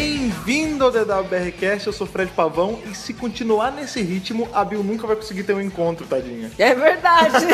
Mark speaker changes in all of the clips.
Speaker 1: Bem-vindo ao DWBRCast, eu sou Fred Pavão e se continuar nesse ritmo, a Bill nunca vai conseguir ter um encontro, tadinha.
Speaker 2: É verdade.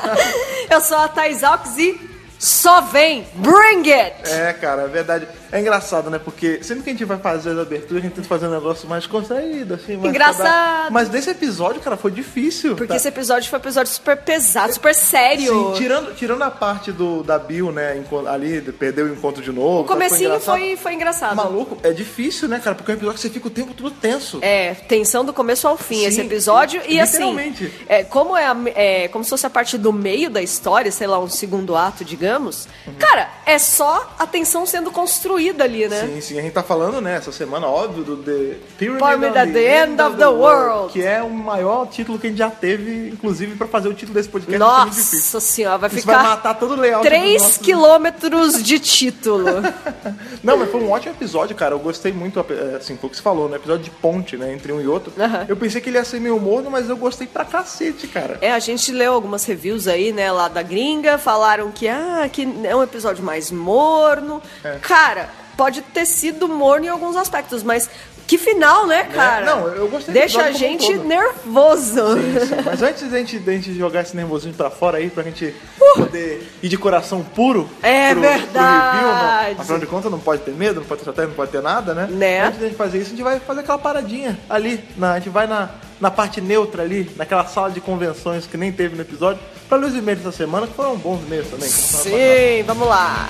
Speaker 2: eu sou a Thais Alves e só vem. Bring it!
Speaker 1: É, cara, é verdade. É engraçado, né? Porque sempre que a gente vai fazer a abertura, a gente tenta fazer um negócio mais contraído, assim, mais
Speaker 2: Engraçado.
Speaker 1: cada- Mas nesse episódio, cara, foi difícil.
Speaker 2: Porque é
Speaker 1: tá?
Speaker 2: esse episódio foi um episódio super pesado, super sério.
Speaker 1: Sim, tirando, tirando a parte do, da Bill, né? enco- Ali, de- perdeu o encontro de novo.
Speaker 2: o comecinho
Speaker 1: sabe,
Speaker 2: foi, foi engraçado.
Speaker 1: engraçado. Maluco, é difícil, né, cara? Porque é um episódio que você fica o tempo todo tenso.
Speaker 2: É, tensão do começo ao fim
Speaker 1: Sim,
Speaker 2: esse episódio. E assim,
Speaker 1: literalmente.
Speaker 2: é, como é, a- é como se fosse a parte do meio da história, sei lá, um segundo ato, digamos.
Speaker 1: Uhum.
Speaker 2: Cara, é só a tensão sendo construída ali, né?
Speaker 1: Sim, sim, a gente tá falando, né, essa semana, óbvio, do The Pyramid,
Speaker 2: Pyramid at the End of the World.
Speaker 1: Que é o maior título que a gente já teve, inclusive, pra fazer o título desse podcast. vai ser É muito difícil.
Speaker 2: Nossa senhora, vai
Speaker 1: Isso vai
Speaker 2: ficar
Speaker 1: matar todo o layout. do
Speaker 2: 3
Speaker 1: nosso-
Speaker 2: quilômetros de título.
Speaker 1: Não, mas foi um ótimo episódio, cara. Eu gostei muito, é, assim, foi o que você falou, né? Episódio de ponte, né? Entre um e outro.
Speaker 2: Aham.
Speaker 1: Eu pensei que ele ia ser meio morno, mas eu gostei pra cacete, cara.
Speaker 2: É, a gente leu algumas reviews aí, né, lá da gringa, falaram que, ah, que é um episódio mais morno.
Speaker 1: É.
Speaker 2: Cara, pode ter sido morno em alguns aspectos, mas que final, né, cara?
Speaker 1: É, Não, eu gostei do
Speaker 2: Deixa a
Speaker 1: episódio como um
Speaker 2: gente
Speaker 1: todo.
Speaker 2: nervoso.
Speaker 1: Isso. Mas antes da gente, da gente jogar esse nervosinho pra fora aí, pra gente poder ir de coração puro
Speaker 2: Uh! É
Speaker 1: pro,
Speaker 2: verdade.
Speaker 1: pro review, não- afinal de contas não pode ter medo, não pode ter estratégia, não pode ter nada, né?
Speaker 2: Né?
Speaker 1: Antes da gente fazer isso, a gente vai fazer aquela paradinha ali, na- a gente vai na, na parte neutra ali, naquela sala de convenções que nem teve no episódio, pra ler os e-mails dessa semana, que foram bons e-mails também. que não foram pra nada.
Speaker 2: Sim, vamos lá.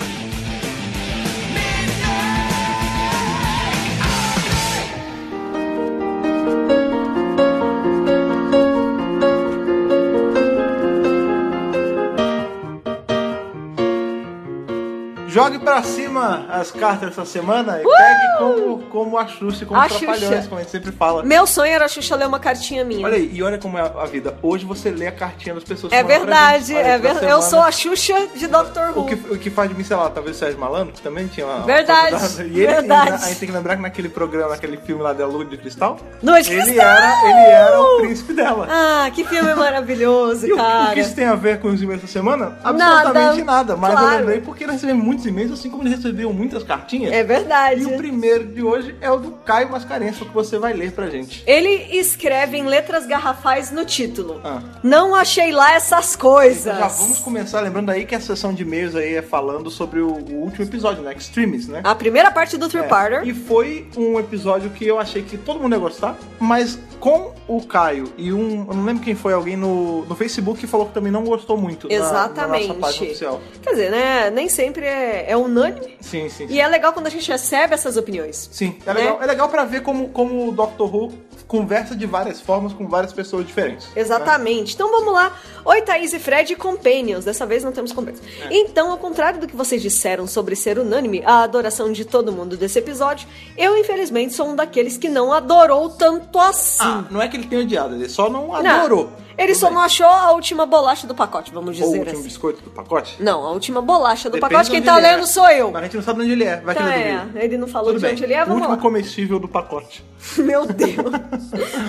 Speaker 1: Jogue pra cima as cartas essa semana e pegue como, como a Xuxa, como
Speaker 2: Uh! A
Speaker 1: os trapalhões,
Speaker 2: Xuxa.
Speaker 1: como a gente sempre fala.
Speaker 2: Meu sonho era a Xuxa ler uma cartinha minha.
Speaker 1: Olha aí, e olha como é a vida. Hoje você lê a cartinha das pessoas. que
Speaker 2: é
Speaker 1: mandam pra
Speaker 2: verdade,
Speaker 1: gente. Olha,
Speaker 2: é
Speaker 1: toda
Speaker 2: verdade. Eu
Speaker 1: semana.
Speaker 2: sou a Xuxa de Dr.
Speaker 1: O
Speaker 2: Who.
Speaker 1: que, o que faz de mim, sei lá, talvez o Sérgio Malandro, que também tinha uma. uma
Speaker 2: Verdade,
Speaker 1: coisa da- e ele,
Speaker 2: verdade.
Speaker 1: A gente tem que lembrar que naquele programa, naquele filme lá da Lua de Cristal,
Speaker 2: Lua de
Speaker 1: ele,
Speaker 2: Cristal!
Speaker 1: Era, ele era o príncipe dela.
Speaker 2: Ah, que filme maravilhoso,
Speaker 1: E o,
Speaker 2: cara.
Speaker 1: o que isso tem a ver com os e-mails essa semana?
Speaker 2: Nada.
Speaker 1: Absolutamente nada. Mas eu
Speaker 2: Claro.
Speaker 1: lembrei porque ele recebeu muitos e-mails, assim como ele recebeu muitas cartinhas.
Speaker 2: É verdade.
Speaker 1: E o primeiro de hoje é o do Caio Mascarenhas, que você vai ler pra gente.
Speaker 2: Ele escreve em letras garrafais no título.
Speaker 1: Ah.
Speaker 2: Não achei lá essas coisas.
Speaker 1: Então Já vamos começar lembrando aí que a sessão de e-mails aí é falando sobre o, o último episódio, né? Extremes, né?
Speaker 2: A primeira parte do Three Ah, Parter.
Speaker 1: E foi um episódio que eu achei que todo mundo ia gostar, mas com o Caio e um. Eu não lembro quem foi, alguém no, no Facebook que falou que também não gostou muito. na-
Speaker 2: Exatamente.
Speaker 1: Na, nossa página oficial.
Speaker 2: Quer dizer, né? Nem sempre é, é unânime.
Speaker 1: Sim, sim. sim.
Speaker 2: E é legal quando a gente recebe essas opiniões.
Speaker 1: Sim, é
Speaker 2: Né?
Speaker 1: legal, é legal pra ver como, como o Doctor Who conversa de várias formas com várias pessoas diferentes. né?
Speaker 2: Exatamente. Então vamos lá. Oi, Thaís e Fred e Companions. Dessa vez não temos Companions.
Speaker 1: É.
Speaker 2: Então, ao contrário do que vocês disseram sobre ser unânime, a adoração de todo mundo desse episódio, eu infelizmente sou um daqueles que não adorou tanto assim.
Speaker 1: Ah, não é que ele tenha odiado, ele só não
Speaker 2: Não.
Speaker 1: Ah, adorou.
Speaker 2: Ele só não achou a última bolacha do pacote, vamos
Speaker 1: Ou o
Speaker 2: dizer
Speaker 1: último
Speaker 2: assim.
Speaker 1: biscoito do pacote?
Speaker 2: Não, a última bolacha do
Speaker 1: Depende
Speaker 2: pacote,
Speaker 1: de
Speaker 2: quem
Speaker 1: onde
Speaker 2: tá
Speaker 1: ele é.
Speaker 2: lendo sou eu.
Speaker 1: Mas a gente não sabe de onde ele é, vai que ele
Speaker 2: Tá,
Speaker 1: é do
Speaker 2: é.
Speaker 1: meio.
Speaker 2: Ele não falou
Speaker 1: Tudo
Speaker 2: de
Speaker 1: bem.
Speaker 2: onde ele é,
Speaker 1: o
Speaker 2: vamos
Speaker 1: último
Speaker 2: lá.
Speaker 1: comestível do pacote.
Speaker 2: Meu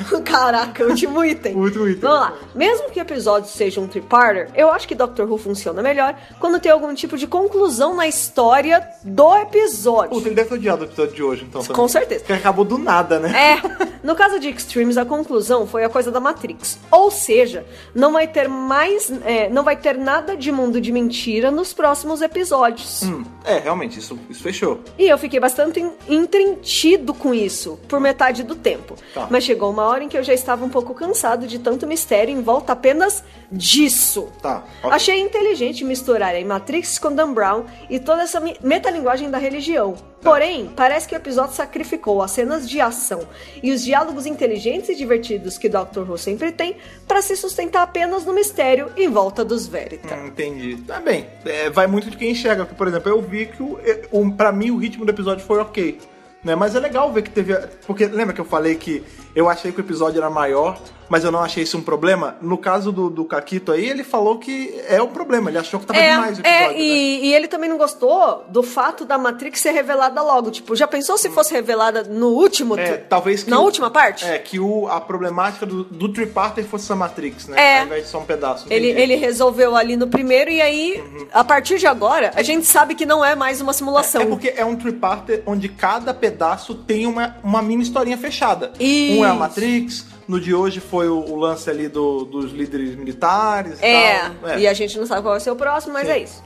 Speaker 2: Deus. Caraca, último item.
Speaker 1: O último item.
Speaker 2: Vamos lá. Mesmo que o episódio seja um triparter, eu acho que Doctor Who funciona melhor quando tem algum tipo de conclusão na história do episódio.
Speaker 1: Puta, ele deve ter odiado o episódio de hoje, então. também.
Speaker 2: Com certeza.
Speaker 1: Porque acabou do nada, né?
Speaker 2: É, no caso de Extremes, a conclusão foi a coisa da Matrix. Ou seja, não vai ter mais. é, não vai ter nada de mundo de mentira nos próximos episódios.
Speaker 1: Hum, é, realmente, isso, isso fechou.
Speaker 2: E eu fiquei bastante en- entretido com isso, por metade do tempo.
Speaker 1: Tá.
Speaker 2: Mas chegou uma hora em que eu já estava um pouco cansado de tanto mistério em volta apenas disso.
Speaker 1: Tá, ok.
Speaker 2: Achei inteligente misturar a Matrix com Dan Brown e toda essa mi- metalinguagem da religião.
Speaker 1: Tá.
Speaker 2: Porém, parece que o episódio sacrificou as cenas de ação e os diálogos inteligentes e divertidos que Doctor Who sempre tem para se sustentar apenas no mistério em volta dos Verita.
Speaker 1: Hum, entendi. Tá bem. É, vai muito de quem enxerga. Porque, por exemplo, eu vi que, o, é, o, pra mim, o ritmo do episódio foi ok. Né? Mas é legal ver que teve. a- Porque lembra que eu falei que Eu achei que o episódio era maior, mas eu não achei isso um problema. No caso do, do Caquito aí, ele falou que é um problema, ele achou que tava
Speaker 2: É,
Speaker 1: demais o episódio. né?
Speaker 2: é e, e ele também não gostou do fato da Matrix ser revelada logo. Tipo, já pensou se fosse revelada no último?
Speaker 1: né? É,
Speaker 2: tu-
Speaker 1: talvez que
Speaker 2: na
Speaker 1: o-
Speaker 2: última parte?
Speaker 1: É, que o, a problemática do, do Triparter fosse a Matrix, né?
Speaker 2: É.
Speaker 1: Ao invés de só um pedaço.
Speaker 2: Ele,
Speaker 1: entendi.
Speaker 2: ele resolveu ali no primeiro, e aí, a partir de agora, a gente sabe que não é mais uma simulação.
Speaker 1: É porque é um triparter onde cada pedaço tem uma, uma mini historinha fechada.
Speaker 2: Isso.
Speaker 1: Um é a Matrix, no de hoje foi o, o lance ali do- dos líderes militares e
Speaker 2: É,
Speaker 1: tal. É.
Speaker 2: e a gente não sabe qual vai ser o próximo, mas
Speaker 1: Sim.
Speaker 2: é isso.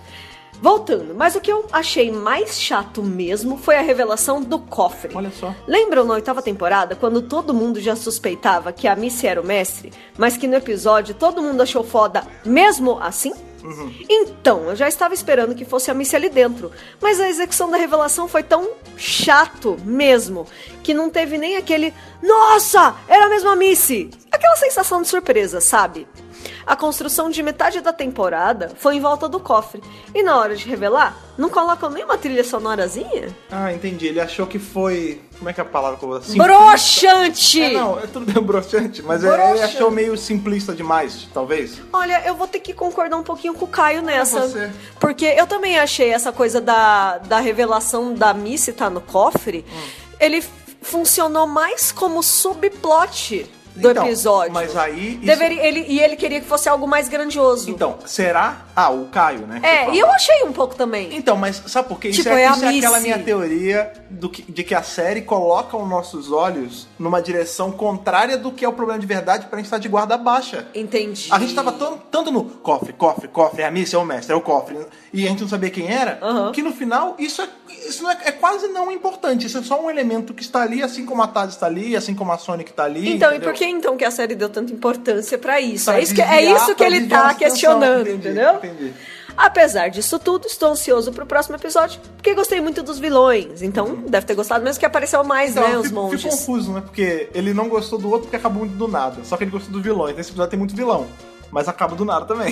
Speaker 2: Voltando, mas o que eu achei mais chato mesmo foi a revelação do cofre.
Speaker 1: Olha só.
Speaker 2: Lembram na oitava temporada, quando todo mundo já suspeitava que a Missy era o mestre, mas que no episódio todo mundo achou foda mesmo assim? Então, eu já estava esperando que fosse a Missy ali dentro, mas a execução da revelação foi tão chato mesmo, que não teve nem aquele Nossa, era mesmo a Missy! Aquela sensação de surpresa, sabe? A construção de metade da temporada foi em volta do cofre, e na hora de revelar, não colocam nem uma trilha sonorazinha?
Speaker 1: Ah, entendi. Ele achou que foi. Como é que é a palavra que eu vou assim?
Speaker 2: Broxante!
Speaker 1: É, não, é tudo bem broxante, mas é- ele
Speaker 2: Broxante.
Speaker 1: achou meio simplista demais, talvez.
Speaker 2: Olha, eu vou ter que concordar um pouquinho com o Caio nessa.
Speaker 1: É você.
Speaker 2: Porque eu também achei essa coisa da, da revelação da Missy tá no cofre.
Speaker 1: Hum.
Speaker 2: Ele f- funcionou mais como subplot do
Speaker 1: Então,
Speaker 2: episódio.
Speaker 1: Mas aí. isso-
Speaker 2: Deveria, ele, e ele queria que fosse algo mais grandioso.
Speaker 1: Então, será? Ah, o Caio, né? que você
Speaker 2: é,
Speaker 1: fala.
Speaker 2: e eu achei um pouco também.
Speaker 1: Então, mas sabe por quê? isso
Speaker 2: Tipo,
Speaker 1: é,
Speaker 2: é a
Speaker 1: isso é aquela
Speaker 2: Missy.
Speaker 1: minha teoria do que- de que a série coloca os nossos olhos numa direção contrária do que é o problema de verdade pra gente estar de guarda baixa.
Speaker 2: Entendi.
Speaker 1: A gente tava tão- tanto no cofre, cofre, cofre, é a missa, é o mestre, é o cofre, e a gente não sabia quem era,
Speaker 2: Aham.
Speaker 1: que no final isso, é, isso não é, é quase não importante. Isso é só um elemento que está ali, assim como a Taz está ali, assim como a Sonic está ali.
Speaker 2: Então, e
Speaker 1: entendeu?
Speaker 2: por que então que a série deu tanta importância pra isso?
Speaker 1: Pra
Speaker 2: é, isso que, é
Speaker 1: desviar-
Speaker 2: isso que
Speaker 1: pra
Speaker 2: ele
Speaker 1: desviar
Speaker 2: tá
Speaker 1: a atenção,
Speaker 2: questionando,
Speaker 1: entendi,
Speaker 2: entendeu?
Speaker 1: entendi.
Speaker 2: Apesar disso tudo, estou ansioso pro próximo episódio, porque gostei muito dos vilões. Então, deve ter gostado mesmo que apareceu mais,
Speaker 1: Então,
Speaker 2: né,
Speaker 1: eu
Speaker 2: os
Speaker 1: fico, fico
Speaker 2: monges.
Speaker 1: confuso, né? Porque ele não gostou do outro porque acabou muito do nada. Só que ele gostou do vilão. E nesse episódio tem muito vilão. Mas acaba do nada também.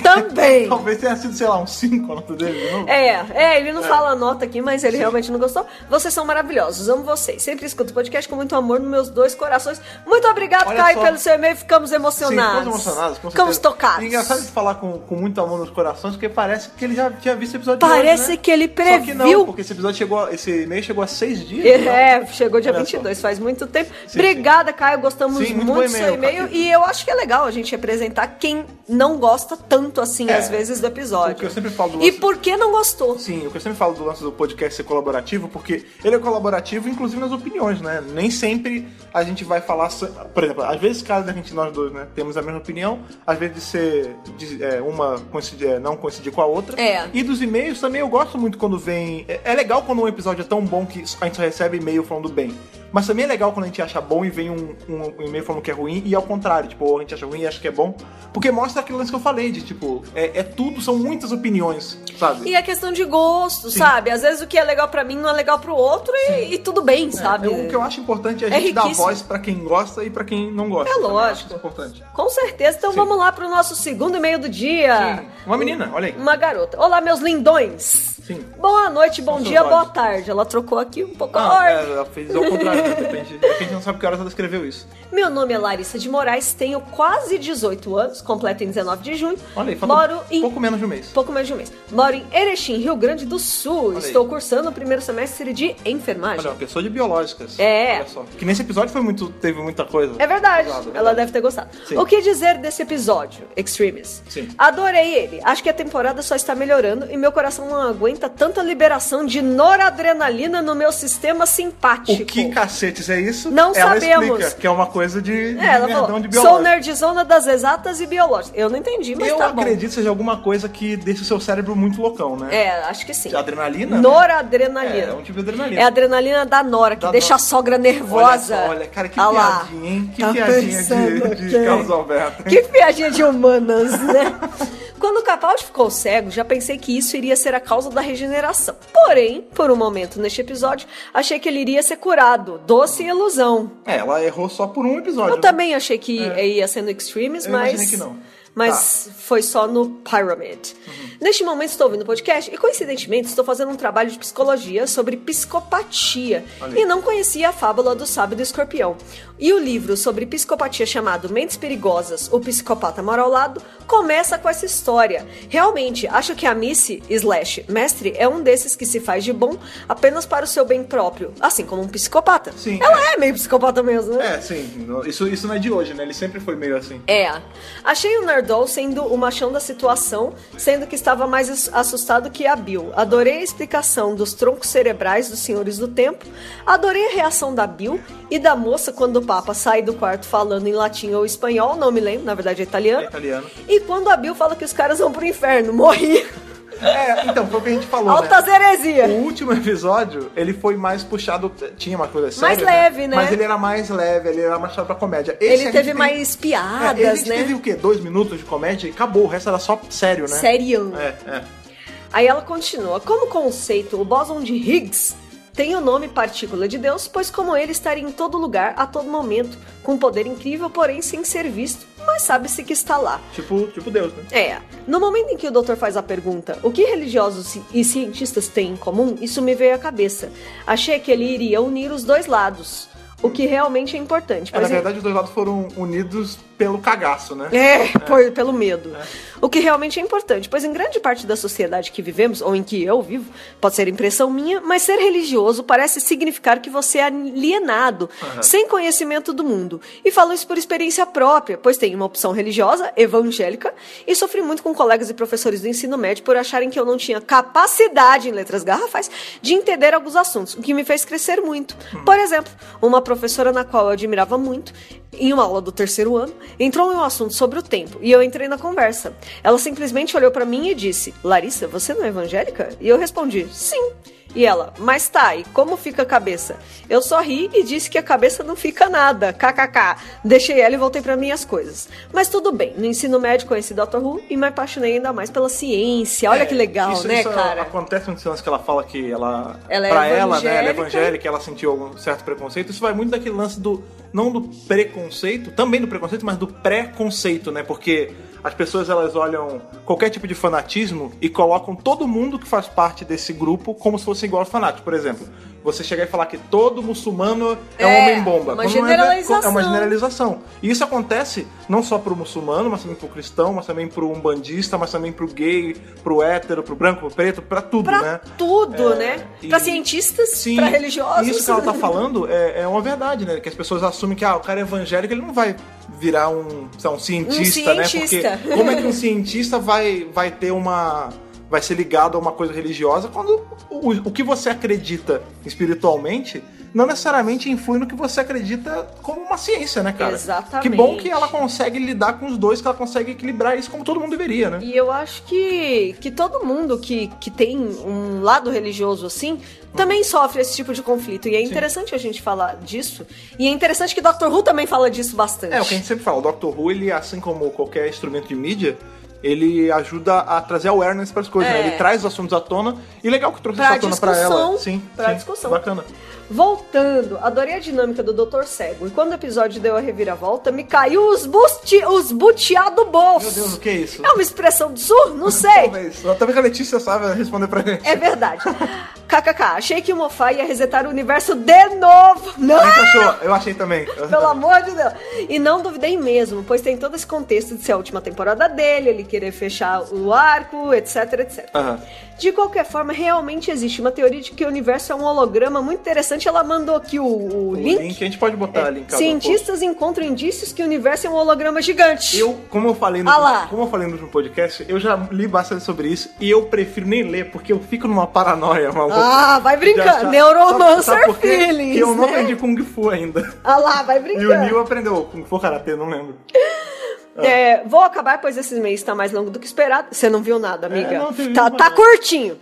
Speaker 2: Também.
Speaker 1: Talvez tenha sido, sei lá, um 5 a nota dele. de novo.
Speaker 2: É, é, ele não fala a nota aqui, mas ele realmente não gostou. Vocês são maravilhosos, amo vocês. Sempre escuto o podcast com muito amor nos meus dois corações. Muito obrigado,
Speaker 1: Olha
Speaker 2: Caio,
Speaker 1: só.
Speaker 2: pelo seu e-mail. Ficamos
Speaker 1: Sim,
Speaker 2: emocionados.
Speaker 1: ficamos emocionados, com
Speaker 2: Ficamos
Speaker 1: certeza.
Speaker 2: tocados.
Speaker 1: E é engraçado de falar com, com muito amor nos corações, porque parece que ele já tinha visto o episódio de
Speaker 2: Parece
Speaker 1: hoje, né?
Speaker 2: que ele
Speaker 1: Só que
Speaker 2: previu.
Speaker 1: não, porque esse episódio chegou, a- esse e-mail chegou a seis dias. né?
Speaker 2: É, chegou dia
Speaker 1: Olha só.
Speaker 2: 22, faz muito tempo.
Speaker 1: sim.
Speaker 2: Obrigada, Caio, gostamos
Speaker 1: Sim, muito
Speaker 2: muito
Speaker 1: bom
Speaker 2: do seu
Speaker 1: e-mail,
Speaker 2: e-mail.
Speaker 1: Caquito.
Speaker 2: E eu acho que é legal a gente representar quem não gosta tanto assim,
Speaker 1: É,
Speaker 2: às vezes, do episódio.
Speaker 1: o que eu sempre falo do
Speaker 2: e
Speaker 1: lance-
Speaker 2: por que não gostou?
Speaker 1: Sim, Então, assim, o que eu sempre falo do lance do podcast ser colaborativo, porque ele é colaborativo, inclusive nas opiniões, né? Nem sempre a gente vai falar. so- Por exemplo, às vezes, caso a gente, nós dois, né, temos a mesma opinião, às vezes ser de- é, uma coincidir, é, não coincidir com a outra.
Speaker 2: É.
Speaker 1: E dos e-mails também eu gosto muito quando vem. É, é legal quando um episódio é tão bom que a gente só recebe e-mail falando bem. Mas também é legal quando a gente acha bom e vem um, um- um e-mail falando que é ruim, e ao contrário, tipo, ou a gente acha ruim e acha que é bom. Porque mostra aquele lance que eu falei, de tipo, é, é tudo, são muitas opiniões, sabe?
Speaker 2: E é questão de gosto,
Speaker 1: Sim.
Speaker 2: sabe? Às vezes o que é legal pra mim não é legal pro outro e, e tudo bem, sabe?
Speaker 1: É, Eu- o que eu acho importante é a
Speaker 2: É
Speaker 1: gente dar
Speaker 2: riquíssimo.
Speaker 1: voz pra quem gosta e pra quem não gosta.
Speaker 2: É
Speaker 1: também. Eu acho
Speaker 2: lógico.
Speaker 1: isso importante.
Speaker 2: Com certeza. Então
Speaker 1: Sim.
Speaker 2: vamos lá pro nosso segundo e-mail do dia.
Speaker 1: Sim, uma menina, olha aí.
Speaker 2: Uma garota. Olá, meus lindões.
Speaker 1: Sim.
Speaker 2: Boa noite, bom
Speaker 1: São
Speaker 2: dia,
Speaker 1: seus
Speaker 2: boa
Speaker 1: olhos.
Speaker 2: tarde. Ela trocou aqui um pouco a
Speaker 1: Ah,
Speaker 2: ordem.
Speaker 1: é, ela fez ao contrário, né? depende. É que a gente não sabe que horas ela escreveu isso.
Speaker 2: Meu nome é Larissa de Moraes, tenho quase 18 anos, completo em 19 de junho.
Speaker 1: Olha aí, falta
Speaker 2: Moro em pouco...
Speaker 1: pouco menos de um mês.
Speaker 2: menos de um mês. Moro em Erechim, Rio Grande do Sul.
Speaker 1: Olha aí.
Speaker 2: Estou cursando o primeiro semestre de
Speaker 1: Olha,
Speaker 2: enfermagem.
Speaker 1: uma pessoa de biológicas.
Speaker 2: É.
Speaker 1: Olha só. Que nesse episódio foi muito, teve muita coisa.
Speaker 2: É verdade,
Speaker 1: Pesado, né?
Speaker 2: ela deve ter gostado.
Speaker 1: Sim.
Speaker 2: O que dizer desse episódio, Extremis?
Speaker 1: Sim.
Speaker 2: Adorei ele. Acho que a temporada só está melhorando e meu coração não aguenta tanta liberação de noradrenalina no meu sistema simpático.
Speaker 1: O que cacetes é isso?
Speaker 2: tipo, Não
Speaker 1: ela
Speaker 2: sabemos.
Speaker 1: Explica, que é uma coisa de, de
Speaker 2: É, ela
Speaker 1: nerdão
Speaker 2: falou,
Speaker 1: de
Speaker 2: sou
Speaker 1: biológica.
Speaker 2: nerdzona das exatas e biológicas. Eu não entendi, mas
Speaker 1: Eu
Speaker 2: tá bom.
Speaker 1: acredito que seja alguma coisa que deixa o seu cérebro muito loucão, né?
Speaker 2: É, acho que sim.
Speaker 1: Adrenalina? né?
Speaker 2: Noradrenalina.
Speaker 1: É, é um tipo de adrenalina.
Speaker 2: É a adrenalina da Nora, que
Speaker 1: Da
Speaker 2: deixa
Speaker 1: Nora.
Speaker 2: a sogra nervosa.
Speaker 1: Olha, só, olha, cara, que
Speaker 2: Olha lá.
Speaker 1: piadinha, hein? Que
Speaker 2: Tá
Speaker 1: piadinha
Speaker 2: pensando
Speaker 1: de, de
Speaker 2: quem?
Speaker 1: Carlos Alberto. hein?
Speaker 2: Que piadinha de humanas, né? Quando o Capaldi ficou cego, já pensei que isso iria ser a causa da regeneração. Porém, por um momento neste episódio, achei que ele iria ser curado. Doce ilusão.
Speaker 1: É, ela errou só por um episódio.
Speaker 2: Eu
Speaker 1: né? É.
Speaker 2: também achei que ia ser no Extremes,
Speaker 1: Eu
Speaker 2: mas.
Speaker 1: imaginei que não. Tá. Uhum.
Speaker 2: mas foi só no Pyramid. Neste momento estou ouvindo o podcast e, coincidentemente, estou fazendo um trabalho de psicologia sobre psicopatia
Speaker 1: Olha aí.
Speaker 2: e não conhecia a fábula do sábio e do escorpião. E o livro sobre psicopatia chamado Mentes Perigosas, o Psicopata Mora ao Lado, começa com essa história. Realmente, acho que a Missy, slash, mestre, é um desses que se faz de bom apenas para o seu bem próprio, assim como um psicopata.
Speaker 1: Sim,
Speaker 2: Ela é, meio psicopata mesmo, né?
Speaker 1: É, sim. no- Isso, isso não é de hoje, né? Ele sempre foi meio assim.
Speaker 2: É. Achei o Nardol sendo o machão da situação, sendo que estava mais ass- assustado que a Bill. Adorei a explicação dos troncos cerebrais dos Senhores do Tempo. Adorei a reação da Bill e da moça quando o Papa sai do quarto falando em latim ou espanhol, não me lembro, na verdade é
Speaker 1: É
Speaker 2: italiano.
Speaker 1: italiano.
Speaker 2: E quando a Bill fala que os caras vão pro inferno, morri.
Speaker 1: É, então, foi o que a gente falou. né?
Speaker 2: Altas heresias.
Speaker 1: O último episódio, ele foi mais puxado. Tinha uma coisa séria.
Speaker 2: Mais leve, né?
Speaker 1: Mas ele era mais leve, ele era mais puxado pra comédia. Esse a
Speaker 2: Ele
Speaker 1: gente
Speaker 2: teve
Speaker 1: tem-
Speaker 2: mais
Speaker 1: É, ele a
Speaker 2: piadas,
Speaker 1: gente
Speaker 2: né?
Speaker 1: teve o quê? Dois minutos de comédia e acabou. O resto era só sério, né?
Speaker 2: Sério.
Speaker 1: É, é.
Speaker 2: Aí ela continua: como conceito, o bóson de Higgs tem o nome partícula de Deus, pois como ele estaria em todo lugar, a todo momento, com um poder incrível, porém sem ser visto, mas sabe-se que está lá.
Speaker 1: Tipo, tipo Deus, né?
Speaker 2: É, no momento em que o doutor faz a pergunta, o que religiosos e cientistas têm em comum, isso me veio à cabeça. Achei que ele iria unir os dois lados, o que realmente é
Speaker 1: É,
Speaker 2: importante.
Speaker 1: na
Speaker 2: Pois é-
Speaker 1: verdade, os dois lados foram unidos pelo cagaço, né?
Speaker 2: É, por- pelo medo. O que realmente é importante, pois em grande parte da sociedade que vivemos, ou em que eu vivo, pode ser impressão minha, mas ser religioso parece significar que você é alienado,
Speaker 1: Aham.
Speaker 2: sem conhecimento do mundo. E falo isso por experiência própria, pois tenho uma opção religiosa, evangélica, e sofri muito com colegas e professores do ensino médio por acharem que eu não tinha capacidade, em letras garrafais, de entender alguns assuntos, o que me fez crescer muito. Por exemplo, uma professora na qual eu admirava muito, em uma aula do terceiro ano, entrou em um assunto sobre o tempo e eu entrei na conversa. Ela simplesmente olhou pra mim e disse: Larissa, você não é evangélica? E eu respondi: Sim. E ela, mas tá, e como fica a cabeça? Eu só ri e disse que a cabeça não fica nada, kkk. Deixei ela e voltei pra minhas coisas. Mas tudo bem, no ensino médio conheci Dr. Who e me apaixonei ainda mais pela ciência. Olha
Speaker 1: É,
Speaker 2: que legal,
Speaker 1: isso-
Speaker 2: né,
Speaker 1: isso
Speaker 2: cara?
Speaker 1: Acontece um lance que ela fala que ela.
Speaker 2: Ela é
Speaker 1: pra ela, né? Ela é
Speaker 2: evangélica.
Speaker 1: evangélica, ela sentiu algum certo preconceito. Isso vai muito daquele lance do. Não do preconceito, também do preconceito, mas do pré-conceito, né? Porque as pessoas elas olham qualquer tipo de fanatismo e colocam todo mundo que faz parte desse grupo como se fosse igual ao fanático. Por exemplo, você chegar e falar que todo muçulmano é, um
Speaker 2: É,
Speaker 1: homem-bomba.
Speaker 2: uma
Speaker 1: Quando não é- É uma
Speaker 2: generalização.
Speaker 1: generalização. E isso acontece não só pro muçulmano, mas também pro cristão, mas também pro umbandista, mas também pro gay, pro hétero, pro branco, pro preto, pra tudo,
Speaker 2: Pra
Speaker 1: né?
Speaker 2: tudo,
Speaker 1: É,
Speaker 2: né?
Speaker 1: e-
Speaker 2: Pra cientistas,
Speaker 1: Sim,
Speaker 2: pra religiosos.
Speaker 1: Isso que ela tá falando é, é uma verdade, né? Que as pessoas assumem que ah, o cara é evangélico, ele não vai virar um, sei lá, um cientista, né?
Speaker 2: cientista.
Speaker 1: Porque como é que um cientista vai, vai ter uma. vai ser ligado a uma coisa religiosa quando o, o que você acredita espiritualmente não necessariamente influi no que você acredita como uma ciência, né, cara?
Speaker 2: Exatamente.
Speaker 1: Que bom que ela consegue lidar com os dois, que ela consegue equilibrar isso como todo mundo deveria, né?
Speaker 2: E eu acho que, que todo mundo que, que tem um lado religioso assim também sofre esse tipo de conflito. E é interessante a gente falar disso. E é interessante que Dr. Who também fala disso bastante.
Speaker 1: É, o que a gente sempre fala, o Doctor Who, ele, assim como qualquer instrumento de mídia, ele ajuda a trazer awareness para as coisas,
Speaker 2: É.
Speaker 1: né? Ele traz os assuntos à tona, e legal que trouxe
Speaker 2: Pra
Speaker 1: isso à tona para ela.
Speaker 2: discussão,
Speaker 1: Sim,
Speaker 2: pra
Speaker 1: sim,
Speaker 2: discussão.
Speaker 1: Bacana.
Speaker 2: Voltando, adorei a dinâmica do Dr. Cego. E quando o episódio deu a reviravolta, me caiu os, busti, os butiá do bolso.
Speaker 1: Meu Deus, o que é isso?
Speaker 2: É uma expressão do sul? Não sei.
Speaker 1: Talvez, talvez a Letícia saiba responder pra gente.
Speaker 2: É verdade. KKK, achei que o Mofá ia resetar o universo de novo. Não!
Speaker 1: A gente achou, eu achei também.
Speaker 2: Pelo amor de Deus. E não duvidei mesmo, pois tem todo esse contexto de ser a última temporada dele, ele querer fechar o arco, etc, etc.
Speaker 1: Aham.
Speaker 2: De qualquer forma, realmente existe uma teoria de que o universo é um holograma muito interessante. Ela mandou aqui o, o
Speaker 1: O
Speaker 2: link. É
Speaker 1: link, a gente pode botar ali. um linkado.
Speaker 2: Cientistas encontram indícios que o universo é um holograma gigante.
Speaker 1: Eu, como eu falei no,
Speaker 2: Ah lá.
Speaker 1: como eu falei no último podcast, eu já li bastante sobre isso e eu prefiro nem ler porque eu fico numa paranoia, maluco.
Speaker 2: Ah, vai
Speaker 1: De achar-
Speaker 2: brincando.
Speaker 1: sabe-
Speaker 2: Neuromancer
Speaker 1: sabe por quê?
Speaker 2: Feelings.
Speaker 1: Que eu não
Speaker 2: né?
Speaker 1: aprendi Kung Fu ainda.
Speaker 2: Ah lá, vai
Speaker 1: E o
Speaker 2: brincando.
Speaker 1: Neil aprendeu Kung Fu Karate, não lembro. Ah.
Speaker 2: É, vou acabar, pois esse mês está mais longo do que esperado. Você não viu nada, amiga.
Speaker 1: É, não teve
Speaker 2: tá,
Speaker 1: nenhuma,
Speaker 2: tá
Speaker 1: não.
Speaker 2: curtinho.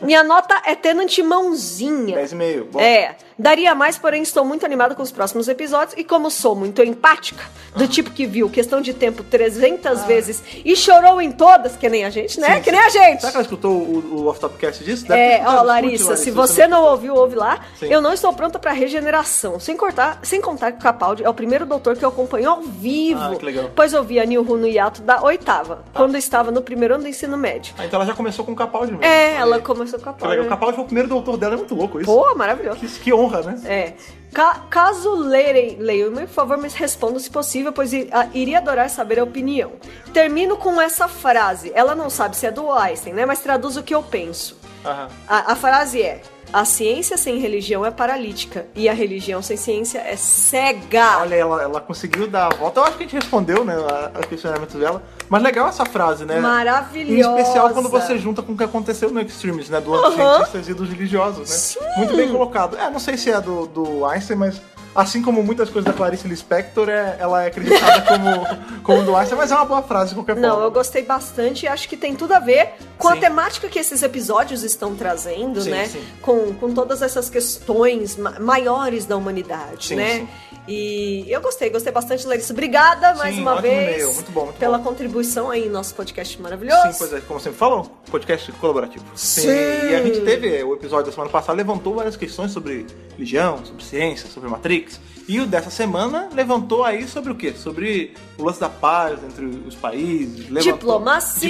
Speaker 2: Minha nota é tenant mãozinha.
Speaker 1: 10,5. Bom,
Speaker 2: É, daria mais, porém estou muito animada com os próximos episódios e como sou muito empática,
Speaker 1: Ah.
Speaker 2: do tipo que viu Questão de Tempo 300 vezes e chorou em todas, que nem a gente, né?
Speaker 1: Sim,
Speaker 2: que
Speaker 1: sim.
Speaker 2: nem a gente.
Speaker 1: Será que ela escutou o, o off-topcast disso? Deve ter
Speaker 2: É,
Speaker 1: escutado.
Speaker 2: ó,
Speaker 1: Escute,
Speaker 2: Larissa, se você
Speaker 1: você
Speaker 2: não ouviu, ouve lá.
Speaker 1: Sim.
Speaker 2: Eu não estou pronta pra regeneração. Sem, cortar, sem contar que o Capaldi é o primeiro doutor que eu acompanho ao vivo.
Speaker 1: Ah, que legal. Tá.
Speaker 2: Pois eu via New Who no hiato da oitava, quando estava no primeiro ano do ensino médio.
Speaker 1: Ah, então ela já começou com o Capaldi mesmo.
Speaker 2: É, ela
Speaker 1: começou.
Speaker 2: começou com a
Speaker 1: O
Speaker 2: Paula.
Speaker 1: Capaldi foi o primeiro doutor dela, é muito louco isso.
Speaker 2: Pô, maravilhoso.
Speaker 1: Que, que honra, né?
Speaker 2: É. Ca- caso lerem, leiam, por favor, me respondam se possível, pois i- a- iria adorar saber a opinião. Termino com essa frase. Ela não sabe se é do Einstein, né? Mas traduz o que eu penso.
Speaker 1: Aham.
Speaker 2: A, a frase é: A ciência sem religião é paralítica, e a religião sem ciência é cega.
Speaker 1: Olha, ela, ela conseguiu dar a volta. Eu acho que a gente respondeu, né, a- os questionamentos dela. Mas legal essa frase, né? Em
Speaker 2: Maravilhosa.
Speaker 1: especial quando você junta com o que aconteceu no Extremes, né? Do dos
Speaker 2: Aham.
Speaker 1: cientistas e dos religiosos, né?
Speaker 2: Sim.
Speaker 1: Muito bem colocado. É, não sei se é do, do Einstein, mas assim como muitas coisas da Clarice Lispector, é, ela é acreditada como, como do Einstein, mas é uma boa frase de qualquer
Speaker 2: Não,
Speaker 1: forma.
Speaker 2: eu gostei bastante e acho que tem tudo a ver com a
Speaker 1: Sim.
Speaker 2: temática que esses episódios estão trazendo,
Speaker 1: Sim,
Speaker 2: né?
Speaker 1: sim.
Speaker 2: Com, com todas essas questões ma- maiores da humanidade,
Speaker 1: Sim,
Speaker 2: né?
Speaker 1: sim.
Speaker 2: E eu gostei, gostei bastante, Larissa. Obrigada mais
Speaker 1: Sim,
Speaker 2: uma
Speaker 1: ótimo
Speaker 2: vez
Speaker 1: e-mail, muito bom, muito
Speaker 2: pela
Speaker 1: bom.
Speaker 2: contribuição aí no nosso podcast maravilhoso.
Speaker 1: Sim, pois é, como sempre falam, podcast colaborativo.
Speaker 2: Sim.
Speaker 1: E a gente teve o episódio da semana passada, levantou várias questões sobre religião, sobre ciência, sobre Matrix. E o dessa semana levantou aí sobre o quê? Sobre o lance da paz entre os países. Levantou
Speaker 2: Diplomacia.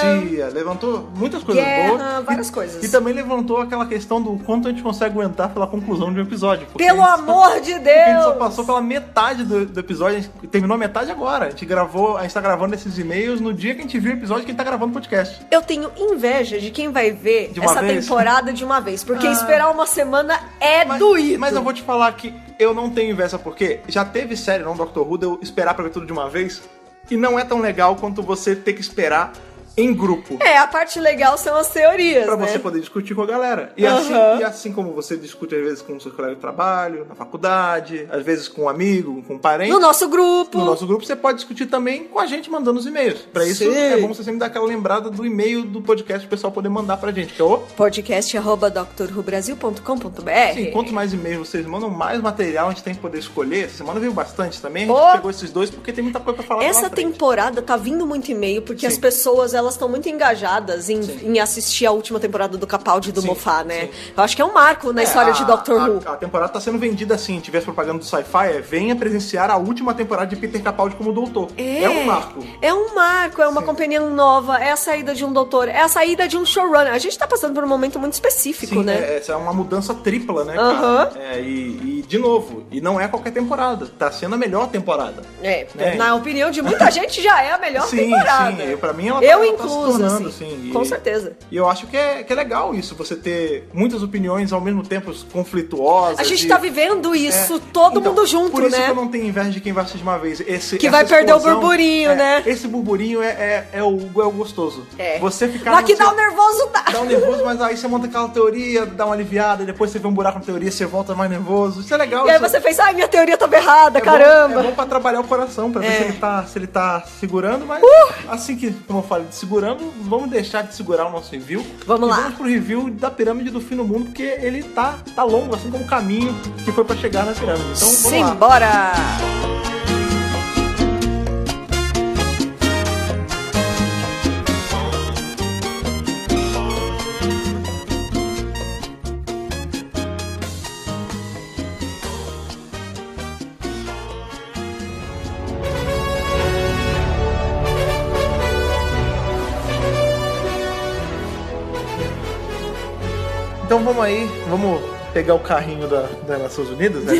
Speaker 1: Diplomacia. Levantou muitas coisas
Speaker 2: Guerra,
Speaker 1: boas.
Speaker 2: várias
Speaker 1: e,
Speaker 2: coisas.
Speaker 1: E também levantou aquela questão do quanto a gente consegue aguentar pela conclusão de um episódio. porque
Speaker 2: Pelo
Speaker 1: a gente só-
Speaker 2: amor de
Speaker 1: porque a gente só
Speaker 2: Deus!
Speaker 1: passou pela metade do, do episódio, a gente terminou a metade agora. A gente gravou, a gente tá gravando esses e-mails no dia que a gente viu o episódio que a gente tá gravando o podcast.
Speaker 2: Eu tenho inveja de quem vai ver
Speaker 1: De uma
Speaker 2: essa
Speaker 1: vez?
Speaker 2: temporada de uma vez, porque
Speaker 1: Ah.
Speaker 2: esperar uma semana é
Speaker 1: Mas,
Speaker 2: doído.
Speaker 1: mas eu vou te falar que eu não tenho inveja, porque já teve série, não, Dr. Who, de eu esperar pra ver tudo de uma vez. E não é tão legal quanto você ter que esperar em grupo.
Speaker 2: É, a parte legal são as teorias,
Speaker 1: Pra
Speaker 2: né?
Speaker 1: você poder discutir com a galera. E,
Speaker 2: Aham.
Speaker 1: assim, e assim como você discute às vezes com seus colegas de trabalho, na faculdade, às vezes com um amigo, com um parente.
Speaker 2: No nosso grupo.
Speaker 1: no nosso grupo, você pode discutir também com a gente mandando os e-mails. Pra isso,
Speaker 2: Sim.
Speaker 1: é bom você sempre dar aquela lembrada do e-mail do podcast o pessoal poder mandar pra gente. Que é o...
Speaker 2: podcast.drrubrasil.com.br
Speaker 1: Sim, quanto mais e-mails vocês mandam, mais material a gente tem que poder escolher. Essa semana veio bastante também. A gente
Speaker 2: Pô.
Speaker 1: pegou esses dois porque tem muita coisa pra falar
Speaker 2: Essa
Speaker 1: pela frente.
Speaker 2: temporada tá vindo muito e-mail, porque
Speaker 1: Sim.
Speaker 2: as pessoas elas estão muito engajadas em,
Speaker 1: Sim.
Speaker 2: em assistir a última temporada do Capaldi e do
Speaker 1: Sim,
Speaker 2: Mofá, né?
Speaker 1: sim.
Speaker 2: Eu acho que é um marco na
Speaker 1: É,
Speaker 2: história
Speaker 1: a-
Speaker 2: de Doctor
Speaker 1: a-
Speaker 2: Who.
Speaker 1: A, temporada tá sendo vendida assim, tivesse propaganda do sci-fi, é venha presenciar a última temporada de Peter Capaldi como doutor. um marco.
Speaker 2: É um marco, é uma companhia nova, é a saída de um doutor, é a saída de um showrunner. A gente tá passando por um momento muito específico,
Speaker 1: Sim,
Speaker 2: né?
Speaker 1: é, essa é uma mudança tripla, né,
Speaker 2: Aham.
Speaker 1: cara? É, e, e, de novo, e não é qualquer temporada. Tá sendo a melhor temporada.
Speaker 2: É,
Speaker 1: É.
Speaker 2: na opinião de muita gente, já é a melhor
Speaker 1: sim,
Speaker 2: temporada.
Speaker 1: Sim, eu, pra mim ela
Speaker 2: Eu
Speaker 1: tá,
Speaker 2: incluso,
Speaker 1: tá se tornando,
Speaker 2: assim,
Speaker 1: assim, e-
Speaker 2: com certeza.
Speaker 1: E eu acho que é, que é legal isso, você ter muitas opiniões ao mesmo tempo conflituosas.
Speaker 2: A gente
Speaker 1: e-
Speaker 2: tá vivendo isso,
Speaker 1: É.
Speaker 2: todo
Speaker 1: Então,
Speaker 2: mundo junto,
Speaker 1: Por isso
Speaker 2: né?
Speaker 1: que eu não tenho inveja de quem vai assistir de uma vez. Esse,
Speaker 2: Que
Speaker 1: essa
Speaker 2: vai perder o
Speaker 1: explosão,
Speaker 2: burburinho,
Speaker 1: é,
Speaker 2: né?
Speaker 1: Esse burburinho é, é, é o, é o gostoso.
Speaker 2: É.
Speaker 1: Você ficar.
Speaker 2: Mas que
Speaker 1: no
Speaker 2: dá
Speaker 1: seu-
Speaker 2: o nervoso dá.
Speaker 1: dá um nervoso, mas aí você monta aquela teoria, dá uma aliviada, depois você vê um buraco na teoria, você volta mais nervoso. Isso é legal.
Speaker 2: E aí
Speaker 1: isso é-
Speaker 2: você fez, ai, minha teoria tava errada,
Speaker 1: é bom-
Speaker 2: caramba.
Speaker 1: é bom pra trabalhar o coração, pra ver
Speaker 2: É. Uh!
Speaker 1: se ele, tá, se ele tá segurando, mas assim que, como eu falei, de segurando, vamos deixar de segurar o nosso review.
Speaker 2: Vamos
Speaker 1: e
Speaker 2: lá.
Speaker 1: Vamos pro review da pirâmide do fim do mundo, porque ele tá, tá longo, assim como o caminho que foi pra chegar na pirâmide. Então vamos lá.
Speaker 2: Simbora!
Speaker 1: Então vamos aí, vamos pegar o carrinho da, das Nações Unidas, né?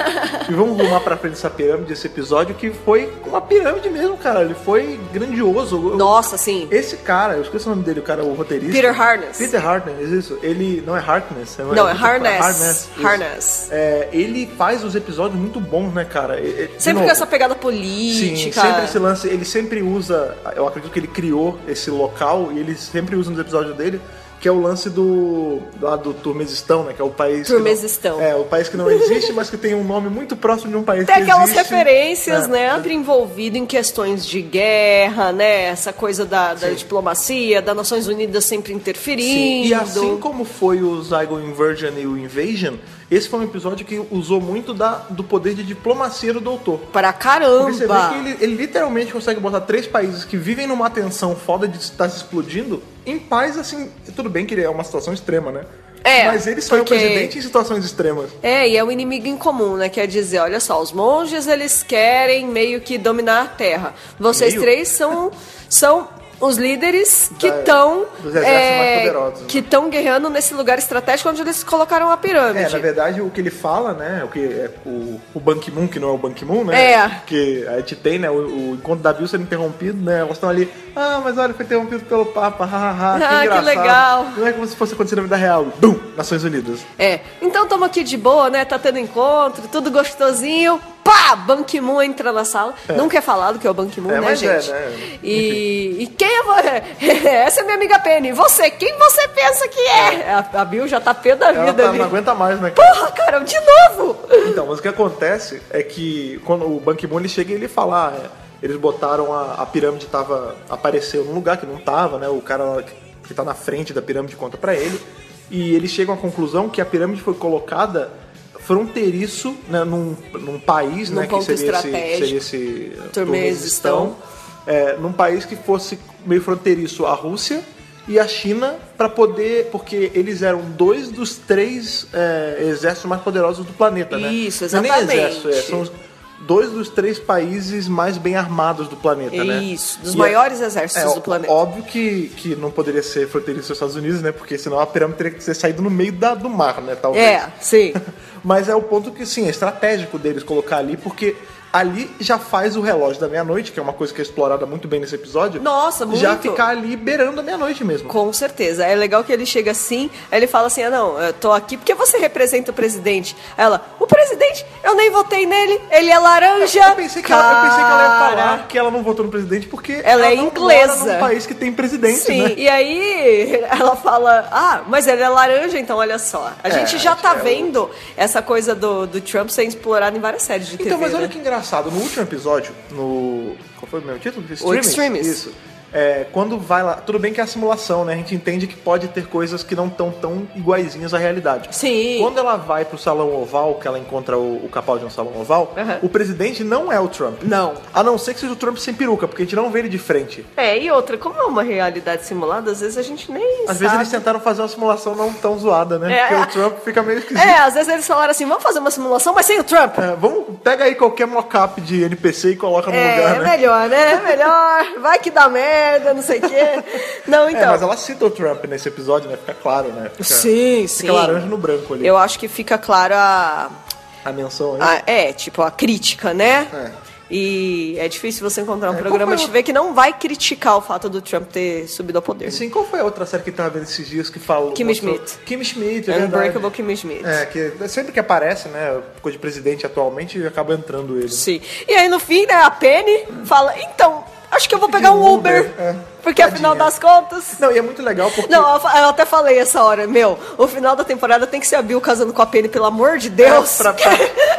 Speaker 1: e vamos arrumar pra frente essa pirâmide, esse episódio, que foi uma pirâmide mesmo, cara. Ele foi grandioso. Eu-
Speaker 2: Nossa, sim.
Speaker 1: Esse cara, eu esqueci o nome dele, o cara, o roteirista.
Speaker 2: Peter Harness.
Speaker 1: Peter Harness, isso. Ele não é Harkness.
Speaker 2: Não, é
Speaker 1: Harness.
Speaker 2: harness.
Speaker 1: isso.
Speaker 2: Harness.
Speaker 1: É, ele faz os episódios muito bons, né, cara? E- e- de
Speaker 2: Sempre
Speaker 1: novo,
Speaker 2: com essa pegada
Speaker 1: Sim,
Speaker 2: política.
Speaker 1: sempre esse lance, ele sempre usa, eu acredito que ele criou esse local e ele sempre usa nos episódios dele, que é o lance do lá do Turmesistão, né, que é o país que não-
Speaker 2: Turmesistão.
Speaker 1: é, o país que não existe, mas que tem um nome muito próximo de um país
Speaker 2: Tem
Speaker 1: que
Speaker 2: aquelas
Speaker 1: existe.
Speaker 2: referências,
Speaker 1: É.
Speaker 2: né? Sempre envolvido em questões de guerra, né? Essa coisa da, da diplomacia, das Nações Unidas sempre interferindo.
Speaker 1: Sim, E assim como foi o Zygon Inversion e o Invasion, esse foi um episódio que usou muito da, do poder de diplomacia do doutor.
Speaker 2: Pra
Speaker 1: Porque você vê
Speaker 2: caramba!
Speaker 1: que ele, ele literalmente consegue botar três países que vivem numa tensão foda de estar se explodindo em paz, assim. Tudo bem que é uma situação extrema, né?
Speaker 2: É,
Speaker 1: Mas ele só é o
Speaker 2: porque-
Speaker 1: presidente em situações extremas.
Speaker 2: É, e é um inimigo em comum, né? Quer dizer, olha só, os monges eles querem meio que dominar a terra. Vocês
Speaker 1: Meio?
Speaker 2: três são, são os líderes que
Speaker 1: Da-
Speaker 2: estão.
Speaker 1: dos exércitos mais poderosos, né?
Speaker 2: Que estão guerreando nesse lugar estratégico onde eles colocaram a
Speaker 1: É, na
Speaker 2: pirâmide.
Speaker 1: verdade, o que ele fala, né? O que é o, o Ban Ki-moon, que não é o Ban Ki-moon, né?
Speaker 2: É.
Speaker 1: Que a gente tem, né? O, o encontro da Bill sendo interrompido, né? Elas estão ali, ah, mas olha, foi interrompido pelo Papa, hahaha.
Speaker 2: Ah, que
Speaker 1: engraçado.
Speaker 2: legal.
Speaker 1: Não é como se fosse acontecer na vida real. Bum! Nações Unidas.
Speaker 2: é. Então estamos aqui de boa, né? Tá tendo encontro, tudo gostosinho. Pá! Ban Ki-moon entra na sala. Nunca é falado que é o Ban Ki-moon,
Speaker 1: É,
Speaker 2: né,
Speaker 1: mas é,
Speaker 2: gente?
Speaker 1: né?
Speaker 2: E, e quem é você? Essa é minha amiga Penny. Você, quem você pensa que é? A, a Bill já tá pé da
Speaker 1: Ela
Speaker 2: vida
Speaker 1: tá,
Speaker 2: ali.
Speaker 1: não aguenta mais, né?
Speaker 2: Porra, cara, de novo!
Speaker 1: Então, mas o que acontece é que quando o Ban Ki-moon ele chega e ele fala, ah, é, eles botaram a, a pirâmide tava apareceu num lugar que não tava, né? O cara lá que- que tá na frente da pirâmide conta pra ele e eles chegam à conclusão que a pirâmide foi colocada fronteiriço né, num, num país,
Speaker 2: Num
Speaker 1: né, que
Speaker 2: ponto
Speaker 1: seria esse,
Speaker 2: estratégico.
Speaker 1: seria esse eh,
Speaker 2: Turmesistão.
Speaker 1: é, num país que fosse meio fronteiriço à Rússia e à China pra poder, porque eles eram dois dos três é, exércitos mais poderosos do planeta, né? Não
Speaker 2: Isso,
Speaker 1: é
Speaker 2: exatamente.
Speaker 1: nem exército, é, são os dois dos três países mais bem armados do planeta, né?
Speaker 2: Isso, dos
Speaker 1: E é
Speaker 2: maiores exércitos do
Speaker 1: ó-
Speaker 2: planeta.
Speaker 1: Óbvio que, que não poderia ser fronteiriço dos Estados Unidos, né? Porque senão a pirâmide teria que ser saído no meio da- do mar, né? Talvez.
Speaker 2: É, sim.
Speaker 1: Mas é o ponto que, sim, é estratégico deles colocar ali, porque ali já faz o relógio da meia-noite, que é uma coisa que é explorada muito bem nesse episódio.
Speaker 2: Nossa, muito.
Speaker 1: Já ficar ali beirando a meia-noite mesmo.
Speaker 2: Com certeza. É legal que ele chega assim, aí ele fala assim: ah, não, eu tô aqui porque você representa o presidente. Aí Ela, o presidente, eu nem votei nele, ele é laranja.
Speaker 1: Eu pensei, que ela, eu pensei que ela ia
Speaker 2: Cara.
Speaker 1: falar que ela não votou no presidente porque
Speaker 2: Ela é
Speaker 1: não
Speaker 2: inglesa.
Speaker 1: mora num país que tem presidente,
Speaker 2: Sim,
Speaker 1: né?
Speaker 2: e aí ela fala: Ah, mas ele é laranja, então olha só. A
Speaker 1: É,
Speaker 2: gente já
Speaker 1: acho
Speaker 2: tá
Speaker 1: que é o-
Speaker 2: vendo essa coisa do, do Trump sendo explorada em várias séries de TV.
Speaker 1: Então, mas olha
Speaker 2: né?
Speaker 1: que engraçado, no último episódio, no. Qual foi o meu título?
Speaker 2: Extremis.
Speaker 1: Isso. É, quando vai lá. Tudo bem que é a simulação, né? A gente entende que pode ter coisas que não estão tão iguaizinhas à realidade.
Speaker 2: Sim.
Speaker 1: Quando ela vai pro salão oval, que ela encontra o, o Capaldi no salão oval,
Speaker 2: Aham.
Speaker 1: o presidente não é o Trump.
Speaker 2: Não.
Speaker 1: A não ser que seja o Trump sem peruca, porque a gente não vê ele de frente.
Speaker 2: É, e outra, como é uma realidade simulada, às vezes a gente nem
Speaker 1: Às
Speaker 2: sabe.
Speaker 1: vezes eles tentaram fazer uma simulação não tão zoada, né?
Speaker 2: É.
Speaker 1: Porque o Trump fica meio esquisito.
Speaker 2: É, às vezes eles falaram assim, vamos fazer uma simulação, mas sem o Trump.
Speaker 1: É, vamos, pega aí qualquer mock-up de NPC e coloca no
Speaker 2: É,
Speaker 1: lugar,
Speaker 2: é
Speaker 1: né?
Speaker 2: melhor, né? É melhor, vai que dá merda, não sei o quê. Não,
Speaker 1: É,
Speaker 2: então.
Speaker 1: mas ela cita o Trump nesse episódio, né? Fica claro, né? Fica,
Speaker 2: Sim, sim.
Speaker 1: Fica laranja no branco ali.
Speaker 2: Eu acho que fica claro a,
Speaker 1: A menção né? aí.
Speaker 2: a- É, tipo, a crítica, né?
Speaker 1: Hum? É.
Speaker 2: E é difícil você encontrar um
Speaker 1: É,
Speaker 2: programa
Speaker 1: qual foi
Speaker 2: de
Speaker 1: o-
Speaker 2: TV que não vai criticar o fato do Trump ter subido ao poder.
Speaker 1: E sim, qual foi a outra série que tava vendo esses dias que falou?
Speaker 2: Kimmy
Speaker 1: mostrou-
Speaker 2: Schmidt. um
Speaker 1: Kimmy Schmidt, é
Speaker 2: Unbreakable
Speaker 1: verdade.
Speaker 2: Kimmy Schmidt.
Speaker 1: É, que sempre que aparece, né? Ficou de presidente atualmente, acaba entrando ele.
Speaker 2: Sim. E aí no fim, né, a Penny fala, então, acho que eu vou pegar um
Speaker 1: Uber,
Speaker 2: Uber.
Speaker 1: é.
Speaker 2: Porque afinal
Speaker 1: Tadinha.
Speaker 2: das contas.
Speaker 1: Não, e é muito legal porque...
Speaker 2: Não, eu, eu até falei essa hora, meu, o final da temporada tem que ser a Bill casando com a Penny, pelo amor de Deus.
Speaker 1: É, pra, pra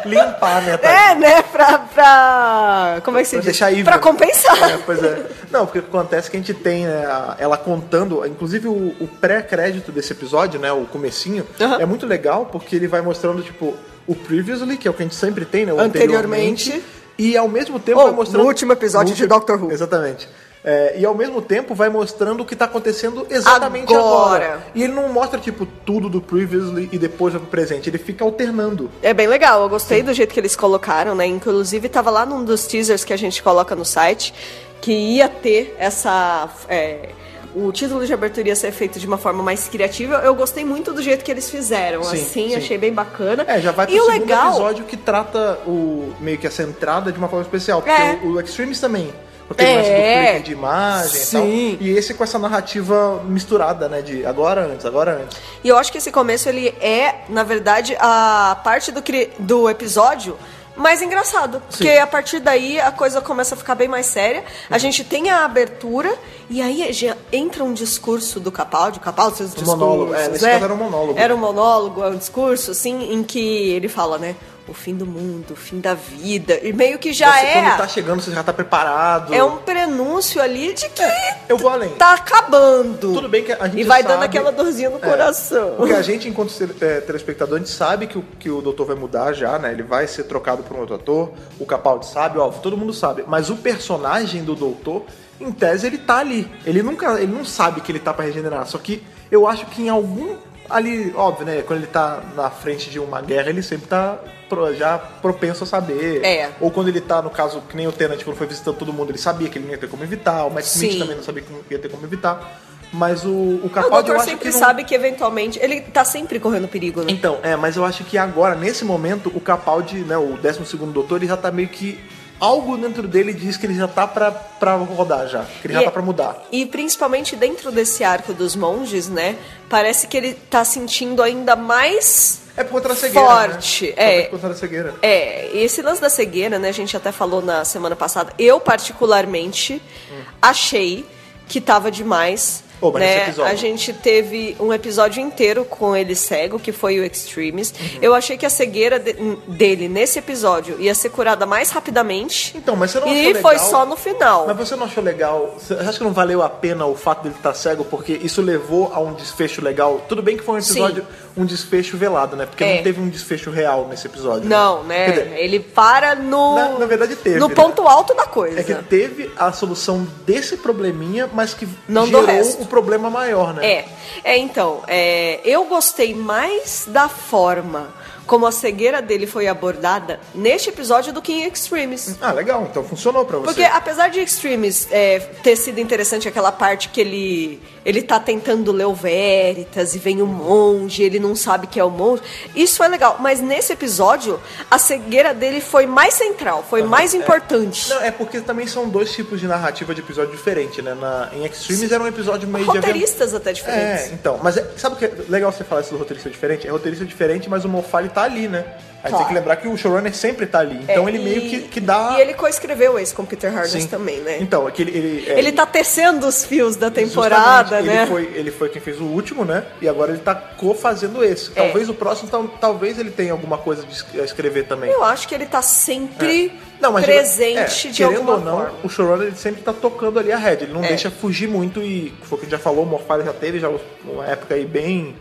Speaker 1: limpar, né? tá?
Speaker 2: É, né? Pra. pra- como é que se
Speaker 1: Pra
Speaker 2: diz?
Speaker 1: deixar even.
Speaker 2: Pra compensar.
Speaker 1: É, pois é. Não, porque o que acontece é que a gente tem né, a- ela contando, inclusive o, o pré-crédito desse episódio, né, o comecinho,
Speaker 2: Aham.
Speaker 1: é muito legal porque ele vai mostrando, tipo, o previously, que é o que a gente sempre tem, né, o
Speaker 2: Anteriormente.
Speaker 1: anteriormente, e ao mesmo tempo
Speaker 2: Ou,
Speaker 1: vai mostrando...
Speaker 2: no último episódio de Doctor Who.
Speaker 1: Exatamente. É, e ao mesmo tempo vai mostrando o que tá acontecendo exatamente
Speaker 2: Agora.
Speaker 1: agora. E ele não mostra, tipo, tudo do previously e depois vai pro presente. Ele fica alternando.
Speaker 2: É bem legal, eu gostei do jeito que eles colocaram, né? Inclusive, tava lá num dos teasers que a gente coloca no site que ia ter essa. é, o título de abertura ia ser feito de uma forma mais criativa. Eu gostei muito do jeito que eles fizeram,
Speaker 1: Sim,
Speaker 2: assim,
Speaker 1: sim.
Speaker 2: achei bem bacana.
Speaker 1: É, já vai pro
Speaker 2: e o
Speaker 1: segundo
Speaker 2: legal,
Speaker 1: episódio que trata o meio que essa entrada de uma forma especial. Porque
Speaker 2: É.
Speaker 1: o, o Extremes também. Porque
Speaker 2: É.
Speaker 1: tem o lance do clicker de imagem
Speaker 2: Sim.
Speaker 1: e tal. E esse com essa narrativa misturada, né? De agora antes, agora antes.
Speaker 2: E eu acho que esse começo ele é, na verdade, a parte do, cri- do episódio mais engraçado. Porque a partir daí a coisa começa a ficar bem mais séria.
Speaker 1: Uhum.
Speaker 2: A gente tem a abertura e aí já entra um discurso do Capaldi. O Capaldi, seus discursos.
Speaker 1: monólogo, é, nesse caso era um monólogo.
Speaker 2: Era um monólogo, é um discurso, assim, em que ele fala, né? O fim do mundo, o fim da vida. E meio que já
Speaker 1: você,
Speaker 2: é.
Speaker 1: Quando tá chegando, você já tá preparado.
Speaker 2: É um prenúncio ali de que
Speaker 1: É, Eu vou além.
Speaker 2: tá acabando.
Speaker 1: Tudo bem que a gente
Speaker 2: E vai dando
Speaker 1: sabe-
Speaker 2: aquela dorzinha no
Speaker 1: É.
Speaker 2: coração.
Speaker 1: Porque a gente, enquanto tele- é, telespectador, a gente sabe que o, que o doutor vai mudar já, né? Ele vai ser trocado por um outro ator. O Capaldi sabe, ó, todo mundo sabe. Mas o personagem do doutor, em tese, ele tá ali. Ele nunca, ele não sabe que ele tá pra regenerar. Só que eu acho que em algum ali, óbvio, né? Quando ele tá na frente de uma guerra, ele sempre tá pro- já propenso a saber.
Speaker 2: É.
Speaker 1: Ou quando ele tá, no caso, que nem o Tenant, quando foi visitando todo mundo, ele sabia que ele não ia ter como evitar. O Matt Smith
Speaker 2: Sim.
Speaker 1: também não sabia que ia ter como evitar. Mas o, o
Speaker 2: O
Speaker 1: Capaldi, eu
Speaker 2: doutor
Speaker 1: acho
Speaker 2: sempre
Speaker 1: que não-
Speaker 2: sabe que eventualmente. Ele tá sempre correndo perigo, né?
Speaker 1: Então, é, mas eu acho que agora, nesse momento, o Capaldi, né, o 12 doutor, ele já tá meio que... Algo dentro dele diz que ele já tá pra, pra rodar já. Que ele já
Speaker 2: E-
Speaker 1: tá pra mudar.
Speaker 2: E principalmente dentro desse arco dos monges, né? Parece que ele tá sentindo ainda mais.
Speaker 1: É por conta da cegueira, né?
Speaker 2: Forte,
Speaker 1: Talvez
Speaker 2: é.
Speaker 1: Por conta da cegueira.
Speaker 2: É, e esse lance da cegueira, né? A gente até falou na semana passada. Eu, particularmente, achei que tava demais.
Speaker 1: Pô, Hum. mas
Speaker 2: né?
Speaker 1: esse episódio-
Speaker 2: A gente teve um episódio inteiro com ele cego, que foi o Extremes.
Speaker 1: Uhum.
Speaker 2: Eu achei que a cegueira de- dele nesse episódio ia ser curada mais rapidamente.
Speaker 1: Então, mas você não achou
Speaker 2: E
Speaker 1: legal...
Speaker 2: foi só no final.
Speaker 1: Mas você não achou legal? Você acha que não valeu a pena o fato dele estar cego? Porque isso levou a um desfecho legal. Tudo bem que foi um episódio, um desfecho velado, né? Porque
Speaker 2: É.
Speaker 1: não teve um desfecho real nesse episódio.
Speaker 2: Não, né?
Speaker 1: Quer dizer,
Speaker 2: Ele para no.
Speaker 1: Na- na verdade, teve,
Speaker 2: No
Speaker 1: né?
Speaker 2: ponto alto da coisa.
Speaker 1: é que teve a solução desse probleminha, mas que
Speaker 2: Não do
Speaker 1: gerou
Speaker 2: resto.
Speaker 1: o problema maior, né?
Speaker 2: É, é então, é, eu gostei mais da forma como a cegueira dele foi abordada neste episódio do que em Extremes.
Speaker 1: Ah, legal. Então funcionou pra você.
Speaker 2: Porque apesar de Extremes é, ter sido interessante aquela parte que ele ele tá tentando ler o Veritas e vem o monge, ele não sabe que é o monge, isso foi legal. Mas nesse episódio, a cegueira dele foi mais central, foi mais importante.
Speaker 1: Não, é porque também são dois tipos de narrativa de episódio diferente, né? Na, em Extremes era um episódio meio de aventura.
Speaker 2: Roteiristas até diferentes.
Speaker 1: É, então. Mas é- sabe o que é legal você falar isso do roteirista diferente? É roteirista diferente, mas o Mofali tá ali, né? Aí
Speaker 2: Claro.
Speaker 1: tem que lembrar que o showrunner sempre tá ali. Então
Speaker 2: É,
Speaker 1: ele
Speaker 2: e-
Speaker 1: meio que, que dá.
Speaker 2: E ele coescreveu esse com Peter Harness
Speaker 1: Sim.
Speaker 2: também, né?
Speaker 1: Então, é que ele. Ele, é,
Speaker 2: ele tá tecendo os fios da
Speaker 1: justamente,
Speaker 2: temporada,
Speaker 1: ele
Speaker 2: né?
Speaker 1: Foi, ele foi quem fez o último, né? E agora ele tá co-fazendo esse.
Speaker 2: É.
Speaker 1: Talvez o próximo, tal- talvez ele tenha alguma coisa de es- a escrever também.
Speaker 2: Eu acho que ele tá sempre
Speaker 1: mas
Speaker 2: presente
Speaker 1: é,
Speaker 2: de
Speaker 1: querendo
Speaker 2: alguma
Speaker 1: ou não,
Speaker 2: forma.
Speaker 1: o showrunner ele sempre tá tocando ali a head, ele não
Speaker 2: É.
Speaker 1: deixa fugir muito e foi o que a gente já falou, o Morfale já teve já uma época aí bem,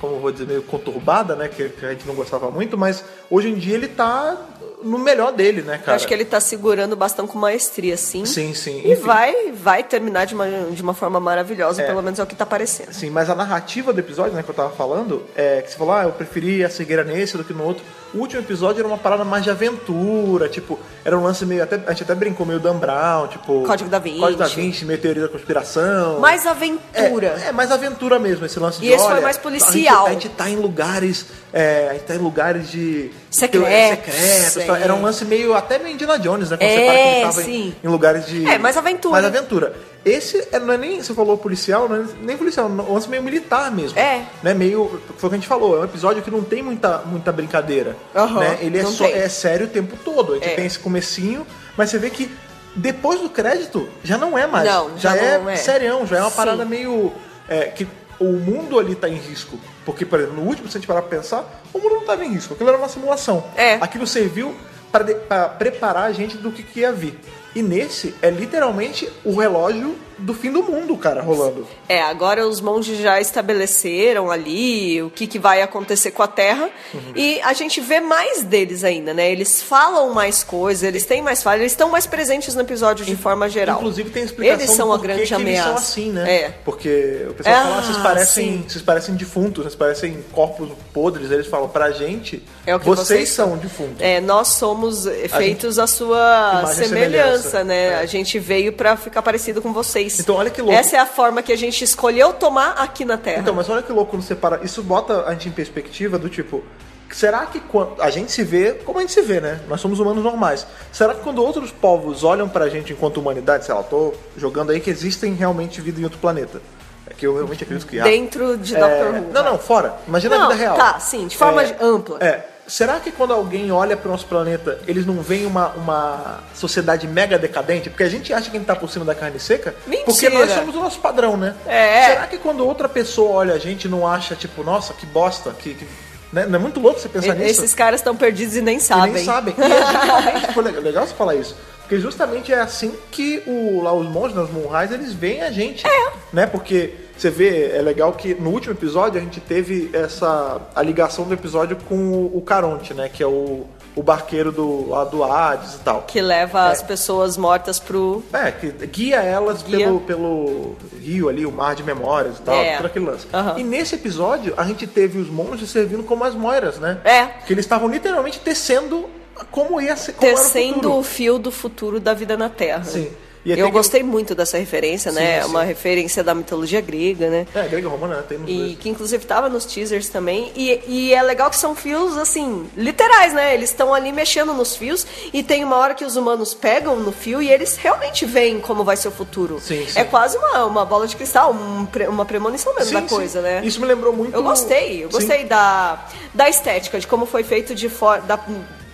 Speaker 1: como eu vou dizer, meio conturbada, né, que, que a gente não gostava muito, mas hoje em dia ele tá no melhor dele, né,
Speaker 2: Eu
Speaker 1: cara?
Speaker 2: acho que ele é tá segurando o bastão com maestria, sim.
Speaker 1: Sim, sim.
Speaker 2: E
Speaker 1: enfim.
Speaker 2: vai, vai terminar de uma, de uma forma maravilhosa,
Speaker 1: É.
Speaker 2: pelo menos é o que tá parecendo.
Speaker 1: Sim, mas a narrativa do episódio, né, que eu tava falando, é que você falou, ah, eu preferi a cegueira nesse do que no outro. O último episódio era uma parada mais de aventura, tipo, era um lance meio, até, a gente até brincou, meio Dan Brown, tipo...
Speaker 2: Código da Vinci.
Speaker 1: Código da Vinci, meio teoria da conspiração.
Speaker 2: Mais aventura.
Speaker 1: Então, É, é mais aventura mesmo, esse lance de
Speaker 2: E esse foi
Speaker 1: olha,
Speaker 2: mais
Speaker 1: a gente-
Speaker 2: policial.
Speaker 1: A gente, tá em lugares. é, a gente tá em lugares de.
Speaker 2: Secretos,
Speaker 1: secretos,
Speaker 2: é.
Speaker 1: tá? Era um lance meio até meio Indiana Jones, né? Quando
Speaker 2: É,
Speaker 1: você para que ele tava
Speaker 2: sim.
Speaker 1: em, em lugares de.
Speaker 2: É, mais aventura.
Speaker 1: Mais aventura. Esse é, não é nem. Você falou policial, não é nem policial, é um lance meio militar mesmo.
Speaker 2: É.
Speaker 1: Né? Meio. Foi o que a gente falou, é um episódio que não tem muita, muita brincadeira.
Speaker 2: Aham,
Speaker 1: né? Ele é,
Speaker 2: não
Speaker 1: só,
Speaker 2: tem.
Speaker 1: é sério o tempo todo. A gente
Speaker 2: É.
Speaker 1: tem esse comecinho, mas você vê que. Depois do crédito, já não é mais.
Speaker 2: Não,
Speaker 1: já,
Speaker 2: já
Speaker 1: é,
Speaker 2: não é.
Speaker 1: serião, já é uma
Speaker 2: Sim.
Speaker 1: parada meio. é, que o mundo ali tá em risco. Porque, por exemplo, no último, se a gente parar pra pensar, o mundo não tava em risco. Aquilo era uma simulação.
Speaker 2: É.
Speaker 1: Aquilo serviu pra de- pra preparar a gente do que, que ia vir. E nesse é literalmente o relógio do fim do mundo, cara, rolando.
Speaker 2: É, agora os monges já estabeleceram ali o que, que vai acontecer com a Terra.
Speaker 1: Uhum.
Speaker 2: E a gente vê mais deles ainda, né? Eles falam mais coisas, eles têm mais falha, eles estão mais presentes no episódio de forma geral.
Speaker 1: Inclusive tem a explicação
Speaker 2: Eles são
Speaker 1: do
Speaker 2: a
Speaker 1: porquê
Speaker 2: grande
Speaker 1: que eles são
Speaker 2: ameaça.
Speaker 1: assim, né?
Speaker 2: É.
Speaker 1: Porque o pessoal fala,
Speaker 2: Ah,
Speaker 1: "Ah, vocês parecem,
Speaker 2: sim.
Speaker 1: vocês parecem defuntos, vocês parecem corpos podres. Eles falam, pra gente,
Speaker 2: É o que
Speaker 1: vocês,
Speaker 2: vocês
Speaker 1: são defuntos.
Speaker 2: É, nós somos eh,
Speaker 1: A
Speaker 2: feitos à sua
Speaker 1: Imagem e
Speaker 2: semelhança,
Speaker 1: semelhança,
Speaker 2: né?
Speaker 1: é.
Speaker 2: A gente veio pra ficar parecido com vocês.
Speaker 1: Então, olha que louco.
Speaker 2: Essa é a forma que a gente escolheu tomar aqui na Terra.
Speaker 1: Então, mas olha que louco quando você para. Isso bota a gente em perspectiva do tipo. Será que quando a gente se vê como a gente se vê, né? Nós somos humanos normais. Será que quando outros povos olham pra gente enquanto humanidade, sei lá, eu tô jogando aí que existem realmente vida em outro planeta? É que eu realmente acredito que há.
Speaker 2: Dentro de
Speaker 1: É,
Speaker 2: Doctor Who.
Speaker 1: Não, não, fora. Imagina
Speaker 2: Não,
Speaker 1: a vida real.
Speaker 2: tá, sim, de forma ampla.
Speaker 1: É. Será que quando alguém olha pro nosso planeta, eles não veem uma, uma sociedade mega decadente? Porque a gente acha que a gente tá por cima da carne seca.
Speaker 2: Mentira.
Speaker 1: Porque nós somos o nosso padrão, né?
Speaker 2: É.
Speaker 1: Será que quando outra pessoa olha a gente não acha, tipo, nossa, que bosta, que. que- né? Não é muito louco você pensar
Speaker 2: E-
Speaker 1: nisso?
Speaker 2: Esses caras estão perdidos e nem
Speaker 1: E
Speaker 2: sabem.
Speaker 1: nem sabem. E é justamente, foi legal, legal você falar isso. Porque justamente é assim que o, lá os monges, nas Moonrise, eles veem a gente. É. Né? Porque você vê, é legal que no último episódio a gente teve essa a ligação do episódio com o, o Caronte, né? Que é o o barqueiro do, lá do Hades e tal.
Speaker 2: Que leva as pessoas mortas pro.
Speaker 1: É, que guia elas
Speaker 2: Guia.
Speaker 1: Pelo, pelo rio ali, o mar de memórias e tal,
Speaker 2: É.
Speaker 1: todo aquele lance.
Speaker 2: Aham.
Speaker 1: E nesse episódio, a gente teve os monges servindo como as moiras, né?
Speaker 2: É.
Speaker 1: Que eles estavam literalmente tecendo como ia ser, como era o
Speaker 2: Tecendo o
Speaker 1: futuro.
Speaker 2: fio do futuro da vida na Terra.
Speaker 1: Sim. E até
Speaker 2: Eu
Speaker 1: que-
Speaker 2: gostei muito dessa referência, né?
Speaker 1: Sim, sim.
Speaker 2: Uma referência da mitologia grega, né?
Speaker 1: É, grego romano, né? Tem nos
Speaker 2: E
Speaker 1: dois.
Speaker 2: que inclusive tava nos teasers também. E, e é legal que são fios, assim, literais, né? Eles estão ali mexendo nos fios. E tem uma hora que os humanos pegam no fio e eles realmente veem como vai ser o futuro.
Speaker 1: Sim, sim.
Speaker 2: É quase uma, uma bola de cristal, um pre- uma premonição mesmo
Speaker 1: Sim,
Speaker 2: da
Speaker 1: sim.
Speaker 2: coisa, né?
Speaker 1: Isso me lembrou muito.
Speaker 2: Eu gostei, eu
Speaker 1: Sim.
Speaker 2: gostei da, da estética, de como foi feito de fora. Da,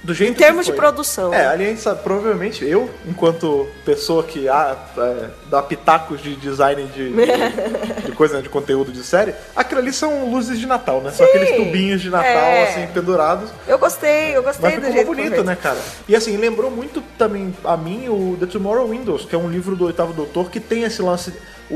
Speaker 1: Do jeito
Speaker 2: em termos
Speaker 1: que
Speaker 2: de
Speaker 1: foi.
Speaker 2: produção.
Speaker 1: É, ali a gente sabe, provavelmente eu, enquanto pessoa que ah, é, dá pitacos de design de, de, de coisa, né, de conteúdo de série, aquilo ali são luzes de Natal, né? São
Speaker 2: Sim.
Speaker 1: aqueles tubinhos de Natal,
Speaker 2: É.
Speaker 1: assim, pendurados.
Speaker 2: Eu gostei, eu
Speaker 1: Mas
Speaker 2: gostei do
Speaker 1: ficou
Speaker 2: jeito que foi
Speaker 1: bonito,
Speaker 2: feito.
Speaker 1: né, cara? E assim, lembrou muito também a mim o The Tomorrow Windows, que é um livro do Oitavo Doutor que tem esse lance. O,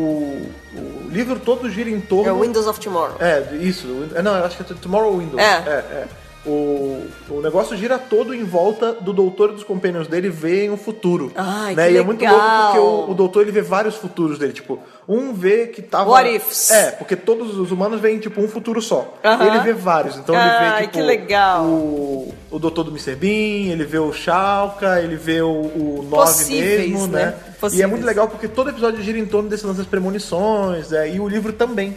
Speaker 1: o livro todo gira em torno.
Speaker 2: É o Windows of Tomorrow.
Speaker 1: É, isso. o Win- é, Não, eu acho que é Tomorrow Windows.
Speaker 2: É.
Speaker 1: é. O, o negócio gira todo em volta do doutor e dos companions dele verem o futuro.
Speaker 2: Ai,
Speaker 1: né?
Speaker 2: que
Speaker 1: E é muito louco
Speaker 2: legal.
Speaker 1: porque o, o doutor ele vê vários futuros dele. Tipo, um vê que tava.
Speaker 2: What ifs.
Speaker 1: É, porque todos os humanos veem, tipo, um futuro só.
Speaker 2: Aham.
Speaker 1: Ele vê vários. Então ele vê,
Speaker 2: Ai,
Speaker 1: tipo,
Speaker 2: que legal.
Speaker 1: O, o doutor do Mr. Bean, ele vê o Chalka, ele vê o, o 9
Speaker 2: Possíveis,
Speaker 1: mesmo,
Speaker 2: né?
Speaker 1: né? E é
Speaker 2: Possíveis.
Speaker 1: muito legal porque todo episódio gira em torno desse lance das premonições, é, e o livro também.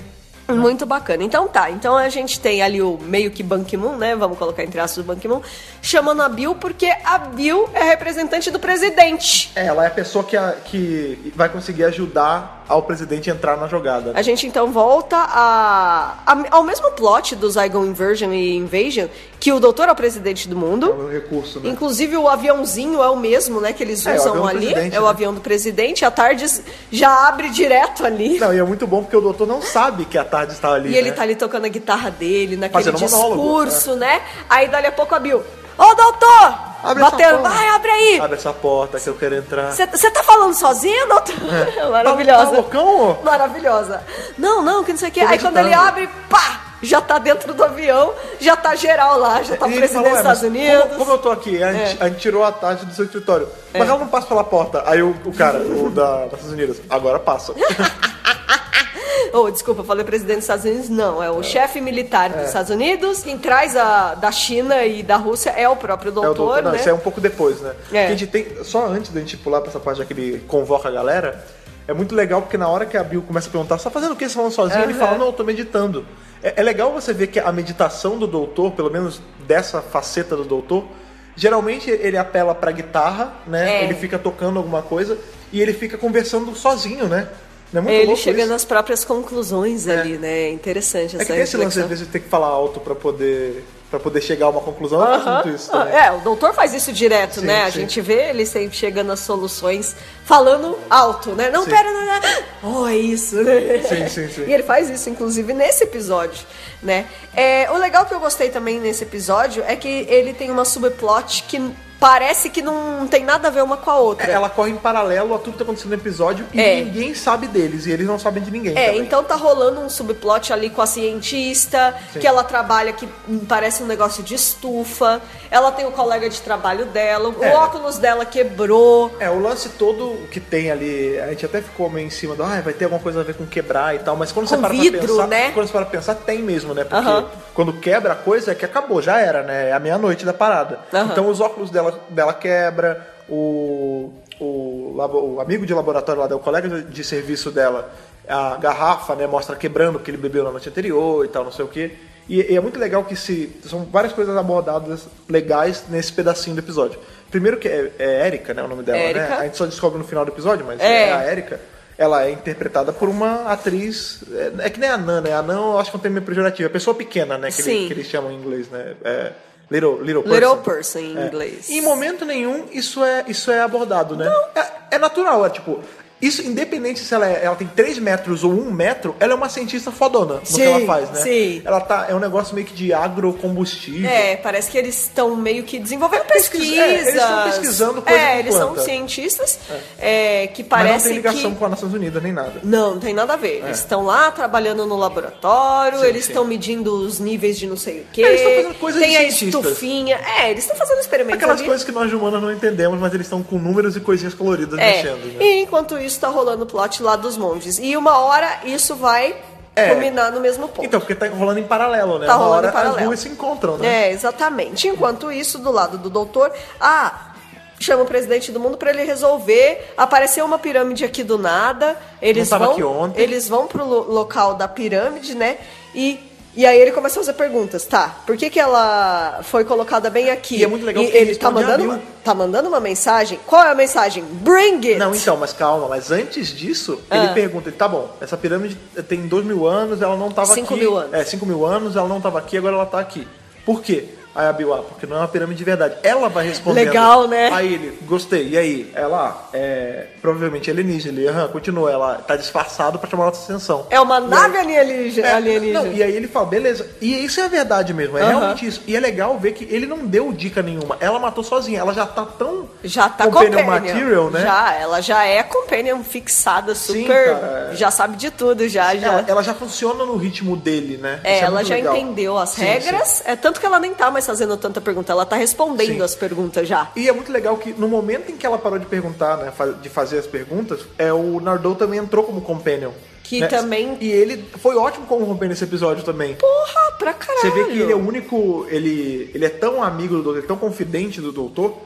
Speaker 2: Muito bacana. Então tá, então a gente tem ali o meio que Ban Ki-moon, né? Vamos colocar entre aspas o Ban Ki-moon, chamando a Bill porque a Bill é representante do presidente.
Speaker 1: É, Ela é a pessoa que, a- que vai conseguir ajudar ao presidente a entrar na jogada.
Speaker 2: A gente então volta a, a- ao mesmo plot do Zygon Inversion e Invasion, que o doutor é o presidente do
Speaker 1: É
Speaker 2: mundo.
Speaker 1: um recurso, né?
Speaker 2: Inclusive o aviãozinho é o mesmo, né, que eles
Speaker 1: É, o avião
Speaker 2: usam
Speaker 1: do
Speaker 2: ali.
Speaker 1: presidente,
Speaker 2: É o
Speaker 1: né?
Speaker 2: avião do presidente. A Tardes já abre direto ali.
Speaker 1: Não, e é muito bom porque o doutor não sabe que a tarde está ali.
Speaker 2: E ele
Speaker 1: né?
Speaker 2: tá ali tocando a guitarra dele, naquele
Speaker 1: Fazendo monólogo, é.
Speaker 2: discurso, né? Aí dali a pouco a Bill. Ô, doutor!
Speaker 1: Abre essa
Speaker 2: Bateu,
Speaker 1: porta.
Speaker 2: vai, abre aí!
Speaker 1: Abre essa porta que eu quero entrar.
Speaker 2: Você tá falando sozinha, doutor?
Speaker 1: Tá
Speaker 2: Maravilhosa.
Speaker 1: loucão? ô?
Speaker 2: Maravilhosa. Não, não, que não sei o quê. Aí quando
Speaker 1: meditando.
Speaker 2: ele abre, pá! Já tá dentro do avião, já tá geral lá, já tá
Speaker 1: E
Speaker 2: o
Speaker 1: ele
Speaker 2: presidente
Speaker 1: falou, "Ué,
Speaker 2: dos
Speaker 1: mas
Speaker 2: Estados Unidos. É.
Speaker 1: Como, como eu tô aqui, a gente, a gente tirou a tarde do seu escritório. Mas ela não passa pela porta. Aí o, o cara, o da das Nações Unidas, agora passa.
Speaker 2: Oh, desculpa, eu falei presidente dos Estados Unidos, não. É o chefe militar dos Estados Unidos. Quem traz a, da China e da Rússia é o próprio doutor,
Speaker 1: É o doutor, não,
Speaker 2: né?
Speaker 1: isso é um pouco depois, né? Porque
Speaker 2: É.
Speaker 1: a gente tem, só antes da gente pular pra essa parte já que ele convoca a galera, é muito legal porque na hora que a Bill começa a perguntar, você tá fazendo o que? Você tá falando sozinho? Ele
Speaker 2: Aham.
Speaker 1: fala, não, eu tô meditando. É, é legal você ver que a meditação do doutor, pelo menos dessa faceta do doutor, geralmente ele apela pra guitarra, né?
Speaker 2: É.
Speaker 1: Ele fica tocando alguma coisa e ele fica conversando sozinho, né? Não é muito
Speaker 2: Ele
Speaker 1: louco
Speaker 2: chega
Speaker 1: isso?
Speaker 2: nas próprias conclusões ali, né?
Speaker 1: É
Speaker 2: Interessante
Speaker 1: que
Speaker 2: essa
Speaker 1: tem esse lance, às
Speaker 2: reflexão.
Speaker 1: vezes, de ter que falar alto pra poder, pra poder chegar a uma conclusão. Eu faço
Speaker 2: Aham.
Speaker 1: muito isso também.
Speaker 2: É, o doutor faz isso direto,
Speaker 1: Sim,
Speaker 2: né? A
Speaker 1: sim.
Speaker 2: gente vê ele sempre chegando às soluções falando alto, né? Não,
Speaker 1: Sim.
Speaker 2: pera, não, não. Oh, é isso, né?
Speaker 1: Sim, sim, sim.
Speaker 2: E ele faz isso, inclusive, nesse episódio, né? É, o legal que eu gostei também nesse episódio é que ele tem uma subplot que parece que não tem nada a ver uma com a outra.
Speaker 1: É, Ela corre em paralelo a tudo que tá acontecendo no episódio e
Speaker 2: É.
Speaker 1: ninguém sabe deles, e eles não sabem de ninguém.
Speaker 2: É,
Speaker 1: também.
Speaker 2: então tá rolando um subplot ali com a cientista,
Speaker 1: Sim.
Speaker 2: que ela trabalha que hum, parece um negócio de estufa, ela tem o colega de trabalho dela,
Speaker 1: É.
Speaker 2: o óculos dela quebrou.
Speaker 1: É, o lance todo que tem ali, a gente até ficou meio em cima do, ah, vai ter alguma coisa a ver com quebrar e tal, mas quando você
Speaker 2: Com
Speaker 1: para
Speaker 2: vidro,
Speaker 1: pra pensar,
Speaker 2: né?
Speaker 1: quando você para pra pensar, tem mesmo, né? Porque
Speaker 2: Aham.
Speaker 1: quando quebra a coisa é que acabou, já era, né? É a meia-noite da parada.
Speaker 2: Aham.
Speaker 1: Então os óculos dela, dela quebra, o, o, labo- o amigo de laboratório lá, dela, o colega de- de serviço dela, a garrafa, né, mostra quebrando porque ele bebeu na noite anterior e tal, não sei o quê. E, e é muito legal que se. São várias coisas abordadas legais nesse pedacinho do episódio. Primeiro que é, é Erika, né? O nome dela, né?
Speaker 2: Érica.
Speaker 1: A gente só descobre no final do episódio, mas
Speaker 2: É.
Speaker 1: é, a Erika. Ela é interpretada por uma atriz. É, é que nem a Nan, né? A Nan, eu acho que é um termo pejorativo. É pessoa pequena, né? Que, ele-
Speaker 2: Sim.
Speaker 1: que eles chamam em inglês, né? É, little, little person.
Speaker 2: Little person em
Speaker 1: É.
Speaker 2: inglês.
Speaker 1: Em momento nenhum, isso é, isso é abordado, né? É, é natural, é tipo. Isso, independente se ela, é- ela tem 3 metros ou 1 metro, ela é uma cientista fodona no
Speaker 2: Sim,
Speaker 1: que ela faz, né?
Speaker 2: sim.
Speaker 1: Ela tá. É um negócio meio que de agrocombustível.
Speaker 2: É, parece que eles estão meio que desenvolvendo
Speaker 1: Pesquisa-
Speaker 2: pesquisas.
Speaker 1: é, eles estão pesquisando coisa
Speaker 2: É,
Speaker 1: com
Speaker 2: eles são
Speaker 1: planta.
Speaker 2: cientistas é, que
Speaker 1: mas não
Speaker 2: parecem
Speaker 1: tem ligação
Speaker 2: que...
Speaker 1: com as Nações Unidas nem nada.
Speaker 2: Não, não tem nada a ver. Eles estão lá trabalhando no laboratório,
Speaker 1: Sim,
Speaker 2: eles
Speaker 1: sim.
Speaker 2: estão medindo os níveis de não sei o quê.
Speaker 1: É, eles estão fazendo coisa
Speaker 2: tem
Speaker 1: de
Speaker 2: a
Speaker 1: cientistas.
Speaker 2: estufinha. É, eles estão fazendo experimentos
Speaker 1: Aquelas
Speaker 2: ali.
Speaker 1: coisas que nós humanos não entendemos, mas eles estão com números e coisinhas coloridas
Speaker 2: É.
Speaker 1: mexendo, né?
Speaker 2: E enquanto isso tá rolando o plot lá dos monges. E uma hora isso vai
Speaker 1: É.
Speaker 2: culminar no mesmo ponto.
Speaker 1: Então, porque tá rolando em paralelo, né?
Speaker 2: Tá
Speaker 1: Uma
Speaker 2: rolando
Speaker 1: hora
Speaker 2: em paralelo.
Speaker 1: as duas se encontram, né?
Speaker 2: É, exatamente. Enquanto isso, do lado do doutor, ah, chama o presidente do mundo pra ele resolver. Apareceu uma pirâmide aqui do nada. Eles
Speaker 1: Não tava
Speaker 2: vão,
Speaker 1: aqui ontem.
Speaker 2: eles vão pro lo- local da pirâmide, né? E e aí ele começa a fazer perguntas, tá? Por que, que ela foi colocada bem aqui?
Speaker 1: E é muito legal
Speaker 2: E
Speaker 1: porque
Speaker 2: ele
Speaker 1: eles
Speaker 2: tá
Speaker 1: tão de
Speaker 2: mandando,
Speaker 1: abril.
Speaker 2: uma, tá mandando uma mensagem. Qual é a mensagem? Bring it.
Speaker 1: Não, então, mas calma, mas antes disso,
Speaker 2: Ah.
Speaker 1: ele pergunta, ele, tá bom, essa pirâmide tem 2 mil anos, ela não tava
Speaker 2: Cinco
Speaker 1: aqui.
Speaker 2: mil anos.
Speaker 1: É, 5 mil anos, ela não tava aqui, agora ela tá aqui. Por quê? Aí a Bill, ah, porque não é uma pirâmide de verdade. Ela vai responder.
Speaker 2: Legal, né?
Speaker 1: Aí ele, gostei. E aí? Ela, ah, é, provavelmente alienígena. Ele, aham, continua. Ela tá disfarçado pra chamar nossa atenção.
Speaker 2: É uma nave alienígena.
Speaker 1: É,
Speaker 2: alienígena.
Speaker 1: não, e aí ele fala, beleza. E isso é a verdade mesmo, é
Speaker 2: Aham.
Speaker 1: realmente isso. E é legal ver que ele não deu dica nenhuma. Ela matou sozinha, ela já tá tão.
Speaker 2: Já tá
Speaker 1: companion
Speaker 2: companion.
Speaker 1: material, né?
Speaker 2: Já, ela já é companion fixada,
Speaker 1: Sim,
Speaker 2: super.
Speaker 1: cara, é.
Speaker 2: Já sabe de tudo, já, já.
Speaker 1: Ela, ela já funciona no ritmo dele, né?
Speaker 2: É,
Speaker 1: Isso
Speaker 2: ela
Speaker 1: muito
Speaker 2: já
Speaker 1: legal.
Speaker 2: entendeu as
Speaker 1: Sim,
Speaker 2: regras.
Speaker 1: sim.
Speaker 2: É tanto que ela nem tá mais fazendo tanta pergunta, ela tá respondendo
Speaker 1: Sim.
Speaker 2: as perguntas já.
Speaker 1: E é muito legal que no momento em que ela parou de perguntar, né, fa- de fazer as perguntas, é o Nardô também entrou como companion.
Speaker 2: Que
Speaker 1: né?
Speaker 2: também-
Speaker 1: E ele foi ótimo como companion nesse episódio também.
Speaker 2: Porra, pra caralho.
Speaker 1: Você vê que ele é o único. Ele, ele é tão amigo do doutor, ele é tão confidente do doutor,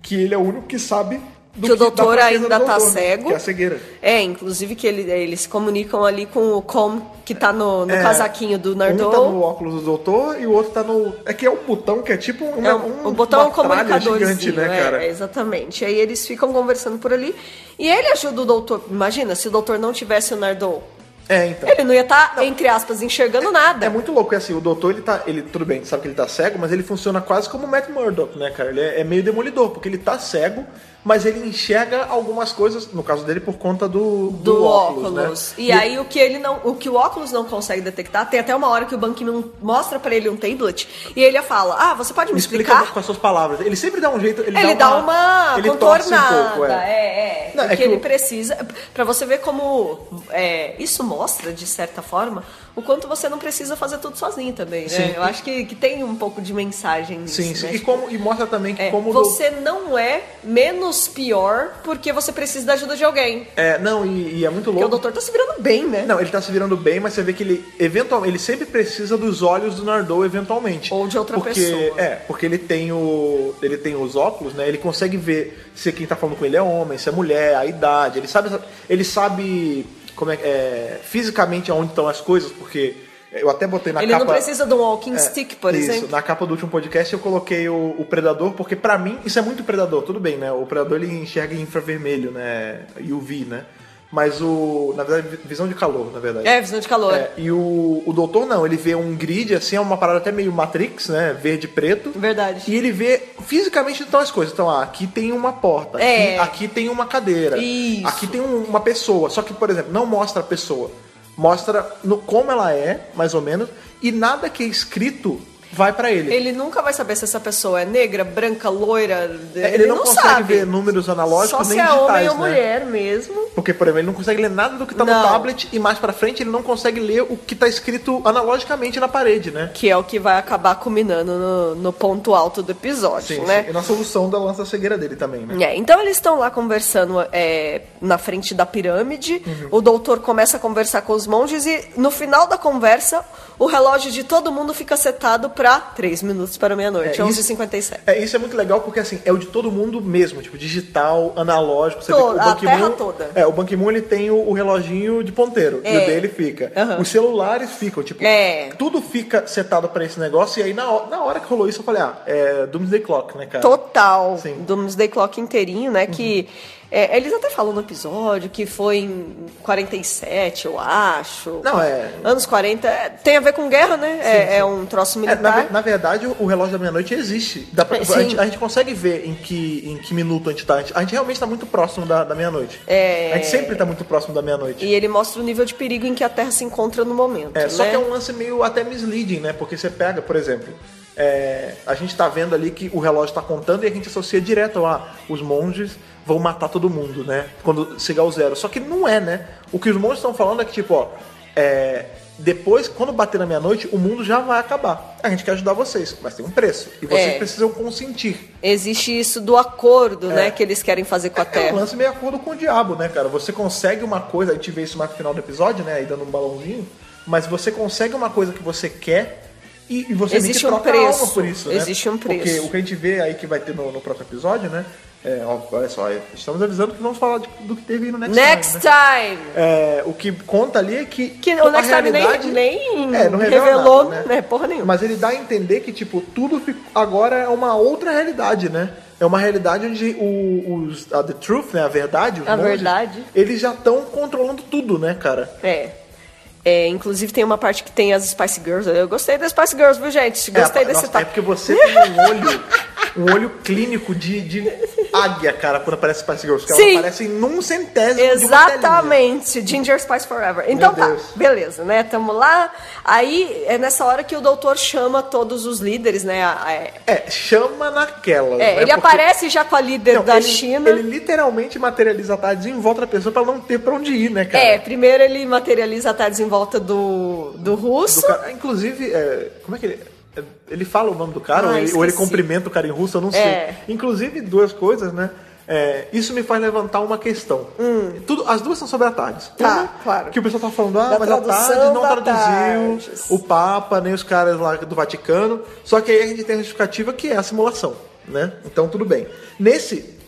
Speaker 1: que ele é o único que sabe do
Speaker 2: Que o doutor
Speaker 1: da fraqueza
Speaker 2: ainda
Speaker 1: do
Speaker 2: tá
Speaker 1: doutor, né?
Speaker 2: cego.
Speaker 1: Que é a cegueira.
Speaker 2: É, inclusive que ele- eles se comunicam ali com o Com, que tá no, no
Speaker 1: É,
Speaker 2: casaquinho do Nardô.
Speaker 1: Um tá no óculos do doutor e o outro tá no. É que é um botão que é tipo um.
Speaker 2: É,
Speaker 1: um-
Speaker 2: o botão é um
Speaker 1: uma tralha
Speaker 2: comunicador.
Speaker 1: gigante, né, cara?
Speaker 2: É, exatamente. Aí eles ficam conversando por ali. E ele ajuda o doutor. Imagina, se o doutor não tivesse o Nardô,
Speaker 1: É, então.
Speaker 2: ele não ia estar, entre aspas, enxergando nada.
Speaker 1: É muito louco, é assim, o doutor, ele tá. Ele, tudo bem, sabe que ele tá cego, mas ele funciona quase como o Matt Murdock, né, cara? Ele é, é meio demolidor, porque ele tá cego, mas ele enxerga algumas coisas, no caso dele, por conta do,
Speaker 2: do, óculos,
Speaker 1: né?
Speaker 2: E, aí o que ele não, o que o óculos não consegue detectar, tem até uma hora que o Ban Ki-moon mostra pra ele um tablet e ele fala: "Ah, você pode me,
Speaker 1: Me explica
Speaker 2: explicar?"
Speaker 1: com as suas palavras. Ele sempre dá um jeito. Ele,
Speaker 2: Ele dá uma,
Speaker 1: ele torce
Speaker 2: contornada,
Speaker 1: Um pouco, é.
Speaker 2: é, é,
Speaker 1: Não, é
Speaker 2: porque
Speaker 1: que
Speaker 2: ele
Speaker 1: o-
Speaker 2: precisa, Pra você ver como é, isso mostra de certa forma o quanto você não precisa fazer tudo sozinho também, né?
Speaker 1: Sim.
Speaker 2: Eu acho que, que tem um pouco de mensagem nisso,
Speaker 1: Sim, sim.
Speaker 2: né?
Speaker 1: E, como, e mostra também que
Speaker 2: É,
Speaker 1: como. o dou-
Speaker 2: você não é menos pior porque você precisa da ajuda de alguém.
Speaker 1: É, não, e, e é muito
Speaker 2: Porque o
Speaker 1: louco.
Speaker 2: doutor tá se virando bem, né?
Speaker 1: Não, ele tá se virando bem, mas você vê que ele eventualmente, ele sempre precisa dos olhos do Nardô eventualmente.
Speaker 2: Ou de outra
Speaker 1: porque,
Speaker 2: pessoa.
Speaker 1: É, porque ele tem o ele tem os óculos, né? Ele consegue ver se quem tá falando com ele é homem, se é mulher, a idade, ele sabe ele sabe como é, é, fisicamente aonde estão as coisas, porque eu até botei na
Speaker 2: ele
Speaker 1: capa
Speaker 2: não precisa de um walking
Speaker 1: é,
Speaker 2: stick, por
Speaker 1: isso,
Speaker 2: exemplo.
Speaker 1: na capa do último podcast eu coloquei o, o predador, porque pra mim isso é muito predador, tudo bem, né? O predador ele enxerga em infravermelho, né? UV, né? Mas o. Na verdade, visão de calor, na verdade.
Speaker 2: É, visão de calor.
Speaker 1: É, e o, o doutor não, ele vê um grid, assim, é uma parada até meio Matrix, né? Verde e preto.
Speaker 2: Verdade.
Speaker 1: E ele vê fisicamente então as coisas. Então, ah, aqui tem uma porta, aqui-
Speaker 2: É.
Speaker 1: aqui, tem uma cadeira,
Speaker 2: Isso.
Speaker 1: aqui tem um- uma pessoa. Só que, por exemplo, não mostra a pessoa. Mostra no, como ela é, mais ou menos, e nada que é escrito vai pra ele.
Speaker 2: Ele nunca vai saber se essa pessoa é negra, branca, loira.
Speaker 1: É,
Speaker 2: ele, não,
Speaker 1: consegue
Speaker 2: sabe.
Speaker 1: ver números analógicos
Speaker 2: Só
Speaker 1: nem
Speaker 2: se é
Speaker 1: digitais,
Speaker 2: homem ou
Speaker 1: né?
Speaker 2: mulher mesmo.
Speaker 1: Porque, por exemplo, ele não consegue ler nada do que tá
Speaker 2: Não.
Speaker 1: no tablet e mais pra frente ele não consegue ler o que tá escrito analogicamente na parede, né?
Speaker 2: Que é o que vai acabar culminando no, no ponto alto do episódio,
Speaker 1: Sim,
Speaker 2: né?
Speaker 1: sim. E na solução da lança cegueira dele também, né?
Speaker 2: É, então eles estão lá conversando é, na frente da pirâmide.
Speaker 1: Uhum.
Speaker 2: O doutor começa a conversar com os monges e no final da conversa o relógio de todo mundo fica setado pra 3 minutos para meia-noite,
Speaker 1: É, isso-
Speaker 2: 11h57.
Speaker 1: É, isso é muito legal porque assim, é o de todo mundo mesmo, tipo, digital, analógico, você vê
Speaker 2: Todo,
Speaker 1: que o
Speaker 2: a
Speaker 1: Ban Ki-moon-
Speaker 2: terra toda.
Speaker 1: É, o Ban Ki-moon ele tem o, o reloginho de ponteiro, e
Speaker 2: É.
Speaker 1: o dele fica.
Speaker 2: Aham.
Speaker 1: Os celulares ficam, tipo,
Speaker 2: É.
Speaker 1: tudo fica setado pra esse negócio e aí na, ho- na hora que rolou isso eu falei, ah, é Doomsday Clock, né, cara?
Speaker 2: Total.
Speaker 1: Sim. Uhum.
Speaker 2: Doomsday Clock inteirinho, né? Que É, eles até falam no episódio que foi em 47, eu acho.
Speaker 1: Não, é.
Speaker 2: Anos 40. é, Tem a ver com guerra, né? é, é um troço
Speaker 1: É, na,
Speaker 2: militar.
Speaker 1: ve- na verdade, o relógio da meia-noite existe. Dá pra-
Speaker 2: É,
Speaker 1: a,
Speaker 2: sim.
Speaker 1: gente, a gente consegue ver em que, em que minuto a gente tá. A gente, a gente realmente tá muito próximo da, da meia-noite.
Speaker 2: É.
Speaker 1: A gente sempre tá muito próximo da meia-noite.
Speaker 2: E ele mostra o nível de perigo em que a Terra se encontra no momento.
Speaker 1: É,
Speaker 2: né?
Speaker 1: só que é um lance meio até misleading, né? Porque você pega, por exemplo, é, a gente tá vendo ali que o relógio tá contando e a gente associa direto a os monges vão matar todo mundo, né? Quando chegar ao zero. Só que não é, né? O que os monges estão falando é que, tipo, ó, é, depois, quando bater na meia-noite, o mundo já vai acabar. A gente quer ajudar vocês, mas tem um preço. E vocês
Speaker 2: É.
Speaker 1: precisam consentir.
Speaker 2: Existe isso do acordo, né? Que eles querem fazer com a
Speaker 1: É um
Speaker 2: Terra.
Speaker 1: lance meio acordo com o diabo, né, cara? Você consegue uma coisa, a gente vê isso mais no final do episódio, né? Aí dando um balãozinho, mas você consegue uma coisa que você quer e, e você meio que
Speaker 2: Existe um
Speaker 1: troca a
Speaker 2: preço.
Speaker 1: alma por isso, né?
Speaker 2: Existe um preço.
Speaker 1: Porque o que a gente vê aí que vai ter no, no próximo episódio, né? É, ó, olha só, estamos avisando que vamos falar de- do que teve aí no Next,
Speaker 2: Next
Speaker 1: Time. né?
Speaker 2: time!
Speaker 1: É, o que conta ali é que.
Speaker 2: Que o
Speaker 1: a
Speaker 2: Next Time nem-
Speaker 1: realidade-
Speaker 2: nem
Speaker 1: É, não revela
Speaker 2: revelou,
Speaker 1: nada,
Speaker 2: né, porra nenhuma.
Speaker 1: Mas ele dá a entender que, tipo, tudo fico- agora é uma outra realidade, né? É uma realidade onde o, os, a The Truth, né? A verdade, os
Speaker 2: A
Speaker 1: monges,
Speaker 2: verdade.
Speaker 1: eles já estão controlando tudo, né, cara?
Speaker 2: É. É, inclusive tem uma parte que tem as Spice Girls. Eu gostei das Spice Girls, viu, gente?
Speaker 1: É,
Speaker 2: Gostei
Speaker 1: a-
Speaker 2: desse
Speaker 1: nossa, É
Speaker 2: tapa.
Speaker 1: porque você tem um olho, um olho clínico de, de águia, cara, quando aparece Spice Girls. Que elas
Speaker 2: Sim.
Speaker 1: aparecem num centésimo de uma telinha.
Speaker 2: Exatamente, Ginger Spice Forever. Então tá,
Speaker 1: Deus.
Speaker 2: beleza, né? Tamo lá. Aí é nessa hora que o doutor chama todos os líderes, né? A- a- é,
Speaker 1: É, chama naquela. né?
Speaker 2: ele
Speaker 1: Porque-
Speaker 2: aparece já com a líder
Speaker 1: Não,
Speaker 2: da
Speaker 1: Então, ele,
Speaker 2: China.
Speaker 1: Ele literalmente materializa a tardezinha em volta da pessoa pra não ter pra onde ir, né, cara?
Speaker 2: É, primeiro ele materializa a Tardes em volta do, do
Speaker 1: Do
Speaker 2: russo.
Speaker 1: cara- Inclusive, é, como é que ele. é, Ele fala o nome do cara,
Speaker 2: Ah,
Speaker 1: ou, ele, ou ele
Speaker 2: esqueci.
Speaker 1: cumprimenta o cara em russo, eu não sei.
Speaker 2: É.
Speaker 1: Inclusive, duas coisas, né? É, isso me faz levantar uma questão. Tudo, as duas são sobre a Tardes.
Speaker 2: Hum. Tá,
Speaker 1: Uma,
Speaker 2: claro.
Speaker 1: Que o pessoal tá falando, ah,
Speaker 2: Da
Speaker 1: mas a
Speaker 2: tradução
Speaker 1: Tardes não
Speaker 2: da
Speaker 1: traduziu
Speaker 2: Tardes.
Speaker 1: o Papa, nem os caras lá do Vaticano. Só que aí a gente tem a justificativa que é a simulação, né? Então tudo bem. Nesse,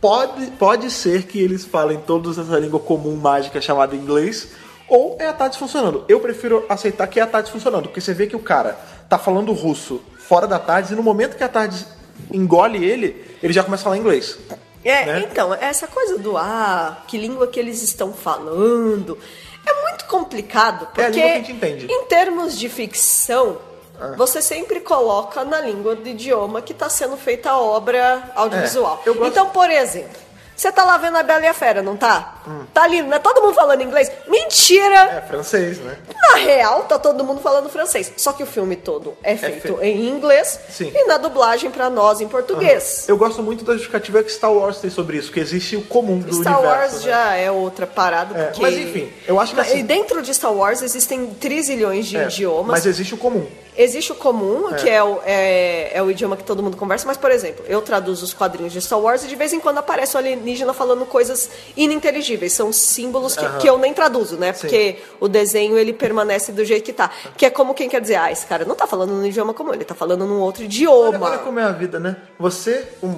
Speaker 1: pode, pode ser que eles falem todos essa língua comum mágica chamada inglês, ou é a Tati funcionando. Eu prefiro aceitar que é a Tati funcionando, porque você vê que o cara tá falando russo fora da tarde, e no momento que a tarde engole ele, ele já começa a falar inglês.
Speaker 2: É,
Speaker 1: né?
Speaker 2: então, essa coisa do ah, que língua que eles estão falando, é muito complicado, porque
Speaker 1: É a língua que a gente entende. Ah.
Speaker 2: em termos de ficção, você sempre coloca na língua do idioma que está sendo feita a obra audiovisual.
Speaker 1: É, eu gosto-
Speaker 2: Então, por exemplo, você tá lá vendo a Bela e a Fera, não tá?
Speaker 1: Hum.
Speaker 2: Tá ali, né? Todo mundo falando inglês? Mentira!
Speaker 1: É francês, né?
Speaker 2: Na real, tá todo mundo falando francês. Só que o filme todo é feito
Speaker 1: fe-
Speaker 2: em inglês
Speaker 1: Sim.
Speaker 2: e na dublagem pra nós em português.
Speaker 1: Eu gosto muito da justificativa que Star Wars tem sobre isso, que existe o comum do
Speaker 2: Star
Speaker 1: universo.
Speaker 2: Wars
Speaker 1: né?
Speaker 2: já é outra parada,
Speaker 1: É,
Speaker 2: porque...
Speaker 1: mas enfim, eu acho que
Speaker 2: Mas-
Speaker 1: assim-
Speaker 2: E dentro de Star Wars existem trilhões de
Speaker 1: É,
Speaker 2: idiomas.
Speaker 1: Mas existe o comum.
Speaker 2: Existe o comum, que é o, é- é o idioma que todo mundo conversa, mas, por exemplo, eu traduzo os quadrinhos de Star Wars e de vez em quando aparece um alienígena falando coisas ininteligíveis. São símbolos que,
Speaker 1: Aham.
Speaker 2: que eu nem traduzo, né? Porque o desenho ele permanece do jeito que tá. Que é como quem quer dizer, ah, esse cara não tá falando num idioma comum, ele tá falando num outro
Speaker 1: Olha,
Speaker 2: idioma.
Speaker 1: olha como é a vida, né? Você, um,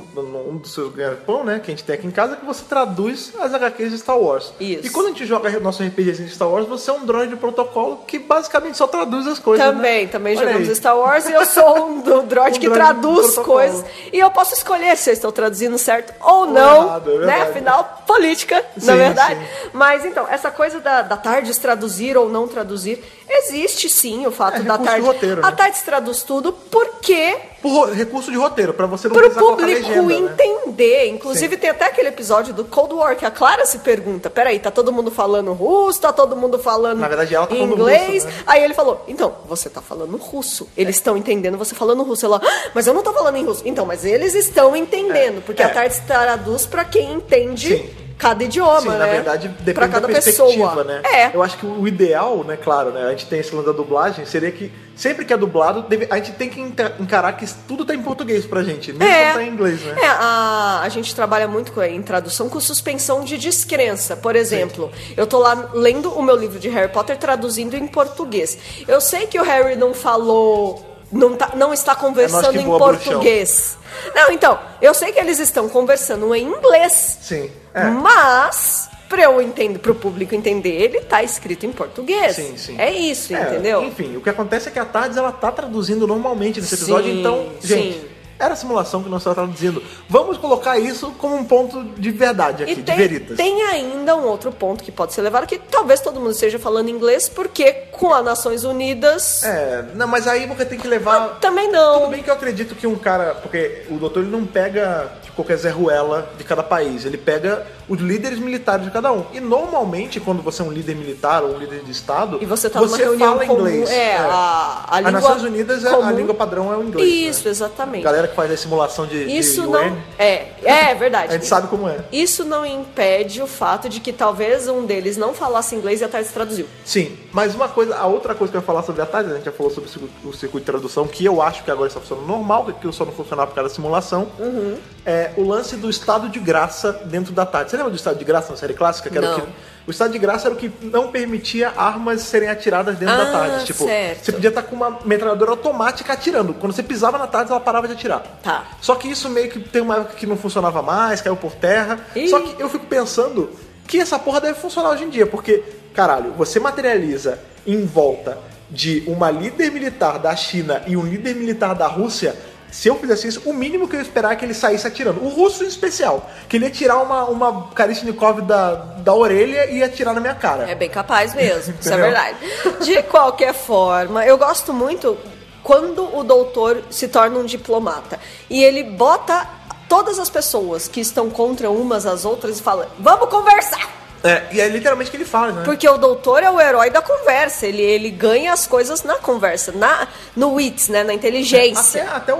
Speaker 1: um dos seus ganha-pão, né? Que a gente tem aqui em casa, é que você traduz as HQs de Star Wars.
Speaker 2: Isso.
Speaker 1: E quando a gente joga nosso RPGzinho de Star Wars, você é um drone de protocolo que basicamente só traduz as coisas.
Speaker 2: Também,
Speaker 1: né?
Speaker 2: também
Speaker 1: Olha
Speaker 2: jogamos
Speaker 1: aí.
Speaker 2: Star Wars e eu sou um do droid
Speaker 1: Um
Speaker 2: que
Speaker 1: droid
Speaker 2: traduz
Speaker 1: protocolo.
Speaker 2: coisas. E eu posso escolher se eu estou traduzindo certo ou não.
Speaker 1: errado, é
Speaker 2: né?
Speaker 1: verdade.
Speaker 2: Afinal, política, na
Speaker 1: Sim,
Speaker 2: verdade.
Speaker 1: sim.
Speaker 2: Mas então, essa coisa da, da Tardes traduzir ou não traduzir, existe sim o fato
Speaker 1: É
Speaker 2: da
Speaker 1: recurso do
Speaker 2: Tardes.
Speaker 1: roteiro,
Speaker 2: a
Speaker 1: né?
Speaker 2: Tardes traduz tudo porque
Speaker 1: Por ro- recurso de roteiro, pra você não
Speaker 2: pro
Speaker 1: precisar colocar
Speaker 2: público
Speaker 1: legenda, né?
Speaker 2: entender. Inclusive, tem até aquele episódio do Cold War que a Clara se pergunta: peraí, tá todo mundo falando russo, tá todo mundo falando
Speaker 1: Na verdade, ela tá falando
Speaker 2: inglês.
Speaker 1: russo, né?
Speaker 2: Aí ele falou: então, você tá falando russo. Eles estão entendendo você falando russo. Ela, "Ah, mas eu não tô falando em russo. Então, mas eles estão entendendo, porque
Speaker 1: É.
Speaker 2: a tarde traduz pra quem entende.
Speaker 1: Sim.
Speaker 2: Cada idioma,
Speaker 1: Sim,
Speaker 2: né?
Speaker 1: na verdade, depende
Speaker 2: pra cada
Speaker 1: da perspectiva,
Speaker 2: pessoa.
Speaker 1: né?
Speaker 2: É.
Speaker 1: Eu acho que o ideal, né, claro, né? A gente tem esse lance da dublagem, seria que sempre que é dublado, deve- a gente tem que enca- encarar que tudo tá em português pra gente, mesmo
Speaker 2: É.
Speaker 1: quando tá em inglês, né?
Speaker 2: É, a, a gente trabalha muito com, em tradução com suspensão de descrença. Por exemplo, eu tô lá lendo o meu livro de Harry Potter traduzindo em português. Eu sei que o Harry não falou. Não, tá- não está conversando
Speaker 1: É, que
Speaker 2: em
Speaker 1: voa, bruxão.
Speaker 2: português. Não, então, eu sei que eles estão conversando em inglês.
Speaker 1: Sim. É.
Speaker 2: Hum, Mas, para eu entender, pro público entender, ele tá escrito em português.
Speaker 1: Sim, sim.
Speaker 2: É isso,
Speaker 1: É,
Speaker 2: entendeu?
Speaker 1: Enfim, o que acontece é que a Tardes ela tá traduzindo normalmente nesse episódio,
Speaker 2: Sim,
Speaker 1: então,
Speaker 2: sim.
Speaker 1: gente, Era a simulação que nós estávamos traduzindo. Vamos colocar isso como um ponto de verdade aqui,
Speaker 2: E
Speaker 1: de veritas.
Speaker 2: tem, tem ainda um outro ponto que pode ser levado, que talvez todo mundo esteja falando inglês, porque com as Nações Unidas. ah,
Speaker 1: É, não, mas aí você tem que levar.
Speaker 2: Também não.
Speaker 1: Tudo bem que eu acredito que um cara. Porque o doutor ele não pega tipo, qualquer Zé Ruela de cada país. Ele pega os líderes militares de cada um. E normalmente, quando você é um líder militar ou um líder de Estado.
Speaker 2: E você tá numa reunião
Speaker 1: fala
Speaker 2: comum,
Speaker 1: inglês.
Speaker 2: é, a- a língua
Speaker 1: As Nações Unidas, é- a
Speaker 2: comum.
Speaker 1: língua padrão é o inglês.
Speaker 2: Isso,
Speaker 1: né? A
Speaker 2: exatamente.
Speaker 1: galera que faz a simulação de. de
Speaker 2: Isso
Speaker 1: UN,
Speaker 2: não. É, é
Speaker 1: A
Speaker 2: verdade.
Speaker 1: gente sabe como é.
Speaker 2: Isso não impede o fato de que talvez um deles não falasse inglês e a Tardes traduziu.
Speaker 1: Sim, mas uma coisa, a outra coisa que eu ia falar sobre a Thales, a gente já falou sobre o circuito, o circuito de tradução, que eu acho que agora está funcionando normal, que aquilo só não funcionava por causa da simulação,
Speaker 2: Uhum.
Speaker 1: é o lance do estado de graça dentro da Thales. Você lembra do estado de graça na série clássica? Que era
Speaker 2: Não.
Speaker 1: O, que, o estado de graça era o que não permitia armas serem atiradas dentro da
Speaker 2: Ah,
Speaker 1: Thales. Tipo,
Speaker 2: certo.
Speaker 1: você podia estar com uma metralhadora automática atirando. Quando você pisava na Thales, ela parava de atirar.
Speaker 2: Tá.
Speaker 1: Só que isso meio que tem uma época que não funcionava mais, caiu por terra.
Speaker 2: Ih.
Speaker 1: Só que eu fico pensando que essa porra deve funcionar hoje em dia, porque, caralho, você materializa em volta de uma líder militar da China e um líder militar da Rússia. Se eu fizesse isso, o mínimo que eu ia esperar é que ele saísse atirando. O russo em especial. Que ele ia tirar uma, uma Kalashnikov da, da orelha e ia atirar na minha cara.
Speaker 2: É bem capaz mesmo, isso é
Speaker 1: Entendeu?
Speaker 2: verdade. De qualquer forma, eu gosto muito quando o doutor se torna um diplomata e ele bota todas as pessoas que estão contra umas às outras e fala: vamos conversar!
Speaker 1: É, e é literalmente o que ele fala, né?
Speaker 2: Porque o doutor é o herói da conversa, ele, ele ganha as coisas na conversa, na, no wits, né, na
Speaker 1: Até,
Speaker 2: inteligência.
Speaker 1: até o,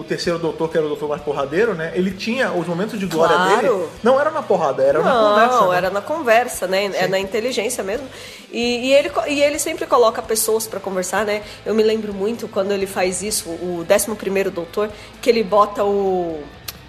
Speaker 1: o terceiro doutor, que era o doutor mais porradeiro, né? Ele tinha os momentos de glória
Speaker 2: Claro.
Speaker 1: dele. Não era na porrada, era na
Speaker 2: Não,
Speaker 1: conversa. né?
Speaker 2: era na conversa, né? É na inteligência mesmo. E, e ele, co- e ele sempre coloca pessoas pra conversar, né? Eu me lembro muito quando ele faz isso, o 11 doutor, que ele bota o-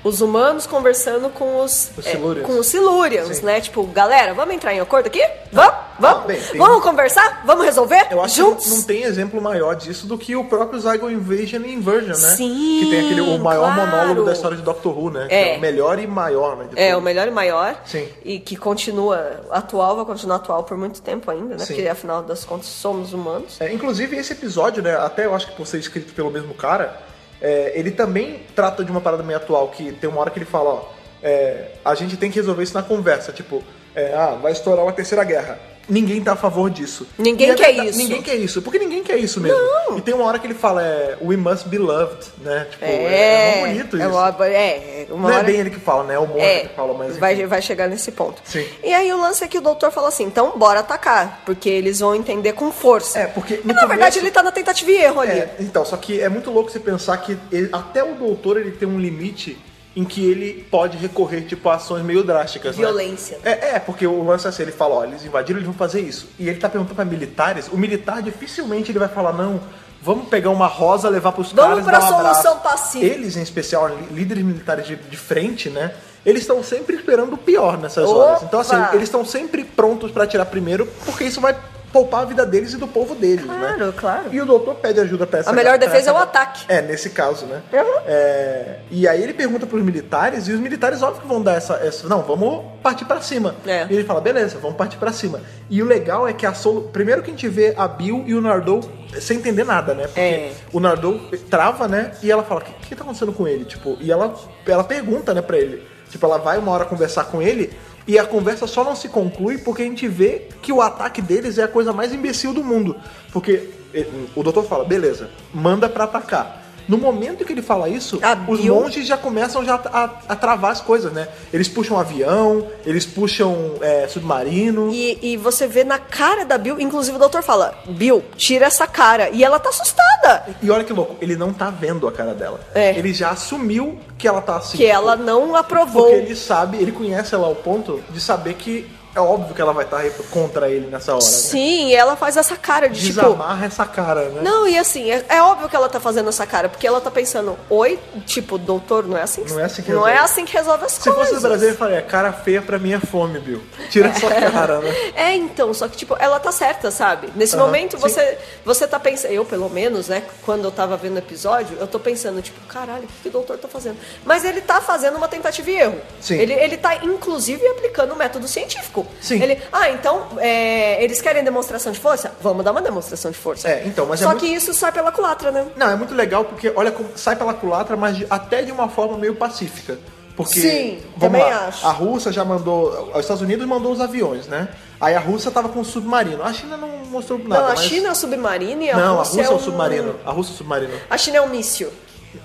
Speaker 2: os humanos conversando com os, é,
Speaker 1: Os Silurians.
Speaker 2: com os Silurians,
Speaker 1: Sim.
Speaker 2: né? Tipo, galera, vamos entrar em acordo aqui? Vamos, vamos,
Speaker 1: Ah, bem, tem-
Speaker 2: vamos conversar, vamos resolver
Speaker 1: Eu acho
Speaker 2: juntos.
Speaker 1: que não tem exemplo maior disso do que o próprio Zygon Invasion e Inversion, né?
Speaker 2: Sim,
Speaker 1: Que tem aquele, o maior
Speaker 2: claro.
Speaker 1: monólogo da história de Doctor Who, né? Que
Speaker 2: É.
Speaker 1: o melhor e maior, né? de
Speaker 2: É,
Speaker 1: tudo.
Speaker 2: o melhor e maior.
Speaker 1: Sim.
Speaker 2: E que continua atual, vai continuar atual por muito tempo ainda, né?
Speaker 1: Sim.
Speaker 2: Porque afinal das contas somos humanos.
Speaker 1: É, inclusive, esse episódio, né? Até eu acho que por ser escrito pelo mesmo cara, é, ele também trata de uma parada meio atual, que tem uma hora que ele fala, ó, é, a gente tem que resolver isso na conversa, tipo, é, ah, vai estourar uma terceira guerra. Ninguém tá a favor disso.
Speaker 2: Ninguém
Speaker 1: E é
Speaker 2: quer
Speaker 1: verdade-
Speaker 2: isso.
Speaker 1: Ninguém quer isso. Porque ninguém quer isso mesmo. E tem uma hora que ele fala, é, we must be loved, né? Tipo, é, mó bonito isso.
Speaker 2: É, uma- é, uma
Speaker 1: Não é
Speaker 2: hora-
Speaker 1: bem ele que fala, né? É o Moura
Speaker 2: é,
Speaker 1: que fala, mas.
Speaker 2: vai,
Speaker 1: enfim.
Speaker 2: vai chegar nesse ponto.
Speaker 1: Sim.
Speaker 2: E aí o lance é que o doutor fala assim, então bora atacar, porque eles vão entender com força.
Speaker 1: É, porque no
Speaker 2: E, na verdade
Speaker 1: começo-
Speaker 2: ele tá na tentativa e erro ali.
Speaker 1: É, então, só que é muito louco você pensar que ele- até o doutor ele tem um limite em que ele pode recorrer, tipo, a ações meio drásticas. né?
Speaker 2: Violência.
Speaker 1: É, é, porque o lance é assim, ele fala, ó, eles invadiram, eles vão fazer isso. E ele tá perguntando pra militares, o militar dificilmente ele vai falar, não, vamos pegar uma rosa, levar pros caras
Speaker 2: Vamos pra
Speaker 1: dar um
Speaker 2: solução
Speaker 1: abraço."
Speaker 2: passiva.
Speaker 1: Eles, em especial, li- líderes militares de, de frente, né? Eles estão sempre esperando o pior nessas horas. Então, assim,
Speaker 2: Opa!
Speaker 1: eles estão sempre prontos pra atirar primeiro, porque isso vai poupar a vida deles e do povo deles, né?
Speaker 2: Claro, claro.
Speaker 1: E o doutor pede ajuda pra essa
Speaker 2: A melhor
Speaker 1: pra
Speaker 2: defesa
Speaker 1: essa-
Speaker 2: é o ataque.
Speaker 1: É, nesse caso, né?
Speaker 2: Uhum.
Speaker 1: É, e aí ele pergunta pros militares, e os militares, óbvio que vão dar essa. essa- não, vamos partir pra cima.
Speaker 2: É.
Speaker 1: E ele fala, beleza, vamos partir pra cima. E o legal é que a Solo. Primeiro que a gente vê a Bill e o Nardou sem entender nada, né? Porque
Speaker 2: É.
Speaker 1: o Nardou trava, né? E ela fala, o que, que tá acontecendo com ele? Tipo, e ela, ela pergunta, né, pra ele. Tipo, ela vai uma hora conversar com ele. E a conversa só não se conclui porque a gente vê que o ataque deles é a coisa mais imbecil do mundo. Porque eh, o doutor fala, beleza, manda pra atacar. No momento que ele fala isso,
Speaker 2: A
Speaker 1: os
Speaker 2: Bill-
Speaker 1: monges já começam já a, a travar as coisas, né? Eles puxam avião, eles puxam eh, submarino.
Speaker 2: E, e você vê na cara da Bill, inclusive o doutor fala, Bill, tira essa cara. E ela tá assustada.
Speaker 1: E olha que louco, ele não tá vendo a cara dela.
Speaker 2: É.
Speaker 1: Ele já assumiu que ela tá assim.
Speaker 2: que ela não aprovou.
Speaker 1: Porque ele né? sabe, ele conhece ela ao ponto de saber que é óbvio que ela vai estar contra ele nessa hora. Né?
Speaker 2: Sim, e ela faz essa cara de tipo.
Speaker 1: Desamarra essa cara, né?
Speaker 2: Não, e assim, é, é óbvio que ela tá fazendo essa cara, porque ela tá pensando, oi, tipo, doutor, não é assim que
Speaker 1: Não é assim que
Speaker 2: não
Speaker 1: resolve.
Speaker 2: é assim que resolve as
Speaker 1: Se
Speaker 2: coisas.
Speaker 1: fosse no Brasil, eu faria, cara feia pra mim é fome, Bill. Tira essa cara, né?
Speaker 2: É, então, só que, tipo, ela tá certa, sabe? Nesse
Speaker 1: Aham, sim.
Speaker 2: momento, você, você tá pensando, eu pelo menos, né, quando eu tava vendo o episódio, eu tô pensando, tipo, caralho, o que, que o doutor tá fazendo? Mas ele tá fazendo uma tentativa e erro.
Speaker 1: Sim.
Speaker 2: Ele, ele tá, inclusive, aplicando o método científico. maluco.
Speaker 1: Sim.
Speaker 2: Ele, ah, então é, eles querem demonstração de força? Vamos dar uma demonstração de força.
Speaker 1: É, então, mas é
Speaker 2: Só
Speaker 1: muito-
Speaker 2: que isso sai pela culatra, né?
Speaker 1: Não, é muito legal porque, olha, como sai pela culatra, mas de- até de uma forma meio pacífica. Porque,
Speaker 2: Sim,
Speaker 1: vamos
Speaker 2: também
Speaker 1: lá,
Speaker 2: acho.
Speaker 1: a Rússia já mandou, os Estados Unidos mandou os aviões, né? Aí a Rússia tava com um submarino. A China não mostrou nada.
Speaker 2: não, a
Speaker 1: mas-
Speaker 2: China é o submarino e a
Speaker 1: Não, a
Speaker 2: Rússia
Speaker 1: Rússia é
Speaker 2: um...
Speaker 1: o submarino. A Rússia é o submarino.
Speaker 2: A China é um míssil.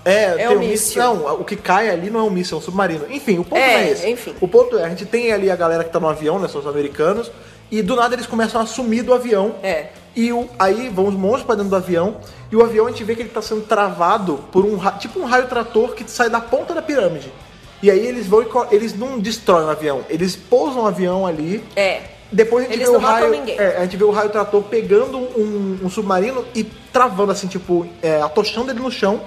Speaker 1: É,
Speaker 2: É
Speaker 1: tem
Speaker 2: um
Speaker 1: um míssil.
Speaker 2: míssil.
Speaker 1: Não, o que cai ali não é um míssil, é um submarino. Enfim, o ponto
Speaker 2: É,
Speaker 1: não é esse.
Speaker 2: enfim.
Speaker 1: O ponto é, a gente tem ali a galera que tá no avião, né? São os americanos, e do nada eles começam a sumir do avião.
Speaker 2: É.
Speaker 1: E o- aí vão os monstros pra dentro do avião, e o avião a gente vê que ele tá sendo travado por um ra- tipo um raio trator que sai da ponta da pirâmide. E aí eles vão e co- eles não destroem o avião, eles pousam o avião ali.
Speaker 2: É.
Speaker 1: Depois a gente
Speaker 2: Eles
Speaker 1: vê o
Speaker 2: não matam
Speaker 1: raio.
Speaker 2: ninguém.
Speaker 1: é, a gente vê o raio trator pegando um, um submarino e travando, assim, tipo, é, atochando ele no chão.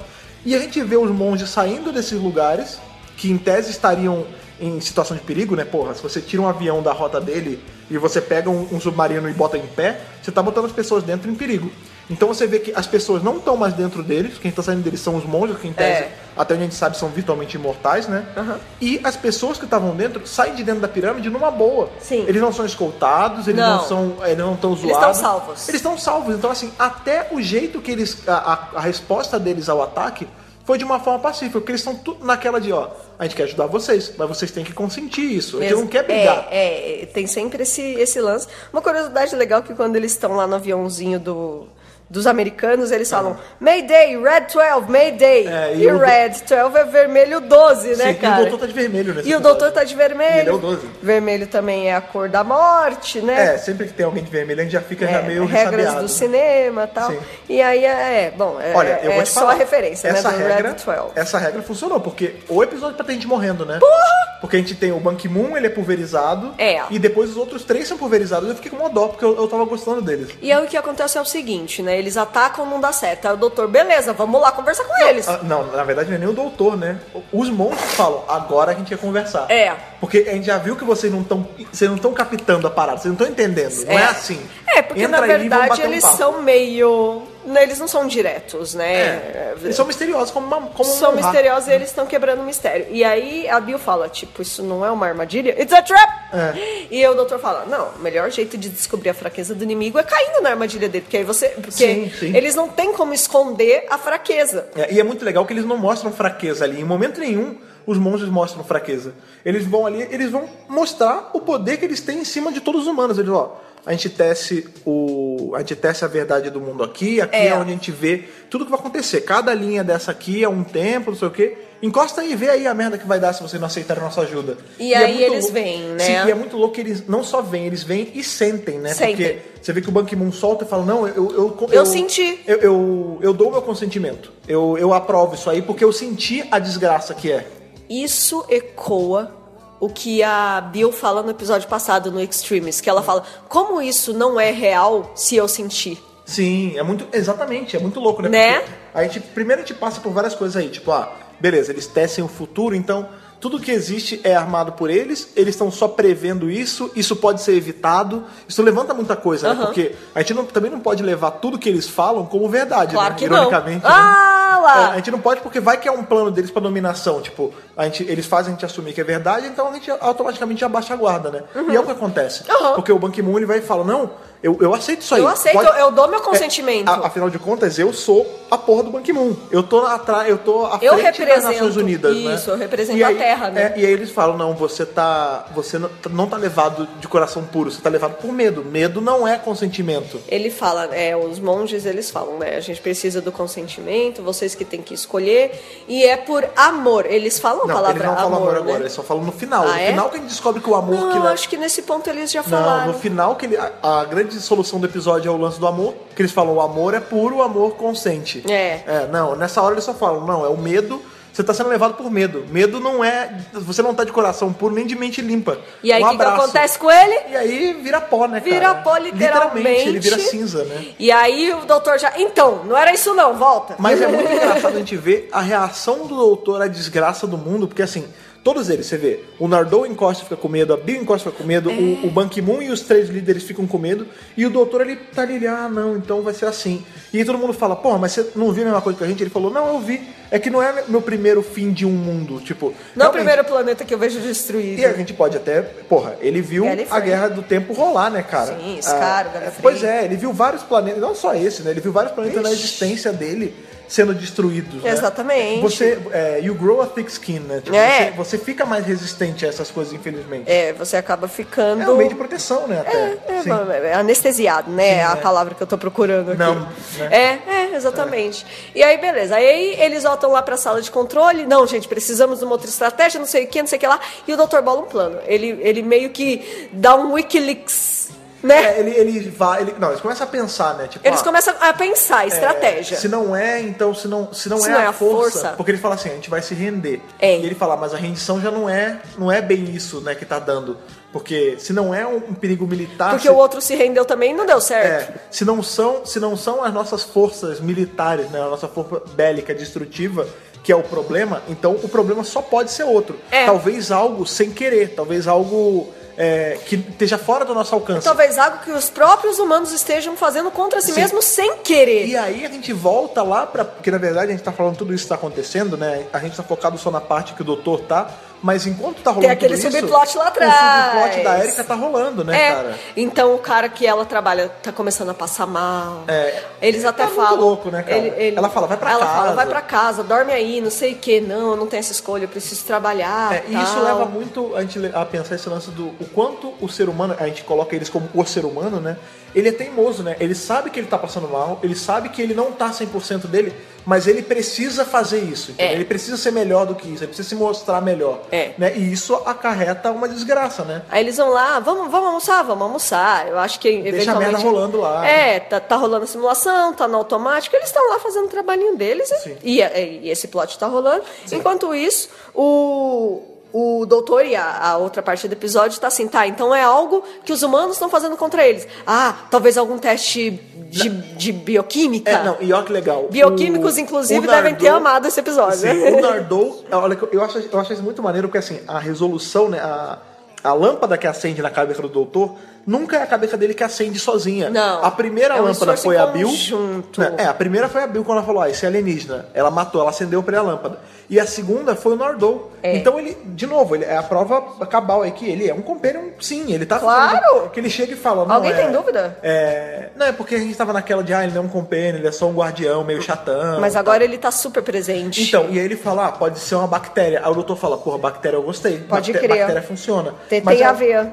Speaker 1: E a gente vê os monges saindo desses lugares, que em tese estariam em situação de perigo, né? Porra, se você tira um avião da rota dele e você pega um, um submarino e bota em pé, você tá botando as pessoas dentro em perigo. Então você vê que as pessoas não estão mais dentro deles, quem tá saindo deles são os monges, que em tese,
Speaker 2: É.
Speaker 1: até onde a gente sabe, são virtualmente imortais, né?
Speaker 2: Aham.
Speaker 1: E as pessoas que estavam dentro saem de dentro da pirâmide numa boa.
Speaker 2: Sim.
Speaker 1: Eles não são escoltados, eles não,
Speaker 2: Não.
Speaker 1: são, eles não estão zoados.
Speaker 2: Eles estão salvos.
Speaker 1: Eles estão salvos. Então assim, até o jeito que eles a, a- a resposta deles ao ataque foi de uma forma pacífica, porque eles estão tudo naquela de, ó, a gente quer ajudar vocês, mas vocês têm que consentir isso. A gente não quer brigar.
Speaker 2: É, é, tem sempre esse, esse lance. Uma curiosidade legal é que quando eles estão lá no aviãozinho do, dos americanos, eles falam Mayday, Red 12, Mayday.
Speaker 1: Ah. É,
Speaker 2: e
Speaker 1: e o do-
Speaker 2: Red 12 é vermelho 12,
Speaker 1: Sim,
Speaker 2: né, cara?
Speaker 1: E o doutor tá de vermelho nesse
Speaker 2: E o
Speaker 1: episódio.
Speaker 2: doutor tá de vermelho.
Speaker 1: Ele é o 12.
Speaker 2: Vermelho também é a cor da morte, né?
Speaker 1: É, sempre que tem alguém de vermelho, a gente já fica
Speaker 2: É,
Speaker 1: já meio
Speaker 2: regras
Speaker 1: ressabiado.
Speaker 2: do cinema e tal.
Speaker 1: Sim.
Speaker 2: E aí é, é, bom, é,
Speaker 1: Olha, eu
Speaker 2: é
Speaker 1: vou te
Speaker 2: só
Speaker 1: falar.
Speaker 2: a referência,
Speaker 1: essa
Speaker 2: né? Do
Speaker 1: regra,
Speaker 2: Red 12.
Speaker 1: Essa regra funcionou, porque o episódio pra ter gente morrendo, né? Porra! Porque a gente tem o Ban Ki-moon, ele é pulverizado.
Speaker 2: É.
Speaker 1: E depois os outros três são pulverizados. Eu fiquei com uma dó, porque eu, eu tava gostando deles.
Speaker 2: E aí o que acontece é o seguinte, né? Eles atacam, não dá certo. Aí o doutor, beleza, vamos lá conversar com eles.
Speaker 1: Ah, não, na verdade não é nem o doutor, né? Os monstros falam, agora a gente quer conversar.
Speaker 2: É.
Speaker 1: Porque a gente já viu que vocês não estão vocês não estão captando a parada, vocês não estão entendendo. Não é assim.
Speaker 2: É, porque
Speaker 1: Entra aí
Speaker 2: na
Speaker 1: e vamos
Speaker 2: verdade
Speaker 1: bater um
Speaker 2: eles
Speaker 1: papo.
Speaker 2: são meio. né, Eles não são diretos, né?
Speaker 1: É. Eles são misteriosos como, uma, como um
Speaker 2: São
Speaker 1: rato.
Speaker 2: misteriosos e eles estão quebrando o mistério. E aí a Bill fala, tipo, isso não é uma armadilha? It's a trap!
Speaker 1: É.
Speaker 2: E o doutor fala, não, o melhor jeito de descobrir a fraqueza do inimigo é caindo na armadilha dele. Porque aí você. Porque
Speaker 1: Sim, sim.
Speaker 2: eles não têm como esconder a fraqueza.
Speaker 1: É, e é muito legal que eles não mostram fraqueza ali. Em momento nenhum, os monstros mostram fraqueza. Eles vão ali, eles vão mostrar o poder que eles têm em cima de todos os humanos. Eles, ó, a gente tece o. A gente tece a verdade do mundo aqui, aqui é,
Speaker 2: É.
Speaker 1: onde a gente vê tudo que vai acontecer. Cada linha dessa aqui é um templo, não sei o quê. Encosta aí e vê aí a merda que vai dar se vocês não aceitarem a nossa ajuda. é
Speaker 2: E aí
Speaker 1: muito
Speaker 2: eles
Speaker 1: lou-
Speaker 2: vêm, né?
Speaker 1: Sim, e é muito louco que eles não só vêm, eles vêm e sentem, né?
Speaker 2: Sentem.
Speaker 1: Porque você vê que o Ban Ki-moon solta e fala, não, eu... Eu, eu,
Speaker 2: Eu senti.
Speaker 1: eu, eu, eu dou meu consentimento. Eu, eu aprovo isso aí porque eu senti a desgraça que é.
Speaker 2: Isso ecoa o que a Bill fala no episódio passado, no Extremes, que ela fala, como isso não é real se eu sentir?
Speaker 1: Sim, é muito. Exatamente, é muito louco, né?
Speaker 2: Né?
Speaker 1: Porque A gente, primeiro a gente passa por várias coisas aí, tipo, ah, beleza, eles tecem o futuro, então tudo que existe é armado por eles, eles estão só prevendo isso, isso pode ser evitado. Isso levanta muita coisa, né?
Speaker 2: Aham.
Speaker 1: Porque a gente não- também não pode levar tudo que eles falam como verdade,
Speaker 2: Claro
Speaker 1: né?
Speaker 2: que não.
Speaker 1: Ironicamente. né?
Speaker 2: Ah
Speaker 1: É, a
Speaker 2: lá!
Speaker 1: gente não pode porque vai que é um plano deles pra dominação. Tipo, a gente, eles fazem a gente assumir que é verdade, então a gente automaticamente abaixa a guarda, né? E é o que acontece.
Speaker 2: Uhum.
Speaker 1: Porque o Ban Ki-moon ele vai e fala: Não, eu, eu aceito isso aí.
Speaker 2: Eu aceito, eu dou meu consentimento.
Speaker 1: É, a- afinal de contas, eu sou a porra do Ban Ki-moon. Eu tô atrás, eu tô à
Speaker 2: Eu
Speaker 1: frente das
Speaker 2: represento
Speaker 1: Nações Unidas, né?
Speaker 2: isso, eu represento
Speaker 1: E
Speaker 2: a
Speaker 1: aí-
Speaker 2: Terra, né?
Speaker 1: é, e aí eles falam: Não, você tá. Você não, não tá levado de coração puro, você tá levado por medo. Medo não é consentimento.
Speaker 2: Ele fala, é, os monges eles falam, né? A gente precisa do consentimento, vocês que têm que escolher. E é por amor. Eles falam a
Speaker 1: Não,
Speaker 2: palavra
Speaker 1: eles não falam amor,
Speaker 2: amor, né?
Speaker 1: agora, eles só falam no final.
Speaker 2: Ah,
Speaker 1: no
Speaker 2: é?
Speaker 1: final que a gente descobre que o amor
Speaker 2: Não,
Speaker 1: que leva.
Speaker 2: acho que nesse ponto eles já
Speaker 1: Não,
Speaker 2: falaram.
Speaker 1: no final que ele, a, a grande solução do episódio é o lance do amor, que eles falam o amor é puro, o amor consente.
Speaker 2: É.
Speaker 1: não, nessa hora eles só falam, não, é o medo. Você tá sendo levado por medo. Medo não é. Você não tá de coração puro nem de mente limpa.
Speaker 2: E aí o
Speaker 1: um
Speaker 2: que que,
Speaker 1: abraço.
Speaker 2: acontece com ele?
Speaker 1: E aí vira pó, né, cara?
Speaker 2: Vira pó literalmente.
Speaker 1: Ele vira cinza, né?
Speaker 2: E aí o doutor já. Então, não era isso não, volta.
Speaker 1: Mas é muito engraçado a gente ver a reação do doutor à desgraça do mundo, porque assim, Todos eles, você vê. O Nardou encosta fica com medo, a Bill encosta fica com medo,
Speaker 2: É.
Speaker 1: o, o Ban Ki-moon e os três líderes ficam com medo, e o doutor ele tá ali, ele, ah, não, então vai ser assim. E aí todo mundo fala, porra, mas você não viu a mesma coisa que a gente? Ele falou, não, eu vi. É que não é meu primeiro fim de um mundo, tipo.
Speaker 2: Não é o
Speaker 1: realmente-
Speaker 2: primeiro planeta que eu vejo destruído.
Speaker 1: e é a gente pode até. Porra, ele viu
Speaker 2: Gallifrey.
Speaker 1: a guerra do tempo rolar, né, cara?
Speaker 2: Sim, Scar,
Speaker 1: Ah,
Speaker 2: Gallifrey.
Speaker 1: Pois é, ele viu vários planetas, não só esse, né? Ele viu vários planetas na
Speaker 2: Ixi.
Speaker 1: existência dele sendo destruídos. né?
Speaker 2: Exatamente.
Speaker 1: Você. É, you grow a thick skin, né? Tipo,
Speaker 2: É.
Speaker 1: você, você fica mais resistente a essas coisas, infelizmente.
Speaker 2: É, você acaba ficando.
Speaker 1: É um meio de proteção, né? Até.
Speaker 2: É,
Speaker 1: Sim.
Speaker 2: é, anestesiado, né? é a
Speaker 1: é.
Speaker 2: palavra que eu tô procurando aqui.
Speaker 1: Não, né?
Speaker 2: É, é, exatamente. E aí, beleza. Aí eles voltam lá pra sala de controle. Não, gente, precisamos de uma outra estratégia, não sei o que, não sei o que lá. E o Dr. bola um plano. Ele, ele meio que dá um Wikileaks, né?
Speaker 1: É, ele, ele vai. Ele, não, eles começam a pensar, né? Tipo,
Speaker 2: Eles
Speaker 1: ah,
Speaker 2: começam a pensar, estratégia.
Speaker 1: Se não é, então se não, se não
Speaker 2: Se
Speaker 1: é
Speaker 2: não
Speaker 1: a força, porque ele fala assim, a gente vai se render.
Speaker 2: É.
Speaker 1: E ele fala, mas a rendição já não é, não é bem isso, né, que tá dando, porque se não é um, um perigo militar,
Speaker 2: Porque
Speaker 1: se,
Speaker 2: o outro se rendeu também e não deu certo.
Speaker 1: é, se não são, se não são as nossas forças militares, né, a nossa força bélica destrutiva que é o problema, então o problema só pode ser outro.
Speaker 2: É.
Speaker 1: Talvez algo sem querer, talvez algo é, que esteja fora do nosso alcance.
Speaker 2: Talvez algo que os próprios humanos estejam fazendo contra si
Speaker 1: Sim.
Speaker 2: mesmos sem querer.
Speaker 1: E aí a gente volta lá pra. Porque na verdade a gente tá falando tudo isso que tá acontecendo, né? A gente tá focado só na parte que o doutor tá. Mas enquanto tá rolando.
Speaker 2: é aquele
Speaker 1: tudo isso,
Speaker 2: subplot lá atrás.
Speaker 1: O subplot da Erika tá rolando, né,
Speaker 2: É.
Speaker 1: cara?
Speaker 2: Então o cara que ela trabalha tá começando a passar mal.
Speaker 1: É.
Speaker 2: Eles até
Speaker 1: Tá muito
Speaker 2: falam.
Speaker 1: louco, né, cara? Ela fala, "Vai pra
Speaker 2: ela
Speaker 1: casa."
Speaker 2: fala, vai pra casa, dorme aí, não sei o que. Não, eu não tenho essa escolha, eu preciso trabalhar.
Speaker 1: É, e isso
Speaker 2: tal."
Speaker 1: leva muito a gente le- a pensar esse lance do o quanto o ser humano, a gente coloca eles como o ser humano, né? Ele é teimoso, né? Ele sabe que ele tá passando mal, ele sabe que ele não tá 100% dele, mas ele precisa fazer isso. entendeu?
Speaker 2: É.
Speaker 1: Ele precisa ser melhor do que isso, ele precisa se mostrar melhor.
Speaker 2: É.
Speaker 1: Né? E isso acarreta uma desgraça, né?
Speaker 2: Aí eles vão lá, vamos, vamos almoçar, vamos almoçar. Eu acho que
Speaker 1: Deixa a
Speaker 2: eventualmente.
Speaker 1: merda rolando lá.
Speaker 2: É, tá, tá rolando a simulação, tá no automático, eles estão lá fazendo o trabalhinho deles
Speaker 1: Sim.
Speaker 2: e, e, e esse plot tá rolando. Enquanto isso, o, o doutor e a, a outra parte do episódio tá assim, tá, então é algo que os humanos estão fazendo contra eles. Ah, talvez algum teste de, de bioquímica.
Speaker 1: É, não, e olha que legal.
Speaker 2: Bioquímicos,
Speaker 1: O-
Speaker 2: inclusive,
Speaker 1: o
Speaker 2: devem ter
Speaker 1: Nardô-
Speaker 2: amado esse episódio,
Speaker 1: Sim,
Speaker 2: né?
Speaker 1: O Nardou, olha, que eu- eu acho, eu acho isso muito maneiro, porque assim, a resolução, né? A, a lâmpada que acende na cabeça do doutor nunca é a cabeça dele que acende sozinha.
Speaker 2: Não.
Speaker 1: A primeira
Speaker 2: É um
Speaker 1: lâmpada
Speaker 2: esforço
Speaker 1: foi
Speaker 2: em
Speaker 1: a Bill.
Speaker 2: conjunto.
Speaker 1: Né, É, a primeira foi a Bill quando ela falou, ó, esse é alienígena. Ela matou, ela acendeu pra ele a lâmpada. E a segunda foi o Nardou.
Speaker 2: É.
Speaker 1: Então ele, de novo, ele é a prova cabal aí que ele é um companion, sim, ele tá
Speaker 2: Claro!
Speaker 1: fazendo- Que ele chega e fala, não,
Speaker 2: Alguém
Speaker 1: é-
Speaker 2: tem dúvida?
Speaker 1: é, não, é porque a gente tava naquela de, ah, ele não é um companion, ele é só um guardião, meio chatão.
Speaker 2: Mas agora ele tá super presente.
Speaker 1: Então, e aí ele fala, ah, pode ser uma bactéria. Aí o doutor fala, porra, bactéria eu gostei.
Speaker 2: Pode
Speaker 1: Bacté-
Speaker 2: crer.
Speaker 1: Bactéria funciona.
Speaker 2: tem
Speaker 1: Mas
Speaker 2: tem
Speaker 1: é-
Speaker 2: a ver.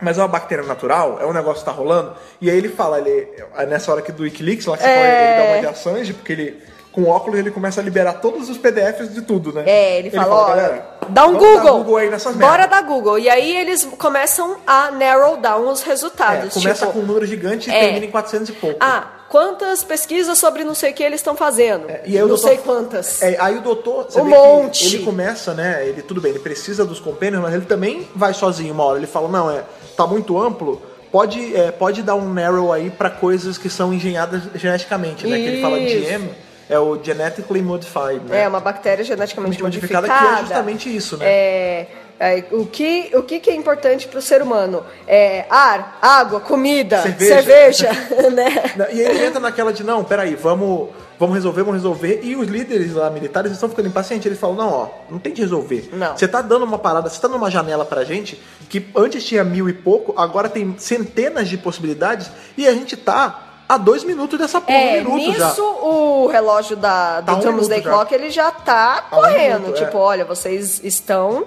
Speaker 1: Mas é uma bactéria natural? É um negócio que tá rolando? E aí ele fala, ele, é nessa hora que do Wikileaks, lá que você
Speaker 2: É.
Speaker 1: falou, ele dá uma de Assange, porque ele, com óculos, ele começa a liberar todos os PDFs de tudo, né?
Speaker 2: É, ele, falou,
Speaker 1: "Galera,
Speaker 2: ó, dá um
Speaker 1: vamos
Speaker 2: Google.
Speaker 1: Dar Google aí nessas
Speaker 2: Bora
Speaker 1: merdas."
Speaker 2: dar Google. E aí eles começam a narrow down os resultados.
Speaker 1: É, começa
Speaker 2: tipo,
Speaker 1: com um número gigante e
Speaker 2: é.
Speaker 1: termina em 400 e pouco.
Speaker 2: ah, quantas pesquisas sobre não sei o que eles estão fazendo?
Speaker 1: É, e aí o
Speaker 2: não
Speaker 1: doutor-
Speaker 2: sei quantas.
Speaker 1: É, aí o doutor, você
Speaker 2: Um
Speaker 1: vê
Speaker 2: monte.
Speaker 1: que ele começa, né? Ele tudo bem, ele precisa dos companions, mas ele também vai sozinho uma hora. Ele fala: "Não, é, tá muito amplo, pode, é, pode dar um narrow aí pra coisas que são engenhadas geneticamente, né? Que ele fala
Speaker 2: Isso.
Speaker 1: GM, é o genetically modified, né?
Speaker 2: É, uma bactéria geneticamente modificada.
Speaker 1: modificada que é justamente isso, né?
Speaker 2: É, é, o, que, o que, que é importante para o ser humano? É ar, água, comida, cerveja,
Speaker 1: Cerveja.
Speaker 2: né?
Speaker 1: Não, E ele entra naquela de, não, peraí, vamos, vamos resolver, vamos resolver. E os líderes lá militares estão ficando impacientes. Eles falam, não, ó, não tem de resolver.
Speaker 2: Não.
Speaker 1: Você tá dando uma parada, você tá numa janela pra gente que antes tinha mil e pouco, agora tem centenas de possibilidades e a gente tá a dois minutos dessa porra,
Speaker 2: É,
Speaker 1: um minuto
Speaker 2: nisso
Speaker 1: já.
Speaker 2: o relógio da, do
Speaker 1: Tá um
Speaker 2: Doomsday
Speaker 1: minuto já.
Speaker 2: Clock ele já tá
Speaker 1: um
Speaker 2: correndo.
Speaker 1: minuto, é.
Speaker 2: tipo, olha, vocês estão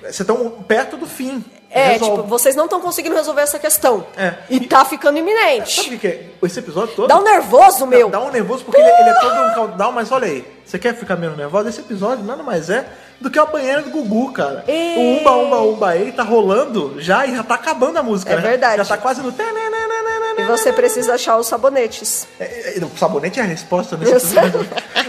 Speaker 1: Vocês estão perto do fim.
Speaker 2: É,
Speaker 1: Resolve.
Speaker 2: tipo, vocês não estão conseguindo resolver essa questão.
Speaker 1: É.
Speaker 2: E, tá ficando iminente.
Speaker 1: Sabe o que que é? Esse episódio todo...
Speaker 2: Dá um nervoso, meu. Ah!
Speaker 1: Dá um nervoso porque ele, ele é todo um countdown, mas olha aí, você quer ficar menos nervoso? Esse episódio nada mais é do que a banheira do Gugu, cara.
Speaker 2: É.
Speaker 1: O Umba Umba Umba ele tá rolando já e já tá acabando a música,
Speaker 2: É
Speaker 1: né?
Speaker 2: verdade.
Speaker 1: Já tá quase no...
Speaker 2: E você precisa achar os sabonetes.
Speaker 1: É, é, O sabonete é a resposta
Speaker 2: Eu
Speaker 1: nesse
Speaker 2: sei.
Speaker 1: episódio.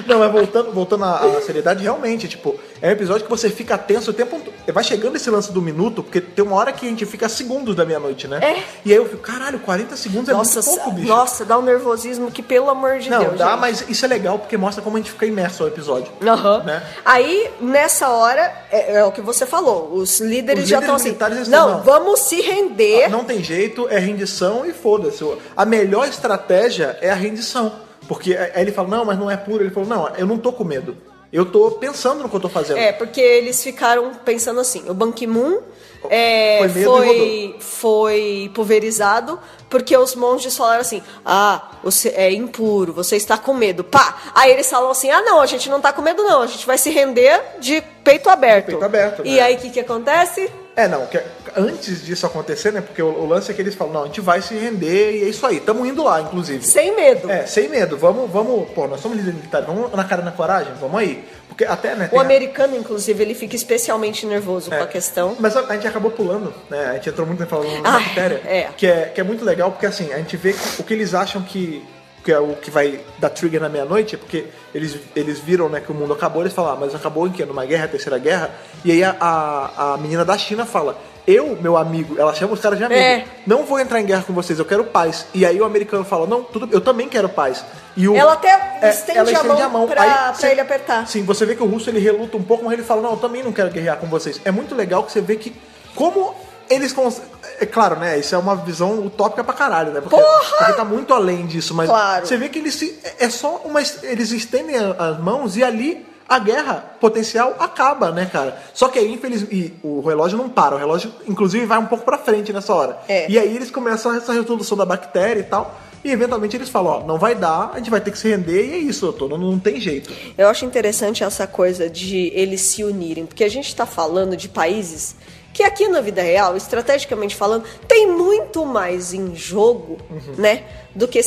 Speaker 1: Não, mas voltando, voltando à, à seriedade, realmente, tipo, é um episódio que você fica tenso o tempo, vai chegando esse lance do minuto, porque tem uma hora que a gente fica a segundos da meia-noite, né? É. E aí eu fico, caralho, 40 segundos
Speaker 2: nossa,
Speaker 1: é muito pouco, bicho.
Speaker 2: Nossa, dá um nervosismo que, pelo amor de
Speaker 1: Não,
Speaker 2: Deus.
Speaker 1: dá,
Speaker 2: gente.
Speaker 1: mas isso é legal porque mostra como a gente fica imerso ao episódio.
Speaker 2: Aham.
Speaker 1: Né?
Speaker 2: Aí, nessa hora, é, é o que você falou. Os líderes
Speaker 1: Os
Speaker 2: já
Speaker 1: líderes
Speaker 2: estão
Speaker 1: militares
Speaker 2: assim.
Speaker 1: estão,
Speaker 2: Não,
Speaker 1: não.
Speaker 2: vamos se render.
Speaker 1: Não tem jeito, é rendição e foda-se. A melhor estratégia é a rendição. Porque aí ele fala, não, mas não é puro. Ele falou, não, eu não tô com medo. Eu tô pensando no que eu tô fazendo.
Speaker 2: É, porque eles ficaram pensando assim, o Ban Ki-moon é,
Speaker 1: Foi
Speaker 2: foi,
Speaker 1: medo e
Speaker 2: foi, pulverizado porque os monges falaram assim, ah, você é impuro, você está com medo, pá. Aí eles falam assim, ah não, a gente não tá com medo não, a gente vai se render de peito aberto.
Speaker 1: peito aberto,
Speaker 2: E
Speaker 1: né?
Speaker 2: aí o que que acontece?
Speaker 1: É, não, que- antes disso acontecer, né? Porque o, o lance é que eles falam, não, a gente vai se render e é isso aí, tamo indo lá, inclusive.
Speaker 2: Sem medo.
Speaker 1: É, sem medo, vamos, vamos, pô, nós somos líderes militares, vamos na cara e na coragem, vamos aí. Porque até, né,
Speaker 2: O
Speaker 1: tem a-
Speaker 2: americano, inclusive, ele fica especialmente nervoso
Speaker 1: É.
Speaker 2: com a questão.
Speaker 1: Mas a, a gente acabou pulando, né? A gente entrou muito falando na
Speaker 2: Ah,
Speaker 1: matéria.
Speaker 2: é.
Speaker 1: Que é, que é muito legal, porque assim, a gente vê que- o que eles acham que, que é o que vai dar trigger na meia-noite, é porque eles, eles viram né, que o mundo acabou, eles falam, ah, mas acabou em quê? Numa guerra, terceira guerra? E aí a, a, a menina da China fala. Eu, meu amigo, ela chama os caras de amigo.
Speaker 2: É.
Speaker 1: Não vou entrar em guerra com vocês, eu quero paz. E aí o americano fala: Não, tudo, eu também quero paz. E o- É,
Speaker 2: Ela até estende
Speaker 1: ela
Speaker 2: a mão pra- pra
Speaker 1: cê-
Speaker 2: ele apertar.
Speaker 1: Sim, você vê que o russo ele reluta um pouco, mas ele fala: Não, eu também não quero guerrear com vocês. É muito legal que você vê que como eles. Cons... É claro, né? Isso é uma visão utópica pra caralho, né? Porque, porque tá muito além disso, mas
Speaker 2: Claro.
Speaker 1: você vê que eles se. É só uma. es- Eles estendem a- as mãos e ali. A guerra potencial acaba, né, cara? Só que aí, infelizmente, e o relógio não para. O relógio, inclusive, vai um pouco pra frente nessa hora.
Speaker 2: É.
Speaker 1: E aí eles começam essa resolução da bactéria e tal. E eventualmente eles falam, ó, não vai dar, a gente vai ter que se render e é isso, doutor, não, não tem jeito.
Speaker 2: Eu acho interessante essa coisa de eles se unirem, porque a gente está falando de países que aqui na vida real, estrategicamente falando, tem muito mais em jogo,
Speaker 1: Uhum.
Speaker 2: né? Do que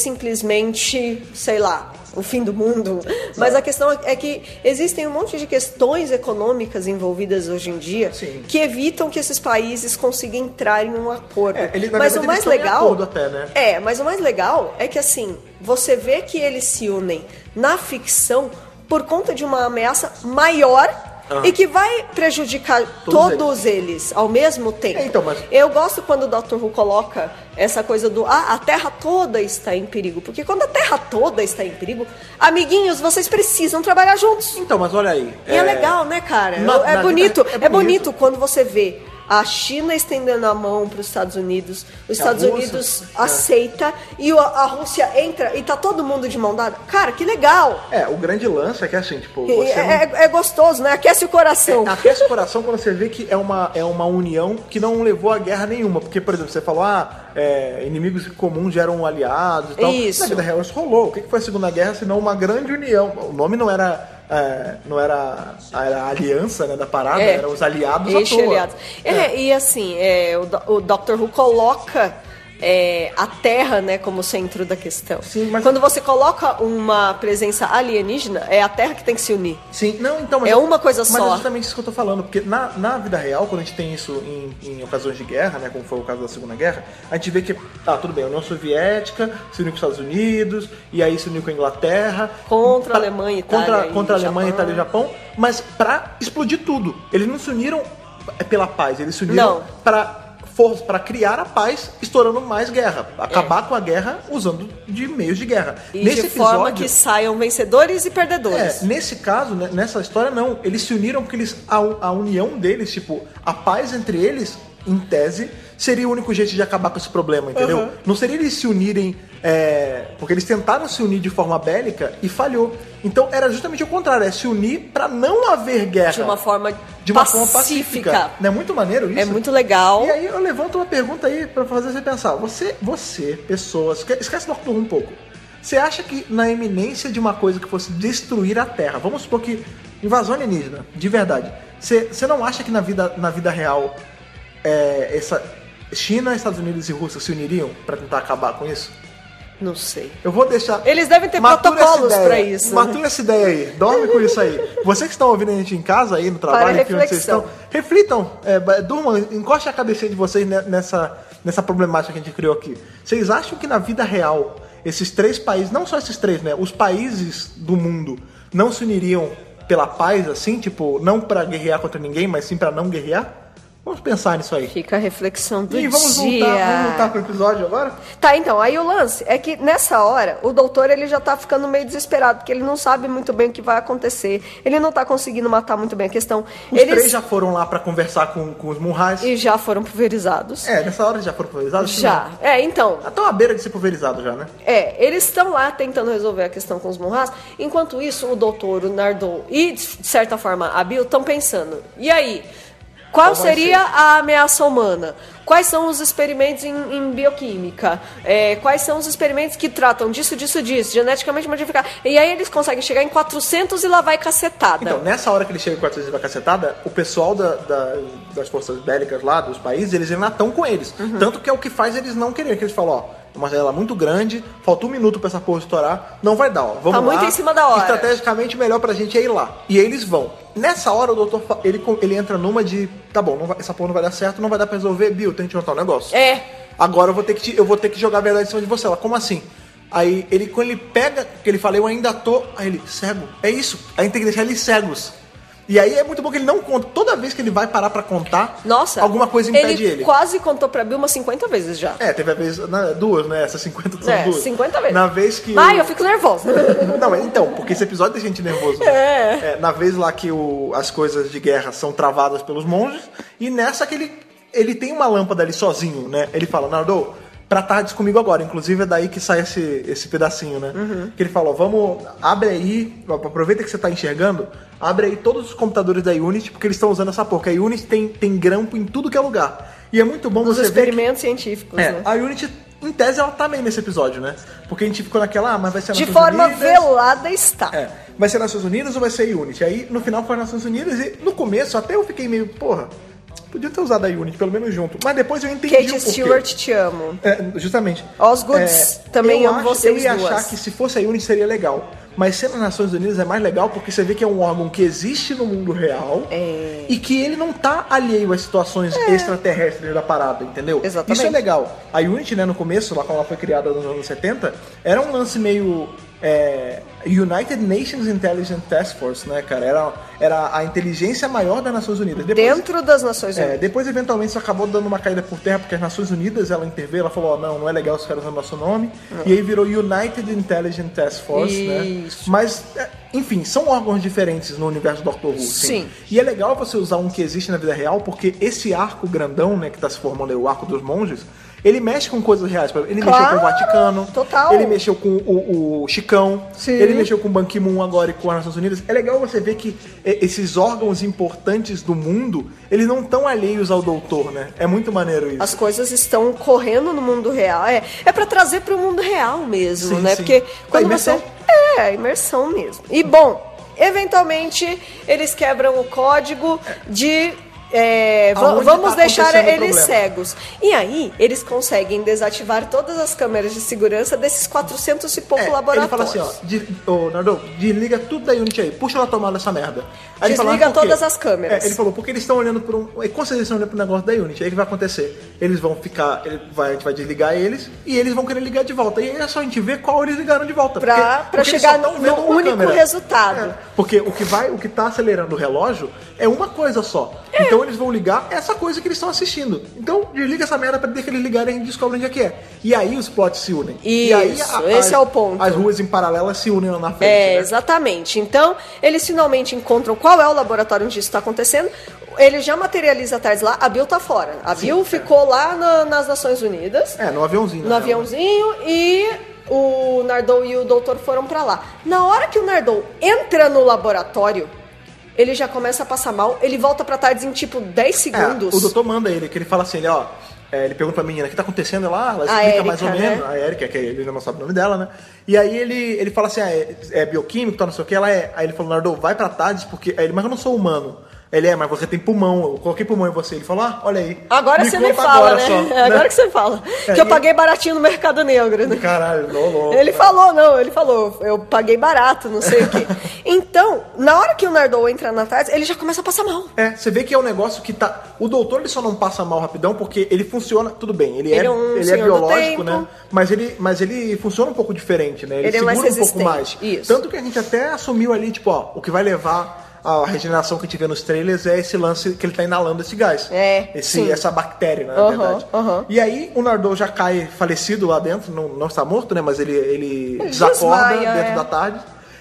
Speaker 2: simplesmente, sei lá, o fim do mundo. Mas a questão é que existem um monte de questões econômicas envolvidas hoje em dia
Speaker 1: Sim.
Speaker 2: que evitam que esses países consigam entrar em um acordo.
Speaker 1: É, eles, na
Speaker 2: mas
Speaker 1: verdade, eles
Speaker 2: o mais
Speaker 1: estão em
Speaker 2: legal
Speaker 1: acordo até, né?
Speaker 2: é, mas o mais legal é que assim, você vê que eles se unem na ficção por conta de uma ameaça maior
Speaker 1: Aham.
Speaker 2: e que vai prejudicar
Speaker 1: Ah. Todos
Speaker 2: todos, eles. ao mesmo tempo.
Speaker 1: É, então, mas-
Speaker 2: Eu gosto quando o Dr. Who coloca essa coisa do ah, a Terra toda está em perigo, porque quando a Terra toda está em perigo, amiguinhos, vocês precisam trabalhar juntos.
Speaker 1: Então, mas olha aí.
Speaker 2: E é, legal, né, cara?
Speaker 1: Na-
Speaker 2: é,
Speaker 1: na-
Speaker 2: bonito, é,
Speaker 1: é
Speaker 2: bonito.
Speaker 1: bonito
Speaker 2: quando você vê a China estendendo a mão para os Estados Unidos, os Estados
Speaker 1: Rússia,
Speaker 2: Unidos
Speaker 1: é.
Speaker 2: aceita e o- a Rússia entra e tá todo mundo de mão dada. Cara, que legal!
Speaker 1: É, o grande lance é que assim, tipo,
Speaker 2: E-
Speaker 1: você não-
Speaker 2: é, é gostoso, né? Aquece o coração.
Speaker 1: Aquece o coração quando você vê que é uma, é uma união que não levou a guerra nenhuma. Porque, por exemplo, você falou, ah, é, inimigos comuns geram aliados e tal.
Speaker 2: Isso.
Speaker 1: Na vida real isso rolou. O que que foi a Segunda Guerra, senão uma grande união? O nome não era... é, não era, era a aliança né, da parada,
Speaker 2: É.
Speaker 1: eram os aliados à
Speaker 2: Ixi,
Speaker 1: toa.
Speaker 2: aliados. É, e assim, é, o, Do- o Dr. Who coloca é, a Terra né, como centro da questão.
Speaker 1: Sim, mas-
Speaker 2: Quando você coloca uma presença alienígena, é a Terra que tem que se unir.
Speaker 1: Sim, não, então, mas
Speaker 2: É uma coisa
Speaker 1: mas
Speaker 2: só.
Speaker 1: é justamente isso que eu tô falando, porque na, na vida real, quando a gente tem isso em, em ocasiões de guerra, né, como foi o caso da Segunda Guerra, a gente vê que, ah, tudo bem, a União Soviética se uniu com os Estados Unidos, e aí se uniu com a Inglaterra.
Speaker 2: Contra a Alemanha, Itália
Speaker 1: Contra,
Speaker 2: e
Speaker 1: contra a
Speaker 2: Japão.
Speaker 1: Alemanha, Itália e Japão, mas pra explodir tudo. Eles não se uniram é, pela paz, eles se uniram
Speaker 2: Não.
Speaker 1: pra for- pra criar a paz, estourando mais guerra. Acabar com a guerra usando de meios de guerra.
Speaker 2: É. E de forma que saiam vencedores e perdedores.
Speaker 1: É, nesse caso, né, nessa história, não. Eles se uniram porque eles, a, a união deles, tipo, a paz entre eles, em tese, seria o único jeito de acabar com esse problema, entendeu?
Speaker 2: Uhum.
Speaker 1: Não seria eles se unirem. é, porque eles tentaram se unir de forma bélica e falhou. Então era justamente o contrário, é se unir pra não haver guerra.
Speaker 2: De uma forma
Speaker 1: De uma forma
Speaker 2: pacífica.
Speaker 1: pacífica. Não é muito maneiro isso?
Speaker 2: É muito legal.
Speaker 1: E aí eu levanto uma pergunta aí pra fazer você pensar. Você, você, pessoas, esque- esquece do Doctor Who um pouco. Você acha que na iminência de uma coisa que fosse destruir a Terra, vamos supor que invasão alienígena, de verdade, você, você não acha que na vida, na vida real é, essa China, Estados Unidos e Rússia se uniriam pra tentar acabar com isso?
Speaker 2: Não sei.
Speaker 1: Eu vou deixar.
Speaker 2: Eles devem ter
Speaker 1: Matura essa
Speaker 2: protocolos
Speaker 1: ideia.
Speaker 2: pra isso, né?
Speaker 1: Matura essa ideia aí. Dorme com isso aí. Vocês que estão ouvindo a gente em casa aí, no trabalho,
Speaker 2: Para
Speaker 1: enfim, onde vocês
Speaker 2: reflexão.
Speaker 1: estão, reflitam, é, ba- durmam, encoste a cabecinha de vocês ne- nessa, nessa problemática que a gente criou aqui. Vocês acham que na vida real, esses três países, não só esses três, né? Os países do mundo não se uniriam pela paz, assim, tipo, não pra guerrear contra ninguém, mas sim pra não guerrear? Vamos pensar nisso aí.
Speaker 2: Fica a reflexão do
Speaker 1: E vamos
Speaker 2: dia.
Speaker 1: voltar, vamos voltar pro episódio agora?
Speaker 2: Tá, então, aí o lance é que nessa hora o doutor ele já tá ficando meio desesperado, porque ele não sabe muito bem o que vai acontecer. Ele não tá conseguindo matar muito bem a questão.
Speaker 1: Os
Speaker 2: Eles
Speaker 1: três já foram lá pra conversar com, com os Munhais.
Speaker 2: e já foram pulverizados.
Speaker 1: É, né? nessa hora eles já foram pulverizados?
Speaker 2: Já. É, então,
Speaker 1: Estão tá à beira de ser pulverizado já, né?
Speaker 2: É, eles estão lá tentando resolver a questão com os Monras. Enquanto isso, o doutor, o Nardon e, de certa forma, a Bill estão pensando. E aí? Qual
Speaker 1: Qual vai
Speaker 2: seria a ameaça humana? Quais são os experimentos em, em bioquímica? É, quais são os experimentos que tratam disso, disso, disso? Geneticamente modificado. E aí eles conseguem chegar em 400 e lá vai cacetada.
Speaker 1: Então, nessa hora que eles chegam com a torcida pra cacetada, o pessoal da- da- das forças bélicas lá, dos países, eles ainda estão com eles.
Speaker 2: Uhum.
Speaker 1: Tanto que é o que faz eles não quererem, que eles falam, ó, é uma janela muito grande, falta um minuto pra essa porra estourar, não vai dar, ó. Vamos
Speaker 2: Tá
Speaker 1: lá.
Speaker 2: muito em cima da hora.
Speaker 1: Estrategicamente, melhor pra gente é ir lá. E aí eles vão. Nessa hora, o doutor, fa- ele, co- ele entra numa de, tá bom, não vai- essa porra não vai dar certo, não vai dar pra resolver, Bill, tem que juntar o negócio.
Speaker 2: É.
Speaker 1: Agora eu vou ter que, te- eu vou ter que jogar a verdade em cima de você. Ela, como assim? Aí ele, quando ele pega, que ele fala, eu ainda tô. Aí ele, cego. É isso. A gente tem que deixar eles cegos. E aí é muito bom que ele não conta. Toda vez que ele vai parar pra contar,
Speaker 2: Nossa,
Speaker 1: alguma coisa impede ele.
Speaker 2: quase contou pra Bill umas 50 vezes já.
Speaker 1: É, teve a vez. né, duas, né? Essas 50 são
Speaker 2: É,
Speaker 1: duas.
Speaker 2: 50 vezes.
Speaker 1: Na vez que.
Speaker 2: Ai,
Speaker 1: o-
Speaker 2: eu fico nervosa. né,
Speaker 1: Não, é- então, porque esse episódio deixa a gente nervoso. né? É, na vez lá que o- as coisas de guerra são travadas pelos monges, e nessa que ele, ele tem uma lâmpada ali sozinho, né? Ele fala, Nardo, pra tardes comigo agora. Inclusive é daí que sai esse, esse pedacinho, né?
Speaker 2: Uhum.
Speaker 1: Que ele fala, ó, vamos, abre aí, aproveita que você tá enxergando, abre aí todos os computadores da Unity, porque eles estão usando essa porca. A Unity tem, tem grampo em tudo que é lugar. E é muito bom
Speaker 2: Nos
Speaker 1: você ver que-
Speaker 2: experimentos científicos,
Speaker 1: é,
Speaker 2: né?
Speaker 1: a Unity, em tese, ela tá meio nesse episódio, né? Porque a gente ficou naquela, ah, mas vai ser
Speaker 2: De
Speaker 1: Nações
Speaker 2: forma
Speaker 1: Unidas.
Speaker 2: velada está.
Speaker 1: É, vai ser Nações Unidas ou vai ser Unity? Aí, no final, foi Nações Unidas e, no começo, até eu fiquei meio, porra, podia ter usado a Unity, pelo menos junto. Mas depois eu entendi o
Speaker 2: Kate
Speaker 1: porquê.
Speaker 2: Stewart, te amo.
Speaker 1: É, justamente. É,
Speaker 2: Osgoods, também
Speaker 1: eu
Speaker 2: amo
Speaker 1: acho-
Speaker 2: vocês
Speaker 1: Eu ia
Speaker 2: duas.
Speaker 1: achar que se fosse a Unity seria legal. Mas sendo as Nações Unidas é mais legal porque você vê que é um órgão que existe no mundo real
Speaker 2: É.
Speaker 1: e que ele não tá alheio às situações extraterrestres da parada, entendeu?
Speaker 2: Exatamente.
Speaker 1: Isso é legal. A Unity, né, no começo, lá quando ela foi criada nos anos 70, era um lance meio. é, United Nations Intelligence Task Force, né, cara? Era, era a inteligência maior das Nações Unidas. Depois-
Speaker 2: Dentro das Nações
Speaker 1: é,
Speaker 2: Unidas.
Speaker 1: depois, eventualmente, isso acabou dando uma caída por terra, porque as Nações Unidas, ela interveio, ela falou, ó, não, não é legal os caras usando nosso nome,
Speaker 2: Ah.
Speaker 1: e aí virou United Intelligence Task Force, né?
Speaker 2: Isso.
Speaker 1: Mas, é, enfim, são órgãos diferentes no universo do Doctor Who,
Speaker 2: Sim.
Speaker 1: E é legal você usar um que existe na vida real, porque esse arco grandão, né, que tá se formando aí, o arco dos monges, ele mexe com coisas reais. por exemplo, Ele
Speaker 2: Claro,
Speaker 1: mexeu com o Vaticano.
Speaker 2: total.
Speaker 1: Ele mexeu com o, o Chicão.
Speaker 2: Sim.
Speaker 1: Ele mexeu com o Ban Ki-moon agora e com as Nações Unidas. É legal você ver que é, esses órgãos importantes do mundo, eles não estão alheios ao doutor, né? É muito maneiro isso.
Speaker 2: As coisas estão correndo no mundo real. É, é para trazer para o mundo real mesmo,
Speaker 1: Sim,
Speaker 2: né?
Speaker 1: sim.
Speaker 2: Porque
Speaker 1: A
Speaker 2: quando
Speaker 1: imersão.
Speaker 2: você. É, a imersão mesmo. E bom, eventualmente eles quebram o código de. é, va-
Speaker 1: Aonde
Speaker 2: vamos
Speaker 1: tá
Speaker 2: deixar
Speaker 1: acontecendo o
Speaker 2: eles
Speaker 1: problema.
Speaker 2: cegos. E aí, eles conseguem desativar todas as câmeras de segurança desses 400 e pouco
Speaker 1: É, ele fala
Speaker 2: laboratórios.
Speaker 1: assim, ó, de, ô, Nardo, desliga tudo da Unity aí, puxa ela tomada essa merda. Aí ele fala,
Speaker 2: Desliga
Speaker 1: "Ah, por quê?"
Speaker 2: todas as câmeras.
Speaker 1: É, ele falou, porque eles estão olhando por um. E com certeza eles estão olhando pro negócio da Unity. Aí o que vai acontecer? Eles vão ficar. Ele vai, a gente vai desligar eles e eles vão querer ligar de volta. E aí é só a gente ver qual eles ligaram de volta.
Speaker 2: Pra- pra
Speaker 1: eles
Speaker 2: chegar
Speaker 1: só tão
Speaker 2: no-
Speaker 1: vendo
Speaker 2: no
Speaker 1: uma
Speaker 2: único
Speaker 1: câmera.
Speaker 2: resultado.
Speaker 1: É, porque o que vai, o que tá acelerando o relógio é uma coisa só.
Speaker 2: É.
Speaker 1: Então eles vão ligar essa coisa que eles estão assistindo. Então desliga essa merda pra deixar que eles ligarem e a gente descobre onde é que é. E aí os plots se unem. e aí
Speaker 2: Isso, esse
Speaker 1: as-
Speaker 2: é o ponto.
Speaker 1: As ruas em paralelo se unem lá na frente.
Speaker 2: É,
Speaker 1: né?
Speaker 2: exatamente. Então, eles finalmente encontram qual é o laboratório onde isso está acontecendo. Ele já materializa atrás lá, a Bill tá fora. A Bill ficou lá na- nas Nações Unidas,
Speaker 1: É, no aviãozinho.
Speaker 2: no
Speaker 1: né?
Speaker 2: aviãozinho, e o Nardou e o doutor foram pra lá. Na hora que o Nardou entra no laboratório, ele já começa a passar mal, ele volta pra tarde em tipo 10
Speaker 1: É,
Speaker 2: segundos.
Speaker 1: o doutor manda ele, que ele fala assim, ele, ó. é, ele pergunta pra menina, o que tá acontecendo? Ela, ela
Speaker 2: A
Speaker 1: explica
Speaker 2: Érica,
Speaker 1: mais ou
Speaker 2: né?
Speaker 1: menos. A Erika, que ele ainda não sabe o nome dela, né? E aí ele, ele fala assim, ah, é, é bioquímico, tá, não sei o que. Ela é... Aí ele falou, Nardo, vai pra Tardes, porque... Aí ele, mas é, eu não sou humano. Ele é, mas você tem pulmão, eu coloquei pulmão em você. Ele falou, ah, olha aí.
Speaker 2: Agora
Speaker 1: Me
Speaker 2: você me
Speaker 1: conta
Speaker 2: fala, né?
Speaker 1: só,
Speaker 2: É Agora que você fala.
Speaker 1: É,
Speaker 2: que eu
Speaker 1: e-
Speaker 2: paguei baratinho no Mercado Negro, né?
Speaker 1: Caralho, não, não.
Speaker 2: Ele falou, não, ele falou, eu paguei barato, não sei o quê. Então, na hora que o Nardou entra na tarde, ele já começa a passar mal.
Speaker 1: É, você vê que é um negócio que tá. O doutor ele só não passa mal rapidão porque ele funciona. Tudo bem, ele,
Speaker 2: Ele
Speaker 1: é,
Speaker 2: é um
Speaker 1: ele é
Speaker 2: senhor do
Speaker 1: biológico,
Speaker 2: tempo.
Speaker 1: né? Mas ele, mas ele funciona um pouco diferente, né? Ele,
Speaker 2: Ele é
Speaker 1: segura
Speaker 2: mais
Speaker 1: um pouco
Speaker 2: resistente,
Speaker 1: mais.
Speaker 2: isso.
Speaker 1: Tanto que a gente até assumiu ali, tipo, ó, o que vai levar à regeneração que a gente vê nos trailers é esse lance que ele tá inalando esse gás.
Speaker 2: É,
Speaker 1: Esse,
Speaker 2: sim.
Speaker 1: Essa bactéria, né, na
Speaker 2: Aham,
Speaker 1: verdade.
Speaker 2: aham.
Speaker 1: E aí o Nardô já cai falecido lá dentro, não, não está morto, né? Mas ele, ele desacorda
Speaker 2: desmaia,
Speaker 1: dentro
Speaker 2: é.
Speaker 1: da tarde.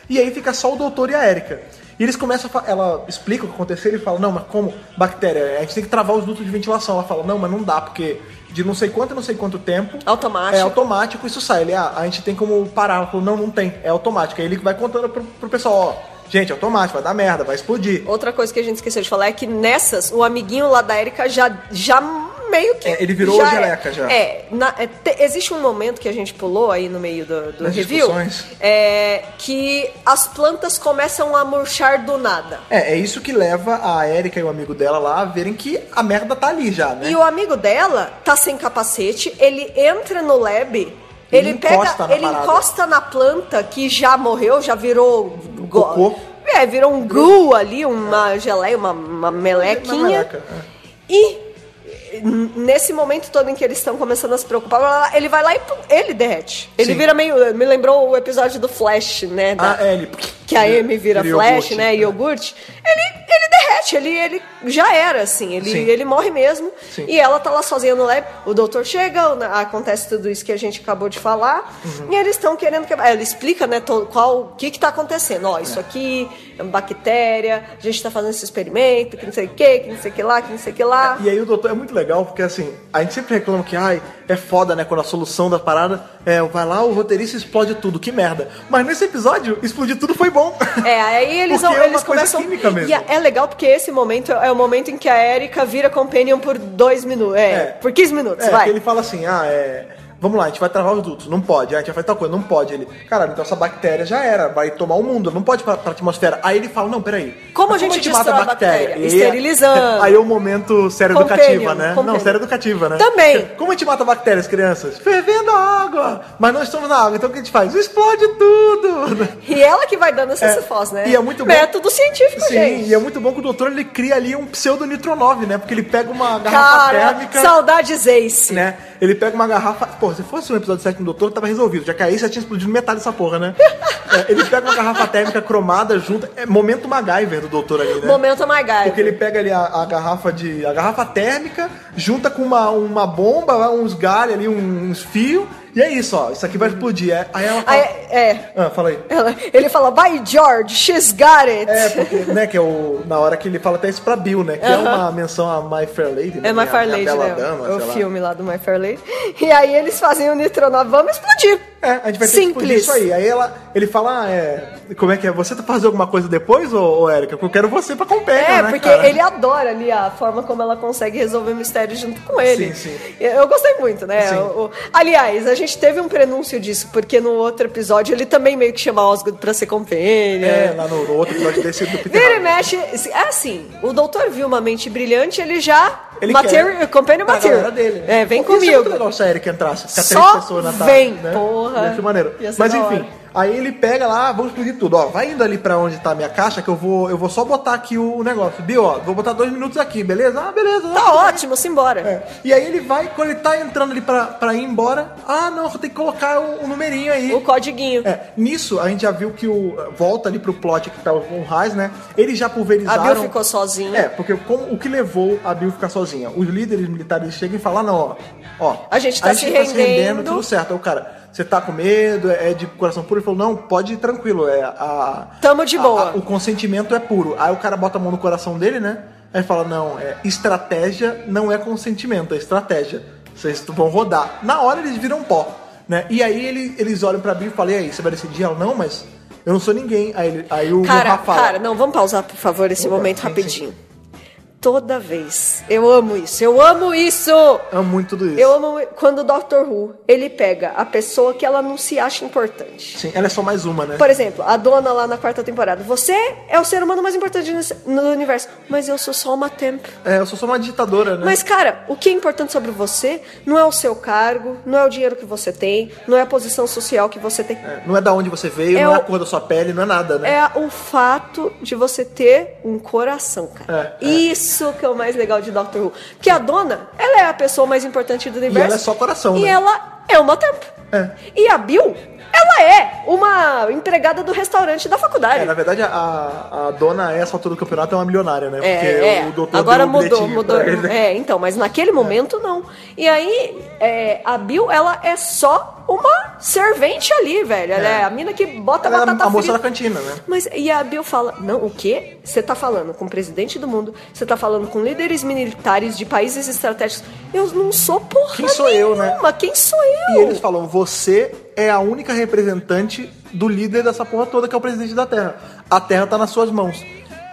Speaker 1: E aí fica só o doutor e a Erika. E eles começam a fa- Ela explica o que aconteceu e fala, não, mas como? Bactéria, a gente tem que travar os dutos de ventilação. Ela fala, não, mas não dá, porque de não sei quanto e não sei quanto tempo.
Speaker 2: Automático.
Speaker 1: É automático, isso sai. Ele, ah, a gente tem como parar. Ela falou, não, não tem, é automático. Aí ele vai contando pro, pro pessoal, ó, gente, é automático, vai dar merda, vai explodir.
Speaker 2: Outra coisa que a gente esqueceu de falar é que nessas, o amiguinho lá da Erika já, já meio que.
Speaker 1: É, ele virou
Speaker 2: já
Speaker 1: a geleca,
Speaker 2: é,
Speaker 1: já.
Speaker 2: É, na- é, te- existe um momento que a gente pulou aí no meio do, do
Speaker 1: Nas
Speaker 2: review
Speaker 1: discussões.
Speaker 2: é, que as plantas começam a murchar do nada.
Speaker 1: É, é isso que leva a Erika e o amigo dela lá a verem que a merda tá ali já, né?
Speaker 2: E o amigo dela tá sem capacete, ele entra no lab, ele,
Speaker 1: encosta
Speaker 2: pega,
Speaker 1: na
Speaker 2: ele
Speaker 1: parada.
Speaker 2: encosta na planta que já morreu, já virou um go-
Speaker 1: cocô.
Speaker 2: É, virou um gru ali, uma geleia, uma, uma
Speaker 1: Na
Speaker 2: melequinha.
Speaker 1: maraca, é.
Speaker 2: E n- nesse momento todo em que eles estão começando a se preocupar, blá, blá, blá, ele vai lá e pum, ele derrete. Ele
Speaker 1: Sim.
Speaker 2: vira meio. Me lembrou o episódio do Flash, né? da-
Speaker 1: Ah, é, ele-
Speaker 2: Que a Amy vira
Speaker 1: Vira
Speaker 2: Flash,
Speaker 1: iogurte,
Speaker 2: né?
Speaker 1: é.
Speaker 2: Iogurte. Ele, ele derrete, ele, ele já era, assim. Ele,
Speaker 1: Sim.
Speaker 2: ele morre mesmo.
Speaker 1: Sim.
Speaker 2: E ela tá lá sozinha no lab. O doutor chega, o na- acontece tudo isso que a gente acabou de falar.
Speaker 1: Uhum.
Speaker 2: E eles estão querendo que. Ela explica, né? to- qual, o que que tá acontecendo. Ó, isso aqui é uma bactéria, a gente tá fazendo esse experimento, que não sei o que, que não sei o que lá, que não sei o que lá.
Speaker 1: E aí o doutor é muito legal, porque assim, a gente sempre reclama que, ai, é foda, né, quando a solução da parada é, vai lá, o roteirista explode tudo, que merda. Mas nesse episódio, explodir tudo foi bom.
Speaker 2: É, aí eles,
Speaker 1: Porque
Speaker 2: vão-
Speaker 1: é uma
Speaker 2: eles
Speaker 1: coisa
Speaker 2: começam.
Speaker 1: química mesmo.
Speaker 2: E é é legal porque esse momento é o momento em que a Erika vira companion por dois minutos. É,
Speaker 1: É.
Speaker 2: por 15 minutos,
Speaker 1: É,
Speaker 2: vai.
Speaker 1: que ele fala assim, ah, é... Vamos lá, a gente vai travar os dutos, não pode. Ah, A gente vai fazer tal coisa, não pode. Ele, caralho, então essa bactéria já era, vai tomar o mundo, não pode ir pra, pra atmosfera. Aí ele fala, não, peraí.
Speaker 2: Como
Speaker 1: mas
Speaker 2: a gente destrói a bactéria?
Speaker 1: E aí-
Speaker 2: Esterilizando.
Speaker 1: Aí é o momento série
Speaker 2: Companion,
Speaker 1: educativa, né?
Speaker 2: companion.
Speaker 1: Não, série educativa, né?
Speaker 2: Também.
Speaker 1: Como a gente mata bactérias, crianças? Fervendo a água! Mas não estamos na água, então o que a gente faz? Explode tudo!
Speaker 2: E ela que vai dando essas
Speaker 1: É,
Speaker 2: fós, né?
Speaker 1: e é muito bom.
Speaker 2: Método científico,
Speaker 1: Sim,
Speaker 2: gente.
Speaker 1: e é muito bom que o doutor ele cria ali um pseudo nitro 9, né? Porque ele pega uma garrafa
Speaker 2: Cara,
Speaker 1: térmica.
Speaker 2: saudades Ace.
Speaker 1: né? Ele pega uma garrafa. Pô, se fosse um episódio 7 do Doutor, tava resolvido. Já que aí já tinha explodido metade dessa porra, né? É, ele pega uma garrafa térmica cromada junta. É momento MacGyver do doutor ali, né?
Speaker 2: Momento Margarida.
Speaker 1: Porque ele pega ali a, a garrafa de. a garrafa térmica, junta com uma, uma bomba, uns galhos ali, um, uns fios, e é isso, ó. Isso aqui vai explodir. É- Aí ela
Speaker 2: Aí,
Speaker 1: fala.
Speaker 2: é,
Speaker 1: Ah, fala aí.
Speaker 2: ela- ele fala, by George, she's got it.
Speaker 1: É, porque, né, que é o. Na hora que ele fala até isso pra Bill, né? Que é uma menção a My Fair Lady, né?
Speaker 2: É My
Speaker 1: Minha-
Speaker 2: Fair
Speaker 1: Minha
Speaker 2: Lady,
Speaker 1: Bela
Speaker 2: né?
Speaker 1: Dama,
Speaker 2: o
Speaker 1: sei lá.
Speaker 2: filme lá do My Fair Lady. E aí eles fazem o Nitronova, vamos explodir.
Speaker 1: É, a gente vai ter
Speaker 2: Simples.
Speaker 1: que explodir isso aí. Aí ela, ele fala, ah, é, como é que é? Você tá fazendo alguma coisa depois, ô, ô Érica? Porque eu quero você pra comprar,
Speaker 2: É,
Speaker 1: né,
Speaker 2: porque
Speaker 1: cara?
Speaker 2: ele adora ali a forma como ela consegue resolver o mistério junto com ele.
Speaker 1: Sim, sim.
Speaker 2: Eu gostei muito, né?
Speaker 1: Sim.
Speaker 2: O- o- aliás, a gente teve um prenúncio disso, porque no outro episódio ele também meio que chama Osgood pra ser companheira.
Speaker 1: É, lá no, no outro episódio desse do Peter
Speaker 2: Vira e
Speaker 1: Rabbit.
Speaker 2: mexe. É assim, o doutor viu uma mente brilhante, ele já.
Speaker 1: Ele
Speaker 2: material,
Speaker 1: quer
Speaker 2: Companion
Speaker 1: pra
Speaker 2: material.
Speaker 1: galera dele. né?
Speaker 2: É, vem
Speaker 1: Pô, Ia ser muito
Speaker 2: comigo.
Speaker 1: legal se a Erika entrasse, ficar
Speaker 2: Só
Speaker 1: três pessoas na tarde.
Speaker 2: vem,
Speaker 1: né?
Speaker 2: porra.
Speaker 1: Ia ser maneiro.
Speaker 2: Ia ser
Speaker 1: Mas
Speaker 2: da
Speaker 1: enfim,
Speaker 2: hora.
Speaker 1: aí ele pega lá, "Ah, vamos explodir tudo. Ó, vai indo ali pra onde tá a minha caixa, que eu vou, eu vou só botar aqui o negócio. Bill, ó, vou botar dois minutos aqui, beleza? Ah, beleza.
Speaker 2: Tá ótimo, simbora.
Speaker 1: É. E aí ele vai, quando ele tá entrando ali pra, pra ir embora, ah, não, tem que colocar o, o numerinho aí.
Speaker 2: O codiguinho.
Speaker 1: É, nisso a gente já viu que o. Volta ali pro plot que tá o Von Reis, né? Eles já
Speaker 2: A
Speaker 1: pulverizaram.
Speaker 2: Bill ficou sozinha.
Speaker 1: É, porque como- o que levou a Bill ficar sozinha? Os líderes militares chegam e falam: "Ah, não, ó, ó.
Speaker 2: A gente tá se rendendo."
Speaker 1: tudo certo. Aí o cara, você tá com medo, é é de coração puro? Ele falou: não, pode ir tranquilo, é a.
Speaker 2: Tamo de
Speaker 1: a- a-
Speaker 2: boa.
Speaker 1: o consentimento é puro. Aí o cara bota a mão no coração dele, né? Aí fala: não, é, estratégia não é consentimento, é estratégia. Vocês vão rodar. Na hora eles viram pó, né? E aí ele- eles olham pra Bill e falam: e aí, você vai decidir? Ela: não, mas eu não sou ninguém. Aí, ele- aí o
Speaker 2: Cara,
Speaker 1: Rafa fala,
Speaker 2: cara, não, vamos pausar, por favor, esse
Speaker 1: Opa,
Speaker 2: momento
Speaker 1: sim,
Speaker 2: rapidinho. toda vez. Eu amo isso. Eu amo isso!
Speaker 1: Amo "É muito tudo isso.
Speaker 2: Eu amo quando o Doctor Who, ele pega a pessoa que ela não se acha importante.
Speaker 1: Sim, ela é só mais uma, né?
Speaker 2: Por exemplo, a dona lá na quarta temporada. Você é o ser humano mais importante no no universo. Mas eu sou só uma temp.
Speaker 1: É, eu sou só uma digitadora, né?
Speaker 2: Mas, cara, o que é importante sobre você não é o seu cargo, não é o dinheiro que você tem, não é a posição social que você tem.
Speaker 1: É, não é da onde você veio,
Speaker 2: É
Speaker 1: não é
Speaker 2: o-
Speaker 1: a cor da sua pele, não é nada, né?
Speaker 2: É o fato de você ter um coração, cara.
Speaker 1: É, é.
Speaker 2: Isso que é o mais legal de Doctor Who. Porque a dona, ela é a pessoa mais importante do universo.
Speaker 1: ela é só coração,
Speaker 2: E
Speaker 1: né?
Speaker 2: ela é uma temp.
Speaker 1: É.
Speaker 2: E a Bill, ela é uma empregada do restaurante da faculdade.
Speaker 1: É, na verdade, a, a dona, a essa altura do campeonato, é uma milionária, né?
Speaker 2: É, é.
Speaker 1: o doutor
Speaker 2: agora
Speaker 1: deu um
Speaker 2: mudou,
Speaker 1: bilhetinho
Speaker 2: mudou.
Speaker 1: pra ele, né?
Speaker 2: É, então, mas naquele momento não. E aí, é, a Bill, ela é só uma servente ali, velho. Ela é,
Speaker 1: É.
Speaker 2: a mina que bota
Speaker 1: Ela é
Speaker 2: batata
Speaker 1: a moça
Speaker 2: frita.
Speaker 1: da cantina, né?
Speaker 2: Mas e a Bill fala: Não, o quê? Você tá falando com o presidente do mundo, você tá falando com líderes militares de países estratégicos. Eu não sou porra.
Speaker 1: Quem sou eu, né?
Speaker 2: nenhuma, Quem sou eu?
Speaker 1: E eles falam, você é a única representante do líder dessa porra toda, que é o presidente da Terra. A Terra tá nas suas mãos.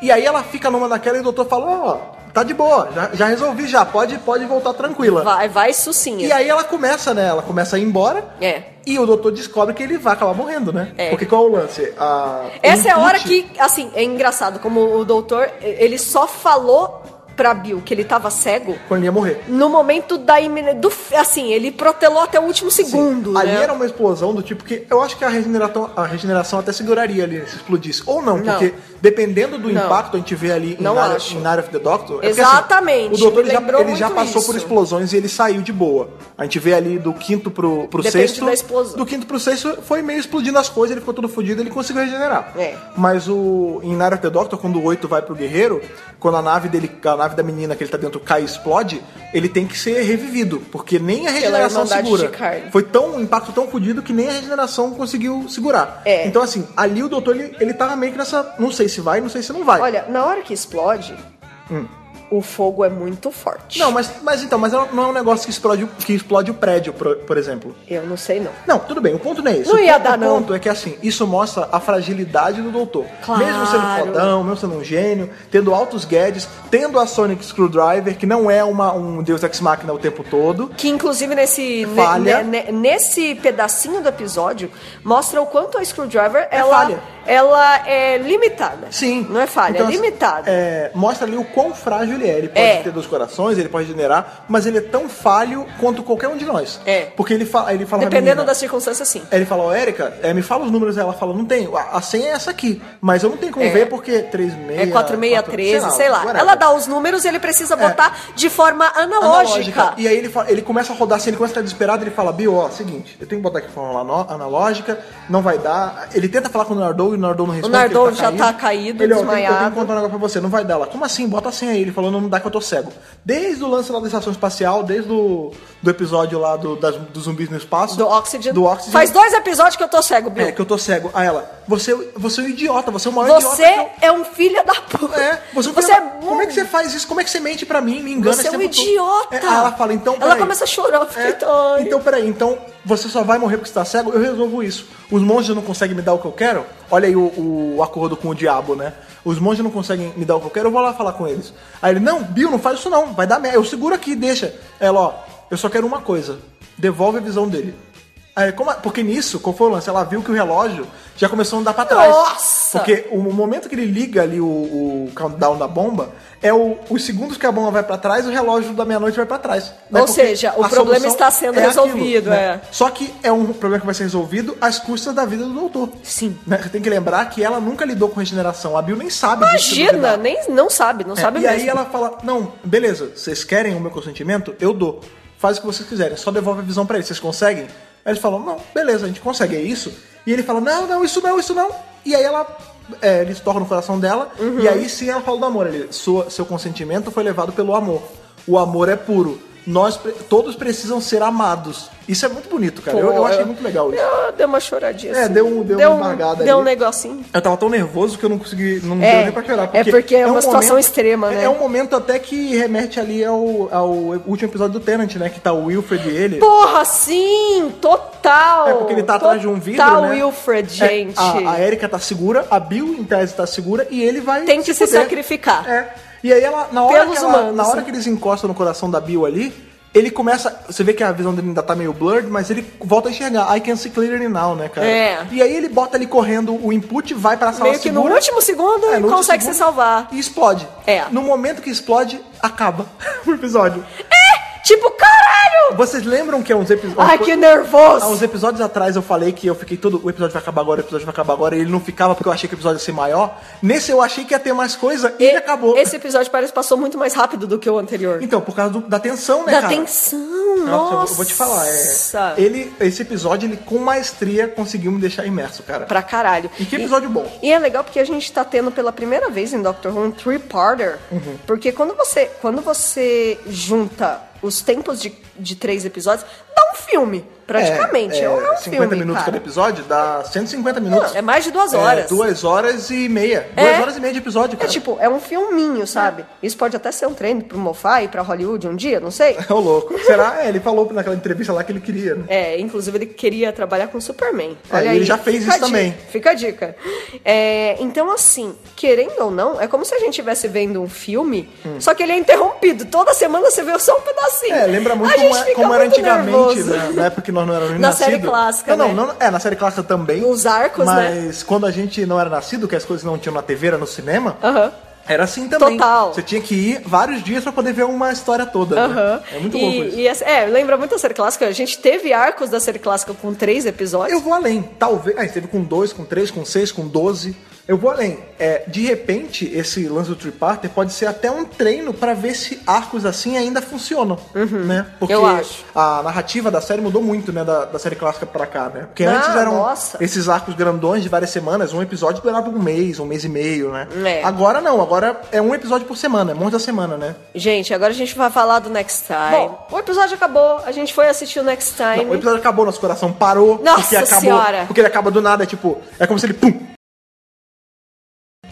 Speaker 1: E aí ela fica numa daquela e o doutor fala, ó, tá de boa, já, já resolvi já, pode, pode voltar tranquila.
Speaker 2: Vai, vai, Sucinha.
Speaker 1: E aí ela começa, né? Ela começa a ir embora.
Speaker 2: É.
Speaker 1: E o doutor descobre que ele vai acabar morrendo, né?
Speaker 2: É.
Speaker 1: Porque qual é o lance? A- o
Speaker 2: Essa é a
Speaker 1: input-
Speaker 2: hora que, assim, é engraçado como o doutor, ele só falou pra Bill que ele tava cego
Speaker 1: Quando ele ia morrer.
Speaker 2: no momento da imine- do assim, ele protelou até o último
Speaker 1: Tipo
Speaker 2: segundo,
Speaker 1: Ali
Speaker 2: né?
Speaker 1: assim, era uma explosão do tipo que eu acho que a regeneração, a regeneração até seguraria ali se explodisse. Ou não,
Speaker 2: Não.
Speaker 1: porque dependendo do
Speaker 2: Não.
Speaker 1: impacto a gente vê ali
Speaker 2: Não
Speaker 1: em, Night
Speaker 2: acho.
Speaker 1: of- em Night of the Doctor. porque, assim,
Speaker 2: Exatamente,
Speaker 1: o doutor
Speaker 2: me
Speaker 1: ele já,
Speaker 2: lembrou
Speaker 1: ele já
Speaker 2: muito
Speaker 1: passou por
Speaker 2: isso.
Speaker 1: explosões e ele saiu de boa. A gente vê ali do quinto pro, pro
Speaker 2: Depende
Speaker 1: sexto.
Speaker 2: da explosão.
Speaker 1: Do quinto pro sexto foi meio explodindo as coisas, ele ficou todo fodido ele conseguiu regenerar.
Speaker 2: É.
Speaker 1: Mas o em Night of the Doctor, quando o 8 vai pro guerreiro, quando a nave dele, a nave da menina que ele tá dentro cai e explode, ele tem que ser revivido, porque nem a regeneração
Speaker 2: Irmandade de
Speaker 1: segura.
Speaker 2: Carne.
Speaker 1: Foi tão um impacto tão fodido que nem a regeneração conseguiu segurar.
Speaker 2: É.
Speaker 1: Então assim, ali o doutor ele, ele tava meio que nessa, não sei se vai, não sei se não vai.
Speaker 2: Olha, na hora que explode, o fogo é muito forte.
Speaker 1: Hum. Não, mas, mas então, mas não é um negócio que explode, o- que explode o prédio, por, por exemplo.
Speaker 2: Eu não sei não.
Speaker 1: Não, tudo bem, o ponto não é isso.
Speaker 2: Não
Speaker 1: o
Speaker 2: ia
Speaker 1: ponto,
Speaker 2: dar,
Speaker 1: o
Speaker 2: não.
Speaker 1: ponto é que assim, isso mostra a fragilidade do doutor.
Speaker 2: Claro.
Speaker 1: Mesmo sendo fodão, mesmo sendo um gênio, tendo altos gadgets, tendo a Sonic Screwdriver, que não é uma, um Deus Ex Machina o tempo todo.
Speaker 2: Que inclusive nesse ne-
Speaker 1: Falha.
Speaker 2: ne- ne- nesse pedacinho do episódio mostra o quanto a screwdriver ela
Speaker 1: É falha.
Speaker 2: ela é limitada.
Speaker 1: Sim.
Speaker 2: Não é falha,
Speaker 1: Então,
Speaker 2: é
Speaker 1: assim,
Speaker 2: limitada.
Speaker 1: é, mostra ali o quão frágil ele é. Ele pode
Speaker 2: É.
Speaker 1: ter dois corações, ele pode generar, mas ele é tão falho quanto qualquer um de nós.
Speaker 2: É.
Speaker 1: Porque ele fala, ele fala pra
Speaker 2: Dependendo
Speaker 1: menina-
Speaker 2: da circunstância, sim.
Speaker 1: Ele fala, ó, Érica, é, me fala os números. Ela fala, não tem. A, a senha é essa aqui. Mas eu não tenho como
Speaker 2: É.
Speaker 1: ver porque é 36...
Speaker 2: É 4613, sei lá.
Speaker 1: 4, whatever. É.
Speaker 2: Ela dá os números e ele precisa botar de forma analógica.
Speaker 1: E aí ele, fala- ele começa a rodar, assim, ele começa a ficar desesperado, ele fala, Bill, ó, seguinte, eu tenho que botar aqui de forma ano- analógica, não vai dar. Ele tenta falar com o Nardou e o Nardou não responde. porque ele
Speaker 2: Nardou já tá caído,
Speaker 1: ele, ó, eu tenho- Eu tenho
Speaker 2: desmaiado.
Speaker 1: que contar um negócio pra você, não vai dar. Ela, como assim? Bota assim aí. Ele falou, não dá que eu tô cego. Desde o lance lá da estação espacial, desde o do episódio lá do, das- dos zumbis no espaço.
Speaker 2: Do Oxygen.
Speaker 1: Do Oxygen.
Speaker 2: Faz dois episódios que eu tô cego, Bill.
Speaker 1: É, que eu tô cego. Aí ela, você, você é um idiota, você é o maior idiota.
Speaker 2: você
Speaker 1: que eu-
Speaker 2: é um filho da puta.
Speaker 1: É, você,
Speaker 2: é
Speaker 1: Como é que você faz isso? Como é que você mente pra mim? Me engana
Speaker 2: Você é
Speaker 1: esse
Speaker 2: um
Speaker 1: tempo todo.
Speaker 2: idiota.
Speaker 1: É, aí ela fala, então.
Speaker 2: Ela
Speaker 1: peraí.
Speaker 2: começa a chorar. Eu
Speaker 1: É,
Speaker 2: fiquei "Ai".
Speaker 1: então, peraí, então você só vai morrer porque você tá cego? Eu resolvo isso. Os monges não conseguem me dar o que eu quero? Olha aí o, o acordo com o diabo, né? Os monges não conseguem me dar o que eu quero, eu vou lá falar com eles. Aí ele, não, Bill, não faz isso não, vai dar merda. Eu seguro aqui, deixa. Ela, ó, eu só quero uma coisa. Devolve a visão dele. Aí, como a- porque nisso, qual foi o lance? Ela viu que o relógio já começou a andar pra trás.
Speaker 2: Nossa!
Speaker 1: Porque o momento que ele liga ali o, o countdown da bomba é o- os segundos que a bomba vai pra trás, o relógio da meia-noite vai pra trás.
Speaker 2: Ou seja, o
Speaker 1: Né, a
Speaker 2: problema
Speaker 1: solução
Speaker 2: está sendo resolvido, é.
Speaker 1: Só que é um problema que vai ser resolvido às custas da vida do doutor.
Speaker 2: Sim.
Speaker 1: Né? Tem que lembrar que ela nunca lidou com regeneração. A Bill nem sabe disso. na
Speaker 2: Imagina,
Speaker 1: verdade.
Speaker 2: nem, não sabe, não
Speaker 1: É,
Speaker 2: sabe
Speaker 1: e
Speaker 2: mesmo.
Speaker 1: aí ela fala, não, beleza, vocês querem o meu consentimento? Eu dou. Faz o que vocês quiserem, só devolve a visão pra eles. Vocês conseguem? Aí eles falam, não, beleza, a gente consegue, é isso? E ele fala, não, não, isso não, isso não. E aí ela, é, ele se torna no coração dela,
Speaker 2: Uhum.
Speaker 1: e aí sim ela fala do amor. Ele, sua, seu consentimento foi levado pelo amor. O amor é puro. Nós, pre- todos precisam ser amados. Isso é muito bonito, cara. eu,
Speaker 2: Pô,
Speaker 1: eu achei
Speaker 2: eu-
Speaker 1: muito legal isso.
Speaker 2: Ah, deu uma choradinha.
Speaker 1: É,
Speaker 2: assim.
Speaker 1: deu um- deu uma embargada
Speaker 2: Deu um
Speaker 1: ali.
Speaker 2: negocinho.
Speaker 1: Eu tava tão nervoso que eu não consegui, não
Speaker 2: É,
Speaker 1: deu nem pra chorar. um
Speaker 2: é porque é uma situação extrema,
Speaker 1: é-
Speaker 2: né?
Speaker 1: É um momento até que remete ali ao, ao último episódio do Tenant, né? Que tá o Wilfred e ele.
Speaker 2: Porra, sim! Total!
Speaker 1: é porque ele tá atrás de um vidro,
Speaker 2: Total
Speaker 1: né?
Speaker 2: Wilfred,
Speaker 1: É,
Speaker 2: gente.
Speaker 1: a, a Erika tá segura, a Bill, em tese, tá segura e ele vai
Speaker 2: Tem que se
Speaker 1: fuder.
Speaker 2: sacrificar.
Speaker 1: É. E aí ela, na hora, que
Speaker 2: Pelos
Speaker 1: ela-
Speaker 2: humanos,
Speaker 1: na hora
Speaker 2: né?
Speaker 1: que eles encostam no coração da Bill ali, ele começa. Você vê que a visão dele ainda tá meio blurred, mas ele volta a enxergar. I can see clearly now, né, cara?
Speaker 2: É.
Speaker 1: E aí ele bota ali correndo o input, vai pra sala
Speaker 2: Meio que no
Speaker 1: Tá segura.
Speaker 2: último segundo
Speaker 1: É,
Speaker 2: e
Speaker 1: no último
Speaker 2: consegue
Speaker 1: segundo,
Speaker 2: se salvar.
Speaker 1: E explode.
Speaker 2: É.
Speaker 1: No momento que explode, acaba o episódio.
Speaker 2: Tipo, caralho!
Speaker 1: Vocês lembram que há uns episódios.
Speaker 2: Ai, que
Speaker 1: Há uns
Speaker 2: nervoso!
Speaker 1: episódios atrás eu falei que eu fiquei todo. O episódio vai acabar agora, o episódio vai acabar agora, e ele não ficava porque eu achei que o episódio ia ser maior. Nesse eu achei que ia ter mais coisa e, ele acabou.
Speaker 2: Esse episódio parece que passou muito mais rápido do que o anterior.
Speaker 1: Então, por causa do- da tensão, né,
Speaker 2: Da
Speaker 1: cara?
Speaker 2: tensão,
Speaker 1: Nossa,
Speaker 2: nossa.
Speaker 1: eu vou te falar. É, ele, esse episódio, ele com maestria conseguiu me deixar imerso, cara.
Speaker 2: Pra caralho.
Speaker 1: E que episódio bom.
Speaker 2: E é legal porque a gente tá tendo pela primeira vez em Doctor Who um three-parter.
Speaker 1: Uhum.
Speaker 2: Porque quando você, quando você junta os tempos de, de três episódios, dá um filme, praticamente. É, um
Speaker 1: 50
Speaker 2: filme,
Speaker 1: minutos
Speaker 2: cara.
Speaker 1: cada episódio dá 150 minutos.
Speaker 2: Não, é mais de duas horas.
Speaker 1: É, duas horas e meia.
Speaker 2: É.
Speaker 1: Duas horas e meia de episódio,
Speaker 2: É
Speaker 1: cara.
Speaker 2: tipo, é um filminho, sabe? Isso pode até ser um treino pro Mofai, pra Hollywood um dia, não sei.
Speaker 1: É o louco. Será? É, ele falou naquela entrevista lá que ele queria, né?
Speaker 2: É, inclusive ele queria trabalhar com Superman.
Speaker 1: É,
Speaker 2: Olha
Speaker 1: e
Speaker 2: aí,
Speaker 1: ele já fez
Speaker 2: fica
Speaker 1: isso
Speaker 2: a
Speaker 1: também.
Speaker 2: dica, fica a dica. É, então, assim, querendo ou não, é como se a gente estivesse vendo um filme, só que ele é interrompido. Toda semana você vê só um
Speaker 1: Hum.
Speaker 2: pedacinho.
Speaker 1: É, lembra muito
Speaker 2: a
Speaker 1: como,
Speaker 2: gente
Speaker 1: é-
Speaker 2: fica
Speaker 1: como era
Speaker 2: muito
Speaker 1: antigamente,
Speaker 2: nervoso.
Speaker 1: né? na época que nós não éramos nem
Speaker 2: Na série
Speaker 1: nascidos.
Speaker 2: clássica,
Speaker 1: Não, não,
Speaker 2: né?
Speaker 1: não, é, na série clássica também.
Speaker 2: Os arcos,
Speaker 1: mas
Speaker 2: né?
Speaker 1: Mas quando a gente não era nascido, que as coisas não tinham na TV, era no cinema,
Speaker 2: Aham.
Speaker 1: era assim também.
Speaker 2: Total.
Speaker 1: Você tinha que ir vários dias pra poder ver uma história toda. né?
Speaker 2: Aham.
Speaker 1: É muito
Speaker 2: e,
Speaker 1: louco isso.
Speaker 2: e essa- é, lembra muito a série clássica. A gente teve arcos da série clássica com três episódios.
Speaker 1: Eu vou além, talvez. Ah, esteve com 2, com 3, com 6, com 12. Eu vou além. É, de repente, esse lance do triparter pode ser até um treino pra ver se arcos assim ainda funcionam, né? Porque
Speaker 2: Uhum. Eu acho.
Speaker 1: a narrativa da série mudou muito, né? Da, da série clássica pra cá, né? Porque
Speaker 2: Ah,
Speaker 1: antes eram
Speaker 2: nossa.
Speaker 1: esses arcos grandões de várias semanas, um episódio durava um mês, um mês e meio, né?
Speaker 2: É.
Speaker 1: Agora não, agora é um episódio por semana, é um monte da semana, né?
Speaker 2: Gente, agora a gente vai falar do Next Time.
Speaker 1: Bom.
Speaker 2: o episódio acabou, a gente foi assistir o Next Time.
Speaker 1: Não, o episódio acabou, nosso coração parou.
Speaker 2: Nossa
Speaker 1: porque acabou,
Speaker 2: Senhora.
Speaker 1: Porque ele acaba do nada, é tipo, é como se ele pum.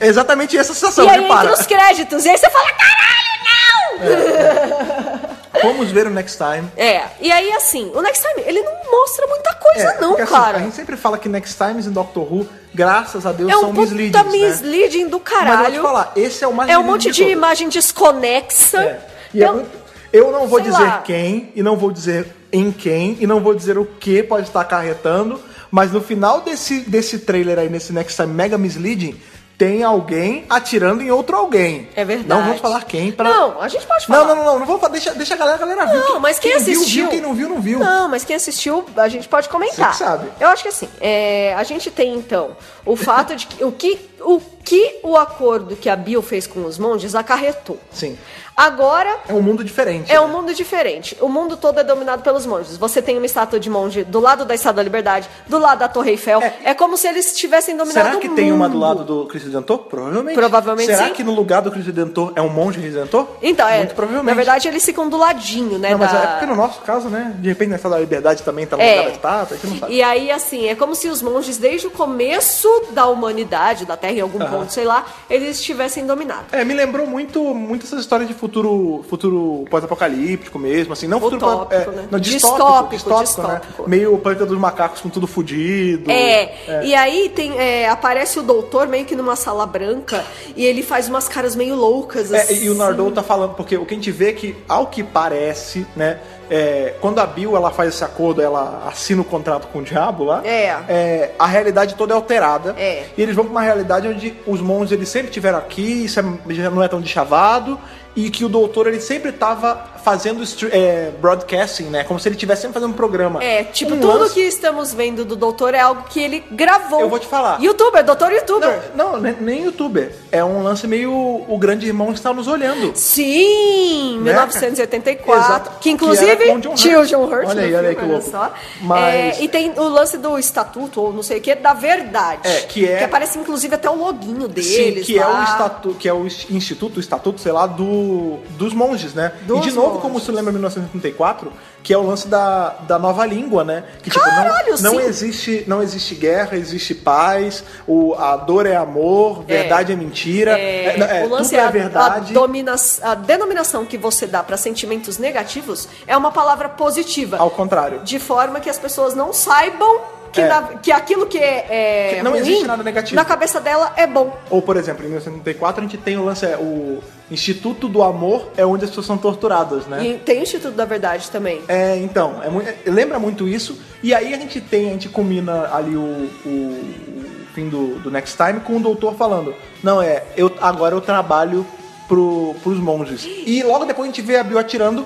Speaker 1: É exatamente essa sensação,
Speaker 2: e aí
Speaker 1: ele
Speaker 2: entra
Speaker 1: para.
Speaker 2: os créditos, e aí você fala, caralho, não!
Speaker 1: Vamos ver o next time.
Speaker 2: É, e aí assim, o Next Time, ele não mostra muita coisa
Speaker 1: É,
Speaker 2: não,
Speaker 1: porque, assim,
Speaker 2: cara.
Speaker 1: a gente sempre fala que next times em Doctor Who, graças a Deus,
Speaker 2: é
Speaker 1: são
Speaker 2: um
Speaker 1: misleadings,
Speaker 2: puta
Speaker 1: né?
Speaker 2: misleading
Speaker 1: Mas eu
Speaker 2: do
Speaker 1: vou te
Speaker 2: caralho.
Speaker 1: falar, esse é o mais
Speaker 2: É um
Speaker 1: misleading
Speaker 2: monte de,
Speaker 1: todos.
Speaker 2: imagem desconexa. Então,
Speaker 1: É. E é
Speaker 2: Eu-
Speaker 1: muito- Eu não vou
Speaker 2: sei
Speaker 1: dizer
Speaker 2: lá.
Speaker 1: quem, e não vou dizer em quem, e não vou dizer o que pode estar acarretando, mas no final desse, desse trailer aí, nesse Next Time Mega Misleading, tem alguém atirando em outro alguém.
Speaker 2: É verdade.
Speaker 1: Não vou falar quem pra.
Speaker 2: Não, a gente pode falar.
Speaker 1: Não, não, não, não, não vou falar. Deixa, deixa a galera, a galera ver.
Speaker 2: Não, mas quem,
Speaker 1: viu,
Speaker 2: assistiu.
Speaker 1: Viu, quem não viu, não viu.
Speaker 2: Não, mas quem assistiu, a gente pode comentar.
Speaker 1: Você que sabe.
Speaker 2: Eu acho que assim, é, a gente tem então o fato de que o, que o que o acordo que a Bill fez com os monges acarretou.
Speaker 1: Sim.
Speaker 2: Agora
Speaker 1: É um mundo diferente.
Speaker 2: É
Speaker 1: né?
Speaker 2: um mundo diferente. O mundo todo é dominado pelos monges. Você tem uma estátua de monge do lado da Estátua da Liberdade, do lado da Torre Eiffel. É, como se eles tivessem dominado
Speaker 1: Será que
Speaker 2: o mundo.
Speaker 1: tem uma do lado do Cristo Redentor? Provavelmente.
Speaker 2: Provavelmente
Speaker 1: Será
Speaker 2: sim.
Speaker 1: que no lugar do Cristo Redentor é um monge redentor?
Speaker 2: Então, é.
Speaker 1: Muito provavelmente.
Speaker 2: Na verdade, eles ficam do ladinho, né?
Speaker 1: Não, mas
Speaker 2: da-
Speaker 1: é porque no nosso caso, né? De repente na Estátua da Liberdade também tá no
Speaker 2: É.
Speaker 1: lugar da estátua, a gente não sabe.
Speaker 2: E aí, assim, é como se os monges, desde o começo da humanidade, da Terra em algum ponto, sei lá, eles tivessem dominado.
Speaker 1: É, me lembrou muito, muito essas histórias de futuro, futuro pós-apocalíptico mesmo, assim, não futuro
Speaker 2: Utópico,
Speaker 1: é,
Speaker 2: né?
Speaker 1: não,
Speaker 2: Distópico,
Speaker 1: distópico, distópico,
Speaker 2: distópico.
Speaker 1: né? Meio o planeta dos macacos com tudo fudido.
Speaker 2: É, e aí tem, é, aparece o doutor meio que numa sala branca e ele faz umas caras meio loucas.
Speaker 1: É, e o
Speaker 2: assim.
Speaker 1: Nardou tá falando, porque o que a gente vê é que, ao que parece, né? é, quando a Bill ela faz esse acordo, ela assina o contrato com o diabo lá,
Speaker 2: É.
Speaker 1: a realidade toda é alterada.
Speaker 2: É.
Speaker 1: E eles vão pra uma realidade onde os monges eles sempre tiveram aqui, isso é- já não é tão deschavado, e que o doutor ele sempre tava fazendo stre- é, broadcasting, né? Como se ele estivesse sempre fazendo um programa.
Speaker 2: É, tipo,
Speaker 1: Um
Speaker 2: tudo
Speaker 1: lance-
Speaker 2: que estamos vendo do doutor é algo que ele gravou.
Speaker 1: Eu vou te falar.
Speaker 2: Youtuber, doutor youtuber.
Speaker 1: Não, nem, nem youtuber. É um lance meio o grande irmão está nos olhando.
Speaker 2: Sim,
Speaker 1: Né,
Speaker 2: 1984.
Speaker 1: Exato.
Speaker 2: Que
Speaker 1: Que era
Speaker 2: inclusive
Speaker 1: com John
Speaker 2: tinha o
Speaker 1: Hurt.
Speaker 2: John Hurt.
Speaker 1: Olha
Speaker 2: no
Speaker 1: aí, olha aí
Speaker 2: filme,
Speaker 1: que louco.
Speaker 2: só.
Speaker 1: Mas-
Speaker 2: É, e tem o lance do estatuto, ou não sei o que, da verdade.
Speaker 1: É, que é-
Speaker 2: Que aparece inclusive até o loginho
Speaker 1: Sim,
Speaker 2: deles.
Speaker 1: que é, o
Speaker 2: lá.
Speaker 1: estatuto, que é o is- instituto, o estatuto, sei lá, do, dos monges, né?
Speaker 2: Dos
Speaker 1: e de novo,
Speaker 2: monges.
Speaker 1: como se lembra 1934, que é o lance da, da nova língua, né? Que tipo,
Speaker 2: Caralho,
Speaker 1: não, não
Speaker 2: sim.
Speaker 1: existe, não existe guerra, existe paz, o, a dor é amor, verdade é, mentira, é, não, é,
Speaker 2: o lance
Speaker 1: tudo é,
Speaker 2: a-
Speaker 1: verdade.
Speaker 2: A, domina- a denominação que você dá pra sentimentos negativos é uma palavra positiva.
Speaker 1: Ao contrário.
Speaker 2: de forma que as pessoas não saibam
Speaker 3: que,
Speaker 1: É.
Speaker 3: na- que aquilo que é, é
Speaker 1: Que não
Speaker 3: ruim,
Speaker 1: existe nada negativo.
Speaker 3: na cabeça dela é bom.
Speaker 1: Ou, por exemplo, em 1994 a gente tem o lance, é, o Instituto do Amor é onde as pessoas são torturadas, né?
Speaker 3: E tem o Instituto da Verdade também.
Speaker 1: É, então, é mu- é- lembra muito isso. E aí a gente tem, a gente combina ali o, o- o fim do, do Next Time com o doutor falando: Não, é, eu, agora eu trabalho pro, pros monges. E logo depois a gente vê a Bill atirando.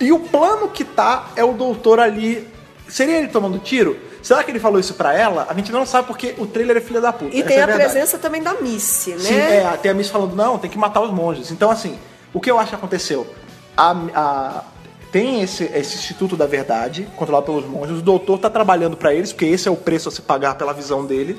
Speaker 1: E o plano que tá é o doutor ali. Seria ele tomando tiro? Será que ele falou isso pra ela? A gente não sabe porque o trailer é filha da puta.
Speaker 2: E
Speaker 1: essa
Speaker 2: tem
Speaker 1: é
Speaker 2: a
Speaker 1: verdade.
Speaker 2: presença também da Missy, né?
Speaker 1: Sim, é, até a Miss falando, não, tem que matar os monges. Então, assim, o que eu acho que aconteceu? A- a- tem esse, esse Instituto da Verdade, controlado pelos monges, o doutor tá trabalhando pra eles, porque esse é o preço a se pagar pela visão dele.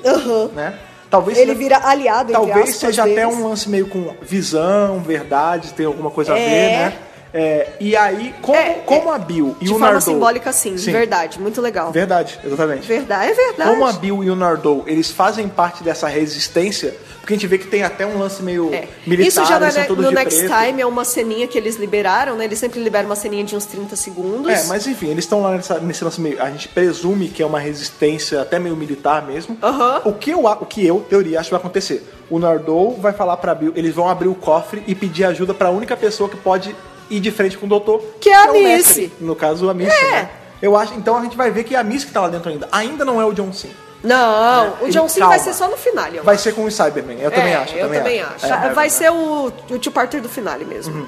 Speaker 1: Né? Talvez
Speaker 3: Ele
Speaker 1: seja-
Speaker 3: vira aliado, entre
Speaker 1: Talvez
Speaker 3: aspas,
Speaker 1: seja até
Speaker 3: deles.
Speaker 1: um lance meio com visão, verdade, tem alguma coisa a ver,
Speaker 2: É.
Speaker 1: né? É, e aí, como,
Speaker 2: É,
Speaker 1: como a Bill e
Speaker 2: De
Speaker 1: o
Speaker 2: forma
Speaker 1: Nardô...
Speaker 2: simbólica, sim. Verdade, muito legal.
Speaker 1: Verdade, exatamente.
Speaker 2: Verdade, é verdade.
Speaker 1: Como a Bill e o Nardou, eles fazem parte dessa resistência, porque a gente vê que tem até um lance meio
Speaker 2: É.
Speaker 1: militar,
Speaker 2: Isso já
Speaker 1: eles são
Speaker 2: no,
Speaker 1: todos
Speaker 2: no
Speaker 1: de
Speaker 2: Next
Speaker 1: preto.
Speaker 2: Time é uma ceninha que eles liberaram, né? Eles sempre liberam uma ceninha de uns 30 segundos.
Speaker 1: É, mas enfim, eles estão lá nessa- nesse lance meio. A gente presume que é uma resistência até meio militar mesmo.
Speaker 2: Aham.
Speaker 1: O que eu, a- o que eu teoria, acho que vai acontecer? O Nardou vai falar pra Bill, eles vão abrir o cofre e pedir ajuda pra única pessoa que pode ir de frente com o doutor,
Speaker 2: Que é a
Speaker 1: o
Speaker 2: Missy.
Speaker 1: mestre. No caso, a Missy.
Speaker 2: É.
Speaker 1: Né? Eu acho, então a gente vai ver que é a Missy que tá lá dentro ainda. Ainda não é o John Cena.
Speaker 2: Não,
Speaker 1: É,
Speaker 2: o John
Speaker 1: ele-
Speaker 2: Cena vai
Speaker 1: calma.
Speaker 2: ser só no final. eu
Speaker 1: Vai ser com o Cyberman, eu também
Speaker 2: É,
Speaker 1: acho.
Speaker 2: Eu também acho. Vai-
Speaker 1: É, Uhum,
Speaker 2: Vai
Speaker 1: é
Speaker 2: ser o, o Tio Parter do finale mesmo.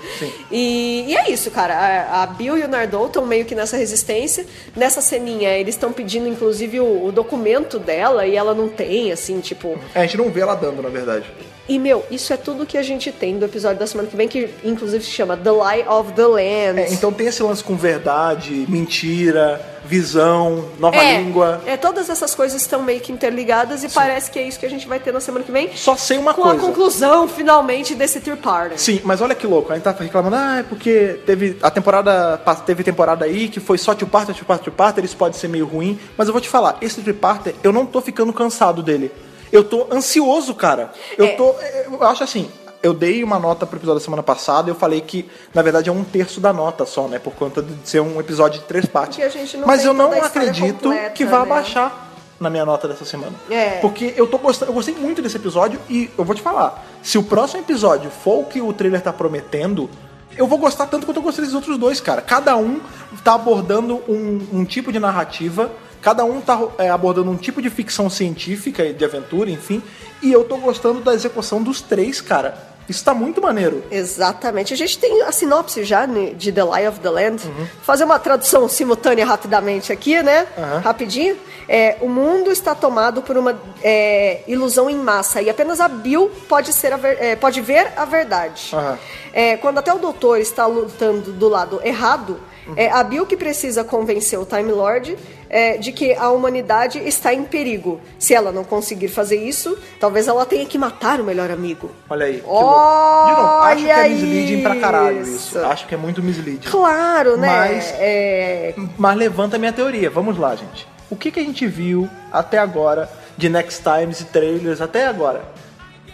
Speaker 2: e, e é isso, cara. A, a Bill e o Nardou estão meio que nessa resistência. Nessa ceninha, eles estão pedindo, inclusive, o, o documento dela e ela não tem, assim, tipo.
Speaker 1: É, a gente não vê ela dando, na verdade.
Speaker 2: E, meu, isso é tudo que a gente tem do episódio da semana que vem, que inclusive se chama The Lie of the Land.
Speaker 1: É, então tem esse lance com verdade, mentira, visão, nova
Speaker 2: É,
Speaker 1: língua.
Speaker 2: é, todas essas coisas estão meio que interligadas e parece que é isso que a gente vai ter na semana que vem.
Speaker 1: Só sei uma
Speaker 2: com a
Speaker 1: coisa.
Speaker 2: conclusão, finalmente, desse Tier Party.
Speaker 1: Sim, mas olha que louco. A gente tá reclamando, ah, é porque teve a temporada, pa- teve temporada aí que foi só two-parter, two-parter, two-parter, isso pode ser meio ruim, mas eu vou te falar, esse two-parter, eu não tô ficando cansado dele. Eu tô ansioso, cara. Eu
Speaker 2: É.
Speaker 1: tô, eu acho assim, eu dei uma nota pro episódio da semana passada, eu falei que, na verdade, é um terço da nota só, né, por conta de ser um episódio de três partes.
Speaker 2: Que a gente não
Speaker 1: mas
Speaker 2: tem
Speaker 1: eu não
Speaker 2: toda a história
Speaker 1: acredito que
Speaker 2: completa,
Speaker 1: vá
Speaker 2: né?
Speaker 1: abaixar na minha nota dessa semana.
Speaker 2: É.
Speaker 1: Porque eu tô gostando, eu gostei muito desse episódio e eu vou te falar, se o próximo episódio for o que o trailer tá prometendo, eu vou gostar tanto quanto eu gostei dos outros dois, cara. Cada um tá abordando um, um tipo de narrativa, cada um tá é, abordando um tipo de ficção científica e de aventura, enfim, e eu tô gostando da execução dos três, cara. Isso tá muito maneiro.
Speaker 2: Exatamente. A gente tem a sinopse já né, de The Lie of the Land. Fazer uma tradução simultânea rapidamente aqui, né?
Speaker 1: Uhum.
Speaker 2: Rapidinho. É, o mundo está tomado por uma é, ilusão em massa e apenas a Bill pode, ser a ver- é, pode ver a verdade.
Speaker 1: Uhum.
Speaker 2: É, quando até o doutor está lutando do lado errado, é a Bill que precisa convencer o Time Lord é, de que a humanidade está em perigo. Se ela não conseguir fazer isso, talvez ela tenha que matar o melhor amigo.
Speaker 1: Olha aí. que louco. De novo, acho que é
Speaker 2: Olha
Speaker 1: misleading pra caralho isso.
Speaker 2: isso.
Speaker 1: Acho que é muito misleading.
Speaker 2: Claro, né?
Speaker 1: Mas-
Speaker 2: É,
Speaker 1: Mas levanta a minha teoria. Vamos lá, gente. O que, que a gente viu até agora de Next Times e trailers até agora?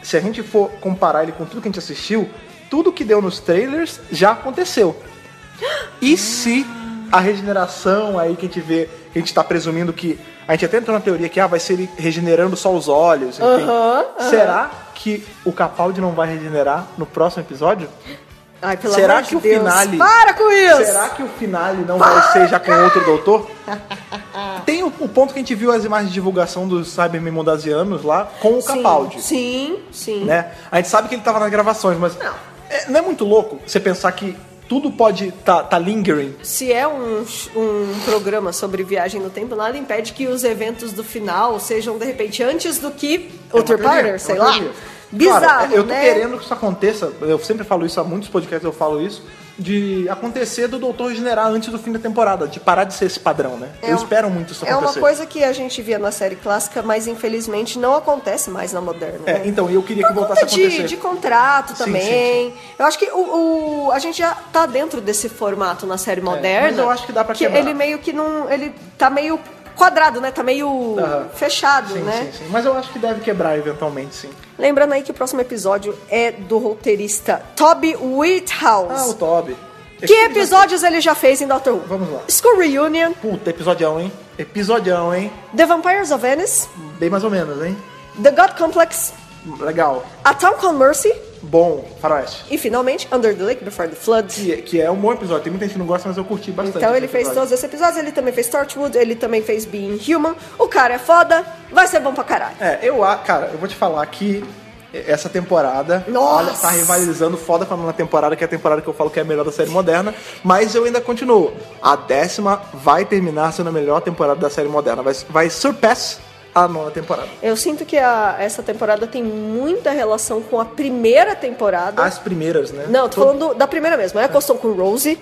Speaker 1: Se a gente for comparar ele com tudo que a gente assistiu, tudo que deu nos trailers já aconteceu. E se a regeneração aí que a gente vê, que a gente tá presumindo que. A gente até entrou na teoria que ah, vai ser ele regenerando só os olhos. Enfim.
Speaker 2: Aham, aham.
Speaker 1: Será que o Capaldi não vai regenerar no próximo episódio?
Speaker 2: Ai, pelo
Speaker 1: Será
Speaker 2: amor de
Speaker 1: que o
Speaker 2: Deus.
Speaker 1: finale-
Speaker 2: Para com isso!
Speaker 1: Será que o finale não vai ser já com outro doutor? Tem o, o ponto que a gente viu as imagens de divulgação dos Cybermen Mondasianos lá com o Capaldi.
Speaker 2: Sim, sim.
Speaker 1: Né? A gente sabe que ele tava nas gravações, mas.
Speaker 2: Não.
Speaker 1: É, não é muito louco você pensar que tudo pode tá, tá lingering?
Speaker 2: Se é um, sh- um programa sobre viagem no tempo, nada impede que os eventos do final sejam, de repente, antes do que
Speaker 1: É
Speaker 2: o Third Parter, sei lá. Bizarro,
Speaker 1: Claro, eu tô
Speaker 2: né?
Speaker 1: querendo que isso aconteça, eu sempre falo isso, há muitos podcasts eu falo isso, de acontecer do doutor regenerar antes do fim da temporada, de parar de ser esse padrão, né? eu
Speaker 2: um-
Speaker 1: espero muito isso
Speaker 2: É
Speaker 1: acontecer.
Speaker 2: uma coisa que a gente via na série clássica, mas infelizmente não acontece mais na moderna.
Speaker 1: É,
Speaker 2: né?
Speaker 1: então, eu queria
Speaker 2: Por
Speaker 1: que voltasse a
Speaker 2: conta
Speaker 1: acontecer.
Speaker 2: de, de contrato
Speaker 1: Sim,
Speaker 2: também.
Speaker 1: sim,
Speaker 2: Eu acho que o, o- a gente já tá dentro desse formato na série moderna.
Speaker 1: É, mas eu acho que dá pra quebrar.
Speaker 2: ele meio que não. Ele tá meio quadrado, né? Tá meio
Speaker 1: Aham.
Speaker 2: fechado,
Speaker 1: Sim,
Speaker 2: né?
Speaker 1: sim, sim. Mas eu acho que deve quebrar eventualmente, sim.
Speaker 2: Lembrando aí que o próximo episódio é do roteirista Toby Whithouse.
Speaker 1: Ah, o Toby.
Speaker 2: Que episódios ele já fez em Doctor Who?
Speaker 1: Vamos lá.
Speaker 2: School Reunion,
Speaker 1: Puta, episodião, hein? Episodião, hein?
Speaker 2: The Vampires of Venice,
Speaker 1: Bem mais ou menos, hein?
Speaker 2: The God Complex,
Speaker 1: Legal.
Speaker 2: A Town Called Mercy
Speaker 1: Bom, faroeste.
Speaker 2: e, finalmente, Under the Lake Before the Flood.
Speaker 1: Que, que é um bom episódio. Tem muita gente que não gosta, mas eu curti bastante.
Speaker 2: Então
Speaker 1: esse
Speaker 2: ele fez
Speaker 1: episódio.
Speaker 2: todos esses episódios, ele também fez Torchwood, ele também fez Being Human. O cara é foda, vai ser bom pra caralho.
Speaker 1: É, eu a cara, eu vou te falar que essa temporada,
Speaker 2: Nossa!
Speaker 1: olha, tá rivalizando foda com a nona temporada, que é a temporada que eu falo que é a melhor da série moderna, mas eu ainda continuo. A décima vai terminar sendo a melhor temporada da série moderna, vai, vai surpass a nona temporada.
Speaker 2: Eu sinto que a- essa temporada tem muita relação com a primeira temporada.
Speaker 1: As primeiras, né?
Speaker 2: Não, tô
Speaker 1: Todo-
Speaker 2: falando da primeira mesmo, é a questão com Rose.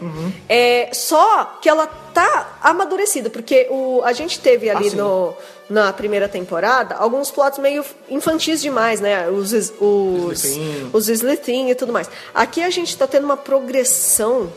Speaker 2: É, só que ela tá amadurecida, porque o, a gente teve ali
Speaker 1: Ah, sim.
Speaker 2: no, na primeira temporada alguns plots meio infantis demais, né? Os, is- os,
Speaker 1: Slithin.
Speaker 2: os Slithin e tudo mais. Aqui a gente tá tendo uma progressão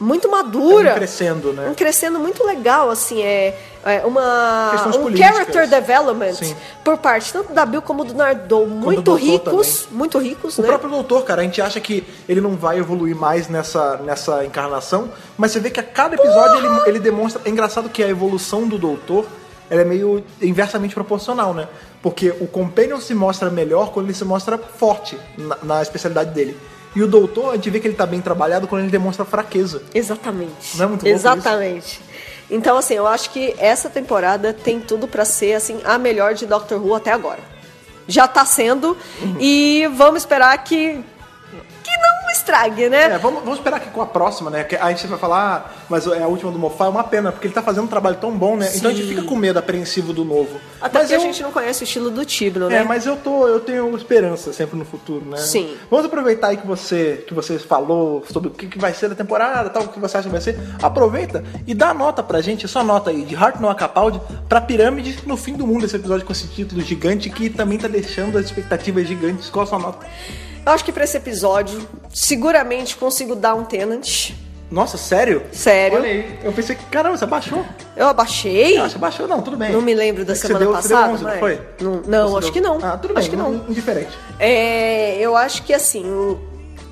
Speaker 2: muito
Speaker 1: todo
Speaker 2: madura.
Speaker 1: crescendo, né?
Speaker 2: Um crescendo muito legal, assim, é, é uma
Speaker 1: Questões
Speaker 2: um
Speaker 1: políticas.
Speaker 2: character development
Speaker 1: Sim.
Speaker 2: por parte tanto da Bill como do Nardou, muito
Speaker 1: doutor
Speaker 2: ricos, muito ricos,
Speaker 1: O
Speaker 2: né?
Speaker 1: próprio doutor, cara, a gente acha que ele não vai evoluir mais nessa, nessa encarnação, mas você vê que a cada episódio ele, ele demonstra. É engraçado que a evolução do doutor ela é meio inversamente proporcional, né? Porque o Companion se mostra melhor quando ele se mostra forte na, na especialidade dele. E o doutor, a gente vê que ele tá bem trabalhado quando ele demonstra fraqueza.
Speaker 2: Exatamente.
Speaker 1: Não é muito louco
Speaker 2: Exatamente. Então, assim, eu acho que essa temporada tem tudo pra ser, assim, a melhor de Doctor Who até agora. Já tá sendo.
Speaker 1: Uhum.
Speaker 2: E vamos esperar que. que não estrague, né?
Speaker 1: É, vamos, vamos esperar que com a próxima, né? Que a gente vai falar, ah, mas é a última do Mofá, é uma pena, porque ele tá fazendo um trabalho tão bom, né? Então a gente
Speaker 2: Sim.
Speaker 1: fica com medo apreensivo do novo.
Speaker 2: Até
Speaker 1: mas
Speaker 2: porque
Speaker 1: eu-
Speaker 2: a gente não conhece o estilo do Tibno, né?
Speaker 1: É, mas eu tô, eu tenho esperança sempre no futuro, né?
Speaker 2: Sim.
Speaker 1: Vamos aproveitar aí que você, que você falou sobre o que, que vai ser da temporada, tal, o que você acha que vai ser. Aproveita e dá nota pra gente, só nota aí de Heart Noah Capaldi pra Pirâmide no fim do mundo, esse episódio com esse título gigante que também tá deixando as expectativas gigantes. Qual a sua nota?
Speaker 2: Eu acho que pra esse episódio, seguramente consigo dar um Tenant.
Speaker 1: Nossa, sério?
Speaker 2: Sério.
Speaker 1: Olha aí, eu pensei que, caramba, você abaixou?
Speaker 2: Eu abaixei.
Speaker 1: Ah, você abaixou? Não, tudo bem.
Speaker 2: Não me lembro da
Speaker 1: É que
Speaker 2: semana
Speaker 1: você deu,
Speaker 2: passada,
Speaker 1: Você deu 11,
Speaker 2: mas-
Speaker 1: não foi?
Speaker 2: Não- não,
Speaker 1: Você
Speaker 2: acho que não.
Speaker 1: Ah, tudo
Speaker 2: Acho
Speaker 1: bem,
Speaker 2: que não.
Speaker 1: indiferente.
Speaker 2: É, eu acho que assim, o-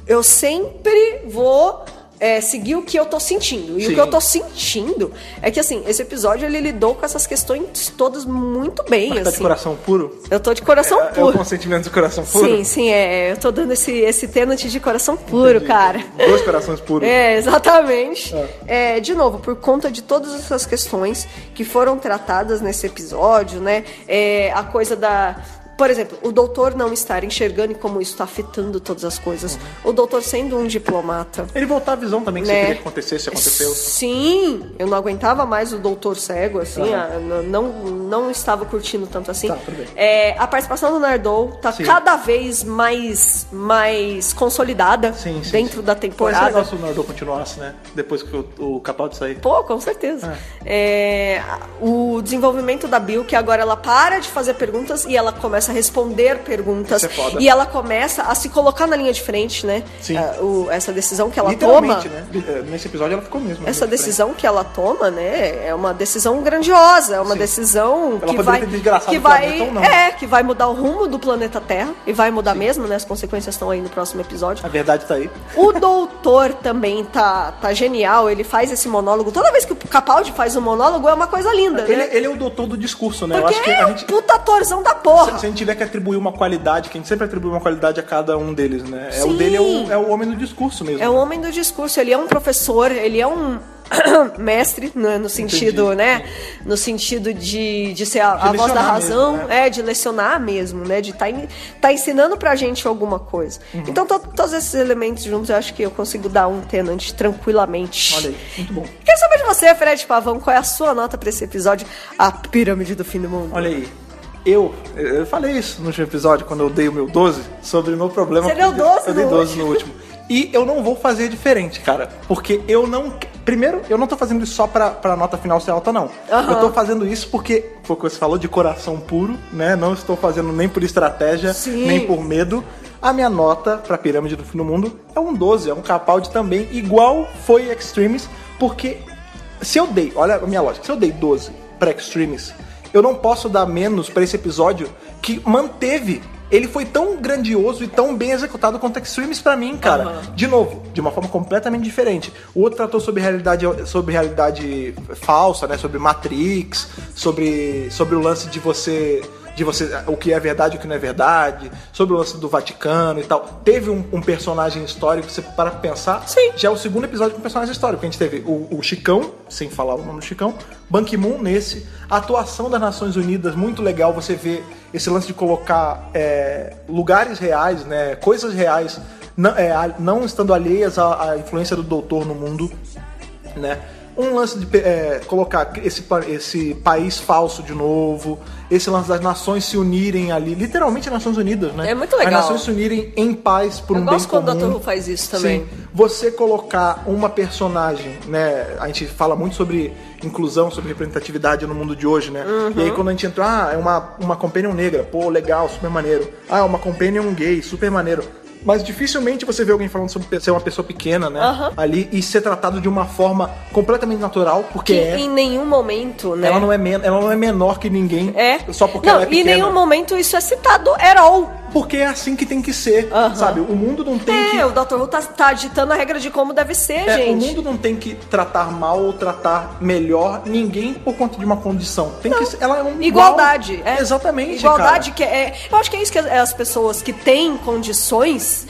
Speaker 2: eu sempre vou é, seguir o que eu tô sentindo. E
Speaker 1: Sim.
Speaker 2: o que eu tô sentindo é que assim, esse episódio ele lidou com essas questões todas muito bem,
Speaker 1: Tá de
Speaker 2: assim.
Speaker 1: coração puro?
Speaker 2: Eu tô de coração
Speaker 1: É, É o
Speaker 2: puro.
Speaker 1: consentimento de coração puro?
Speaker 2: sim, sim, é. Eu tô dando esse, esse tenant de coração puro,
Speaker 1: Entendi.
Speaker 2: cara.
Speaker 1: Dois corações puros.
Speaker 2: É, exatamente. É, de novo, por conta de todas essas questões que foram tratadas nesse episódio, né? É, a coisa da. Por exemplo, o doutor não estar enxergando e como isso está afetando todas as coisas. O doutor sendo um diplomata.
Speaker 1: Ele voltar a visão também que você
Speaker 2: Né?
Speaker 1: Uhum. queria que acontecesse, aconteceu.
Speaker 2: Sim, eu não aguentava mais o doutor cego, assim,
Speaker 1: Aham.
Speaker 2: a- n- não, não estava curtindo tanto assim.
Speaker 1: Uhum. Tá, tudo bem.
Speaker 2: É, a participação do Nardou tá
Speaker 1: Sim.
Speaker 2: cada vez mais, mais consolidada
Speaker 1: Sim, sim,
Speaker 2: dentro
Speaker 1: sim.
Speaker 2: da
Speaker 1: Pô, é esse
Speaker 2: temporada.
Speaker 1: negócio do Nardô continuasse, né? Depois que o, o Capaldi sair.
Speaker 2: Pô, com certeza. É, a- o desenvolvimento da Bill, que agora ela para de fazer perguntas e ela começa a responder perguntas.
Speaker 1: Isso é foda.
Speaker 2: E ela começa a se colocar na linha de frente, né?
Speaker 1: Sim.
Speaker 2: Ah, o- essa decisão que ela toma.
Speaker 1: Literalmente, né? É, Nesse episódio ela ficou mesmo. né,
Speaker 2: Essa
Speaker 1: muito
Speaker 2: decisão que ela toma, né, é uma decisão grandiosa, é uma
Speaker 1: Sim.
Speaker 2: decisão
Speaker 1: Ela
Speaker 2: que
Speaker 1: poderia
Speaker 2: vai
Speaker 1: ter desgraçado
Speaker 2: que
Speaker 1: o
Speaker 2: vai
Speaker 1: planeta ou não.
Speaker 2: é, que vai mudar o rumo do planeta Terra e vai mudar mesmo, né? As consequências estão aí no próximo episódio.
Speaker 1: diferente. A verdade tá aí.
Speaker 2: O doutor também tá, tá genial, ele faz esse monólogo. Toda vez que o Capaldi faz um monólogo é uma coisa linda,
Speaker 1: Ele,
Speaker 2: né?
Speaker 1: ele é o doutor do discurso, né? Eu
Speaker 2: Porque
Speaker 1: acho que
Speaker 2: é
Speaker 1: a
Speaker 2: um
Speaker 1: gente.
Speaker 2: puta atorzão da
Speaker 1: Se
Speaker 2: porra.
Speaker 1: se a gente tiver que atribuir uma qualidade, que a gente sempre atribui uma qualidade a cada um deles, né? É o
Speaker 2: Sim.
Speaker 1: dele é o, é o homem do discurso mesmo.
Speaker 2: É o homem do discurso, ele é um professor, ele é um mestre, né, no sentido,
Speaker 1: Entendi.
Speaker 2: né? No sentido de, de ser a,
Speaker 1: De
Speaker 2: a voz da
Speaker 1: lecionar
Speaker 2: razão,
Speaker 1: mesmo, né?
Speaker 2: é, de lecionar mesmo, né? De estar tá ensinando pra gente alguma coisa.
Speaker 1: Uhum.
Speaker 2: Então, to- todos esses elementos juntos, eu acho que eu consigo dar um tenant tranquilamente.
Speaker 1: Olha aí, muito bom.
Speaker 2: Quero saber de você, Fred Pavão, qual é a sua nota pra esse episódio? A pirâmide do fim do mundo.
Speaker 1: Olha aí. Eu, eu falei isso no último episódio, quando eu dei o meu 12, sobre o meu problema.
Speaker 2: Você deu 12
Speaker 1: Eu dei
Speaker 2: no
Speaker 1: 12 no último. E eu não vou fazer diferente, cara. Porque eu não. Primeiro, eu não tô fazendo isso só pra, pra nota final ser alta, não.
Speaker 2: Aham.
Speaker 1: Eu tô fazendo isso porque, foi o que você falou, de coração puro, né? Não estou fazendo nem por estratégia,
Speaker 2: Sim.
Speaker 1: nem por medo. A minha nota pra Pirâmide do Fim do Mundo é um 12, é um Capaldi também, igual foi Extremes, porque se eu dei, olha a minha lógica, se eu dei 12 pra Extremes, eu não posso dar menos pra esse episódio que manteve ele foi tão grandioso e tão bem executado quanto Extremes pra mim, cara.
Speaker 2: Aham.
Speaker 1: De novo, de uma forma completamente diferente. O outro tratou sobre realidade, sobre realidade falsa, né? Sobre Matrix, sobre, sobre o lance de você. De você, o que é verdade e o que não é verdade, sobre o lance do Vaticano e tal. Teve um, um personagem histórico, você para pra pensar,
Speaker 2: Sim.
Speaker 1: já é o segundo episódio com personagem histórico. que A gente teve o, o Chicão, sem falar o nome do Chicão, Ban Ki-moon nesse, a atuação das Nações Unidas, muito legal você vê esse lance de colocar é, lugares reais, né, coisas reais, não, é, a- não estando alheias à, à influência do doutor no mundo, né. Um lance de pe- é, colocar esse, pa- esse país falso de novo, esse lance das nações se unirem ali, literalmente Nações Unidas, né?
Speaker 2: É muito legal.
Speaker 1: As nações se unirem em paz por
Speaker 2: Eu
Speaker 1: um bem
Speaker 2: gosto quando o
Speaker 1: comum.
Speaker 2: Dr. Who faz isso também.
Speaker 1: Sim. Você colocar uma personagem, né? A gente fala muito sobre inclusão, sobre representatividade no mundo de hoje, né? E aí
Speaker 2: Uhum.
Speaker 1: quando a gente entrou, ah, é uma, uma companion negra, pô, legal, super maneiro. Ah, é uma companion gay, super maneiro. Mas dificilmente você vê alguém falando sobre pe- ser uma pessoa pequena, né?
Speaker 2: Aham.
Speaker 1: Ali e ser tratado de uma forma completamente natural, porque
Speaker 2: Que
Speaker 1: é.
Speaker 2: em nenhum momento, né?
Speaker 1: Ela, não é men- ela não é menor que ninguém.
Speaker 2: É.
Speaker 1: Só porque
Speaker 2: não,
Speaker 1: ela é pequena.
Speaker 2: em nenhum momento isso é citado at all.
Speaker 1: Porque é assim que tem que ser,
Speaker 2: Aham.
Speaker 1: sabe? O mundo não tem que
Speaker 2: É, o Dr. Who tá, tá ditando a regra de como deve ser,
Speaker 1: É,
Speaker 2: gente.
Speaker 1: O mundo não tem que tratar mal ou tratar melhor ninguém por conta de uma condição. Tem que ser- ela é um igual.
Speaker 2: Igualdade. é.
Speaker 1: Exatamente.
Speaker 2: Igualdade
Speaker 1: cara.
Speaker 2: que é. Eu acho que é isso que as- as pessoas que têm condições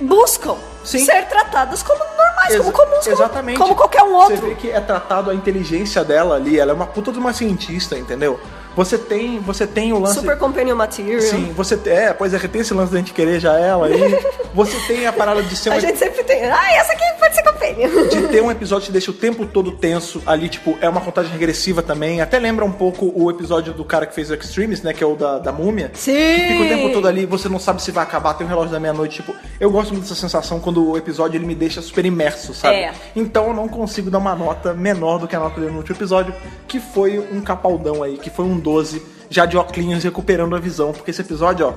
Speaker 2: buscam
Speaker 1: Uhum. Sim.
Speaker 2: ser tratadas como normais,
Speaker 1: Exa-
Speaker 2: como comuns, como-
Speaker 1: Exatamente.
Speaker 2: como, qualquer um
Speaker 1: Você
Speaker 2: outro.
Speaker 1: vê que é tratado a inteligência dela ali. Ela é uma puta de uma cientista, entendeu? Você tem, você tem o um lance.
Speaker 2: Super Companion Material.
Speaker 1: Sim, você te- é, pois é, tem esse lance da gente querer já ela aí. Você tem a parada de ser
Speaker 2: A
Speaker 1: uma
Speaker 2: gente sempre tem. Ah, essa aqui pode ser Companion.
Speaker 1: de ter um episódio que deixa o tempo todo tenso ali, tipo, é uma contagem regressiva também. Até lembra um pouco o episódio do cara que fez o Extremes, né? Que é o da, da múmia.
Speaker 2: Sim.
Speaker 1: Que fica o tempo todo ali, você não sabe se vai acabar, tem um relógio da meia-noite. Tipo, eu gosto muito dessa sensação quando o episódio ele me deixa super imerso, sabe?
Speaker 2: É.
Speaker 1: Então eu não consigo dar uma nota menor do que a nota dele no último episódio, que foi um capaldão aí, que foi um 12, já de óculos recuperando a visão, porque esse episódio, ó.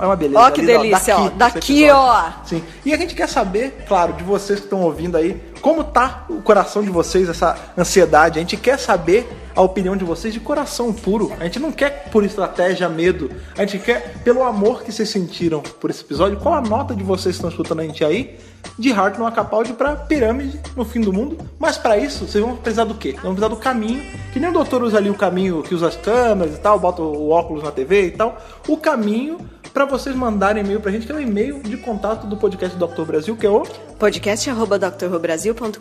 Speaker 1: É uma beleza.
Speaker 2: Ó, que
Speaker 1: Ali,
Speaker 2: delícia, ó.
Speaker 1: desse
Speaker 2: Daqui,
Speaker 1: episódio.
Speaker 2: ó.
Speaker 1: Sim. E a gente quer saber, claro, de vocês que estão ouvindo aí, como tá o coração de vocês, essa ansiedade. A gente quer saber a opinião de vocês de coração puro. A gente não quer por estratégia, medo. A gente quer pelo amor que vocês sentiram por esse episódio. Qual a nota de vocês que estão escutando a gente aí? De Hartman a Capaldi pra pirâmide no fim do mundo. Mas pra isso, vocês vão precisar do quê? Vocês vão precisar do caminho. Que nem o doutor usa ali o caminho que usa as câmeras e tal, bota o óculos na TV e tal. O caminho para vocês mandarem e-mail pra gente, que é o e-mail de contato do podcast do Dr. Brasil, que é o.
Speaker 2: Podcast arroba drrobrasil.com.br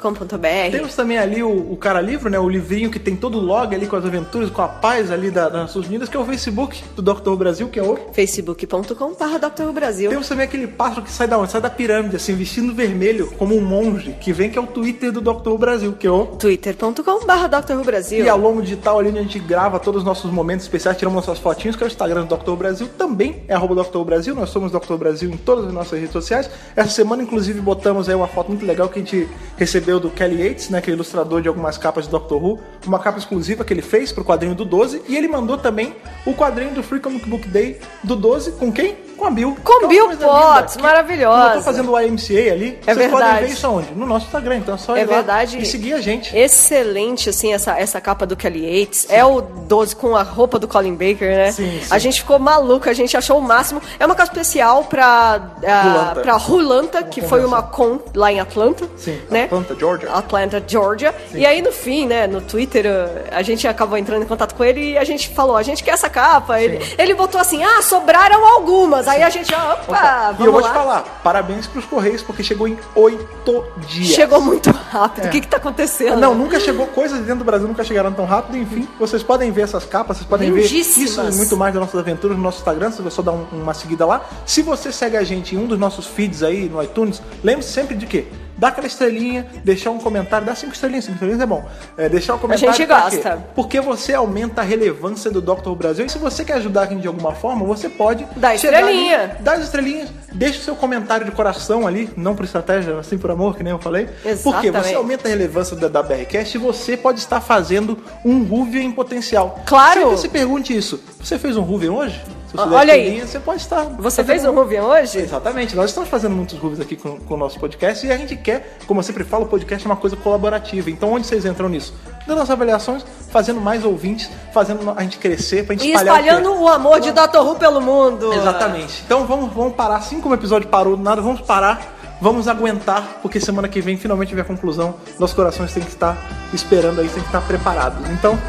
Speaker 1: Temos também ali o, o cara livro, né? O livrinho que tem todo o log ali com as aventuras, com a paz ali da- das Nações Unidas, que é o Facebook do Dr. Brasil, que é o.
Speaker 2: facebook.com.br drrobrasil
Speaker 1: Temos também aquele pássaro que sai da onde? Sai da pirâmide, assim, vestindo vermelho, como um monge, que vem que é o Twitter do Dr. Brasil, que é o.
Speaker 2: twitter.com.br
Speaker 1: E a
Speaker 2: drrobrasil
Speaker 1: Lomo Digital, ali onde a gente grava todos os nossos momentos especiais, tiramos nossas fotinhos, que é o Instagram do Dr. Brasil, também é arroba Dr. Brasil, nós somos Dr. Brasil em todas as nossas redes sociais. Essa semana, inclusive, botamos aí uma foto muito legal que a gente recebeu do Kelly Yates, né, que é ilustrador de algumas capas do Dr. Who, uma capa exclusiva que ele fez pro quadrinho do 12, e ele mandou também o quadrinho do Free Comic Book Day do 12, com quem? Com a Bill.
Speaker 2: Com
Speaker 1: Que é uma
Speaker 2: Bill
Speaker 1: coisa
Speaker 2: Potts,
Speaker 1: linda.
Speaker 2: maravilhosa.
Speaker 1: Eu tô fazendo o IMCA ali,
Speaker 2: É
Speaker 1: vocês podem
Speaker 2: verdade.
Speaker 1: ver isso onde? No nosso Instagram, então é só
Speaker 2: É
Speaker 1: ir lá
Speaker 2: verdade.
Speaker 1: e seguir a gente.
Speaker 2: Excelente, assim, essa, essa capa do Kelly Yates. É o 12 com a roupa do Colin Baker, né?
Speaker 1: Sim, sim.
Speaker 2: A gente ficou maluco, a gente achou o máximo. É uma capa especial pra, ah,
Speaker 1: Rulanta.
Speaker 2: pra Rulanta, que foi
Speaker 1: convenção.
Speaker 2: uma con lá em Atlanta.
Speaker 1: Sim,
Speaker 2: né?
Speaker 1: Atlanta, Georgia.
Speaker 2: Atlanta, Georgia. E aí, no fim, né, no Twitter, ah, a gente acabou entrando em contato com ele e a gente falou, a gente quer essa capa. Ele, ele botou assim, ah, sobraram algumas. Aí a gente, já, opa, vamos
Speaker 1: e eu vou
Speaker 2: lá.
Speaker 1: te falar, parabéns pros Correios, porque chegou em oito dias.
Speaker 2: Chegou muito rápido. O
Speaker 1: É.
Speaker 2: que que tá acontecendo?
Speaker 1: Não, nunca chegou. Coisas de dentro do Brasil nunca chegaram tão rápido. Enfim, vocês podem ver essas capas, vocês podem ver
Speaker 2: Lindíssimas.
Speaker 1: isso e muito mais das nossas aventuras no nosso Instagram. Você só dar um- uma seguida lá. Se você segue a gente em um dos nossos feeds aí no iTunes, lembre-se sempre de quê? Dar aquela estrelinha, deixar um comentário, dá cinco estrelinhas, cinco estrelinhas é bom. É, deixar um comentário.
Speaker 2: gente
Speaker 1: pra quê?
Speaker 2: gosta.
Speaker 1: Porque você aumenta a relevância do Dr. Brasil. E se você quer ajudar a gente de alguma forma, você pode.
Speaker 2: Dá
Speaker 1: chegar ali,
Speaker 2: estrelinha.
Speaker 1: dá as estrelinhas, deixa o seu comentário de coração ali, não por estratégia, assim por amor, que nem eu falei. Porque você
Speaker 2: Exatamente.
Speaker 1: aumenta a relevância da, da BRCast e você pode estar fazendo um Ruvian em potencial.
Speaker 2: Claro. Ah,
Speaker 1: Sempre se pergunte isso. Você fez um Ruvian hoje? Se você
Speaker 2: Olha
Speaker 1: der
Speaker 2: aí.
Speaker 1: feliz, você pode estar.
Speaker 2: Você
Speaker 1: fazendo
Speaker 2: fez um Rubian hoje?
Speaker 1: Exatamente, nós estamos fazendo muitos grooves aqui com, com o nosso podcast e a gente quer, como eu sempre falo, o podcast é uma coisa colaborativa. Então, onde vocês entram nisso? Dando as avaliações, fazendo mais ouvintes, fazendo a gente crescer, pra gente
Speaker 2: E
Speaker 1: espalhar o é. quê?
Speaker 2: espalhando o amor de Dr. Who pelo mundo.
Speaker 1: Exatamente. Então vamos, vamos parar, assim como o episódio parou do nada, vamos parar, vamos aguentar, porque semana que vem finalmente vem a conclusão. Nossos corações têm que estar esperando aí, têm que estar preparados. Então,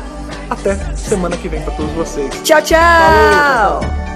Speaker 1: até semana que vem pra todos vocês.
Speaker 2: Tchau, tchau.
Speaker 1: Falou, tchau, tchau.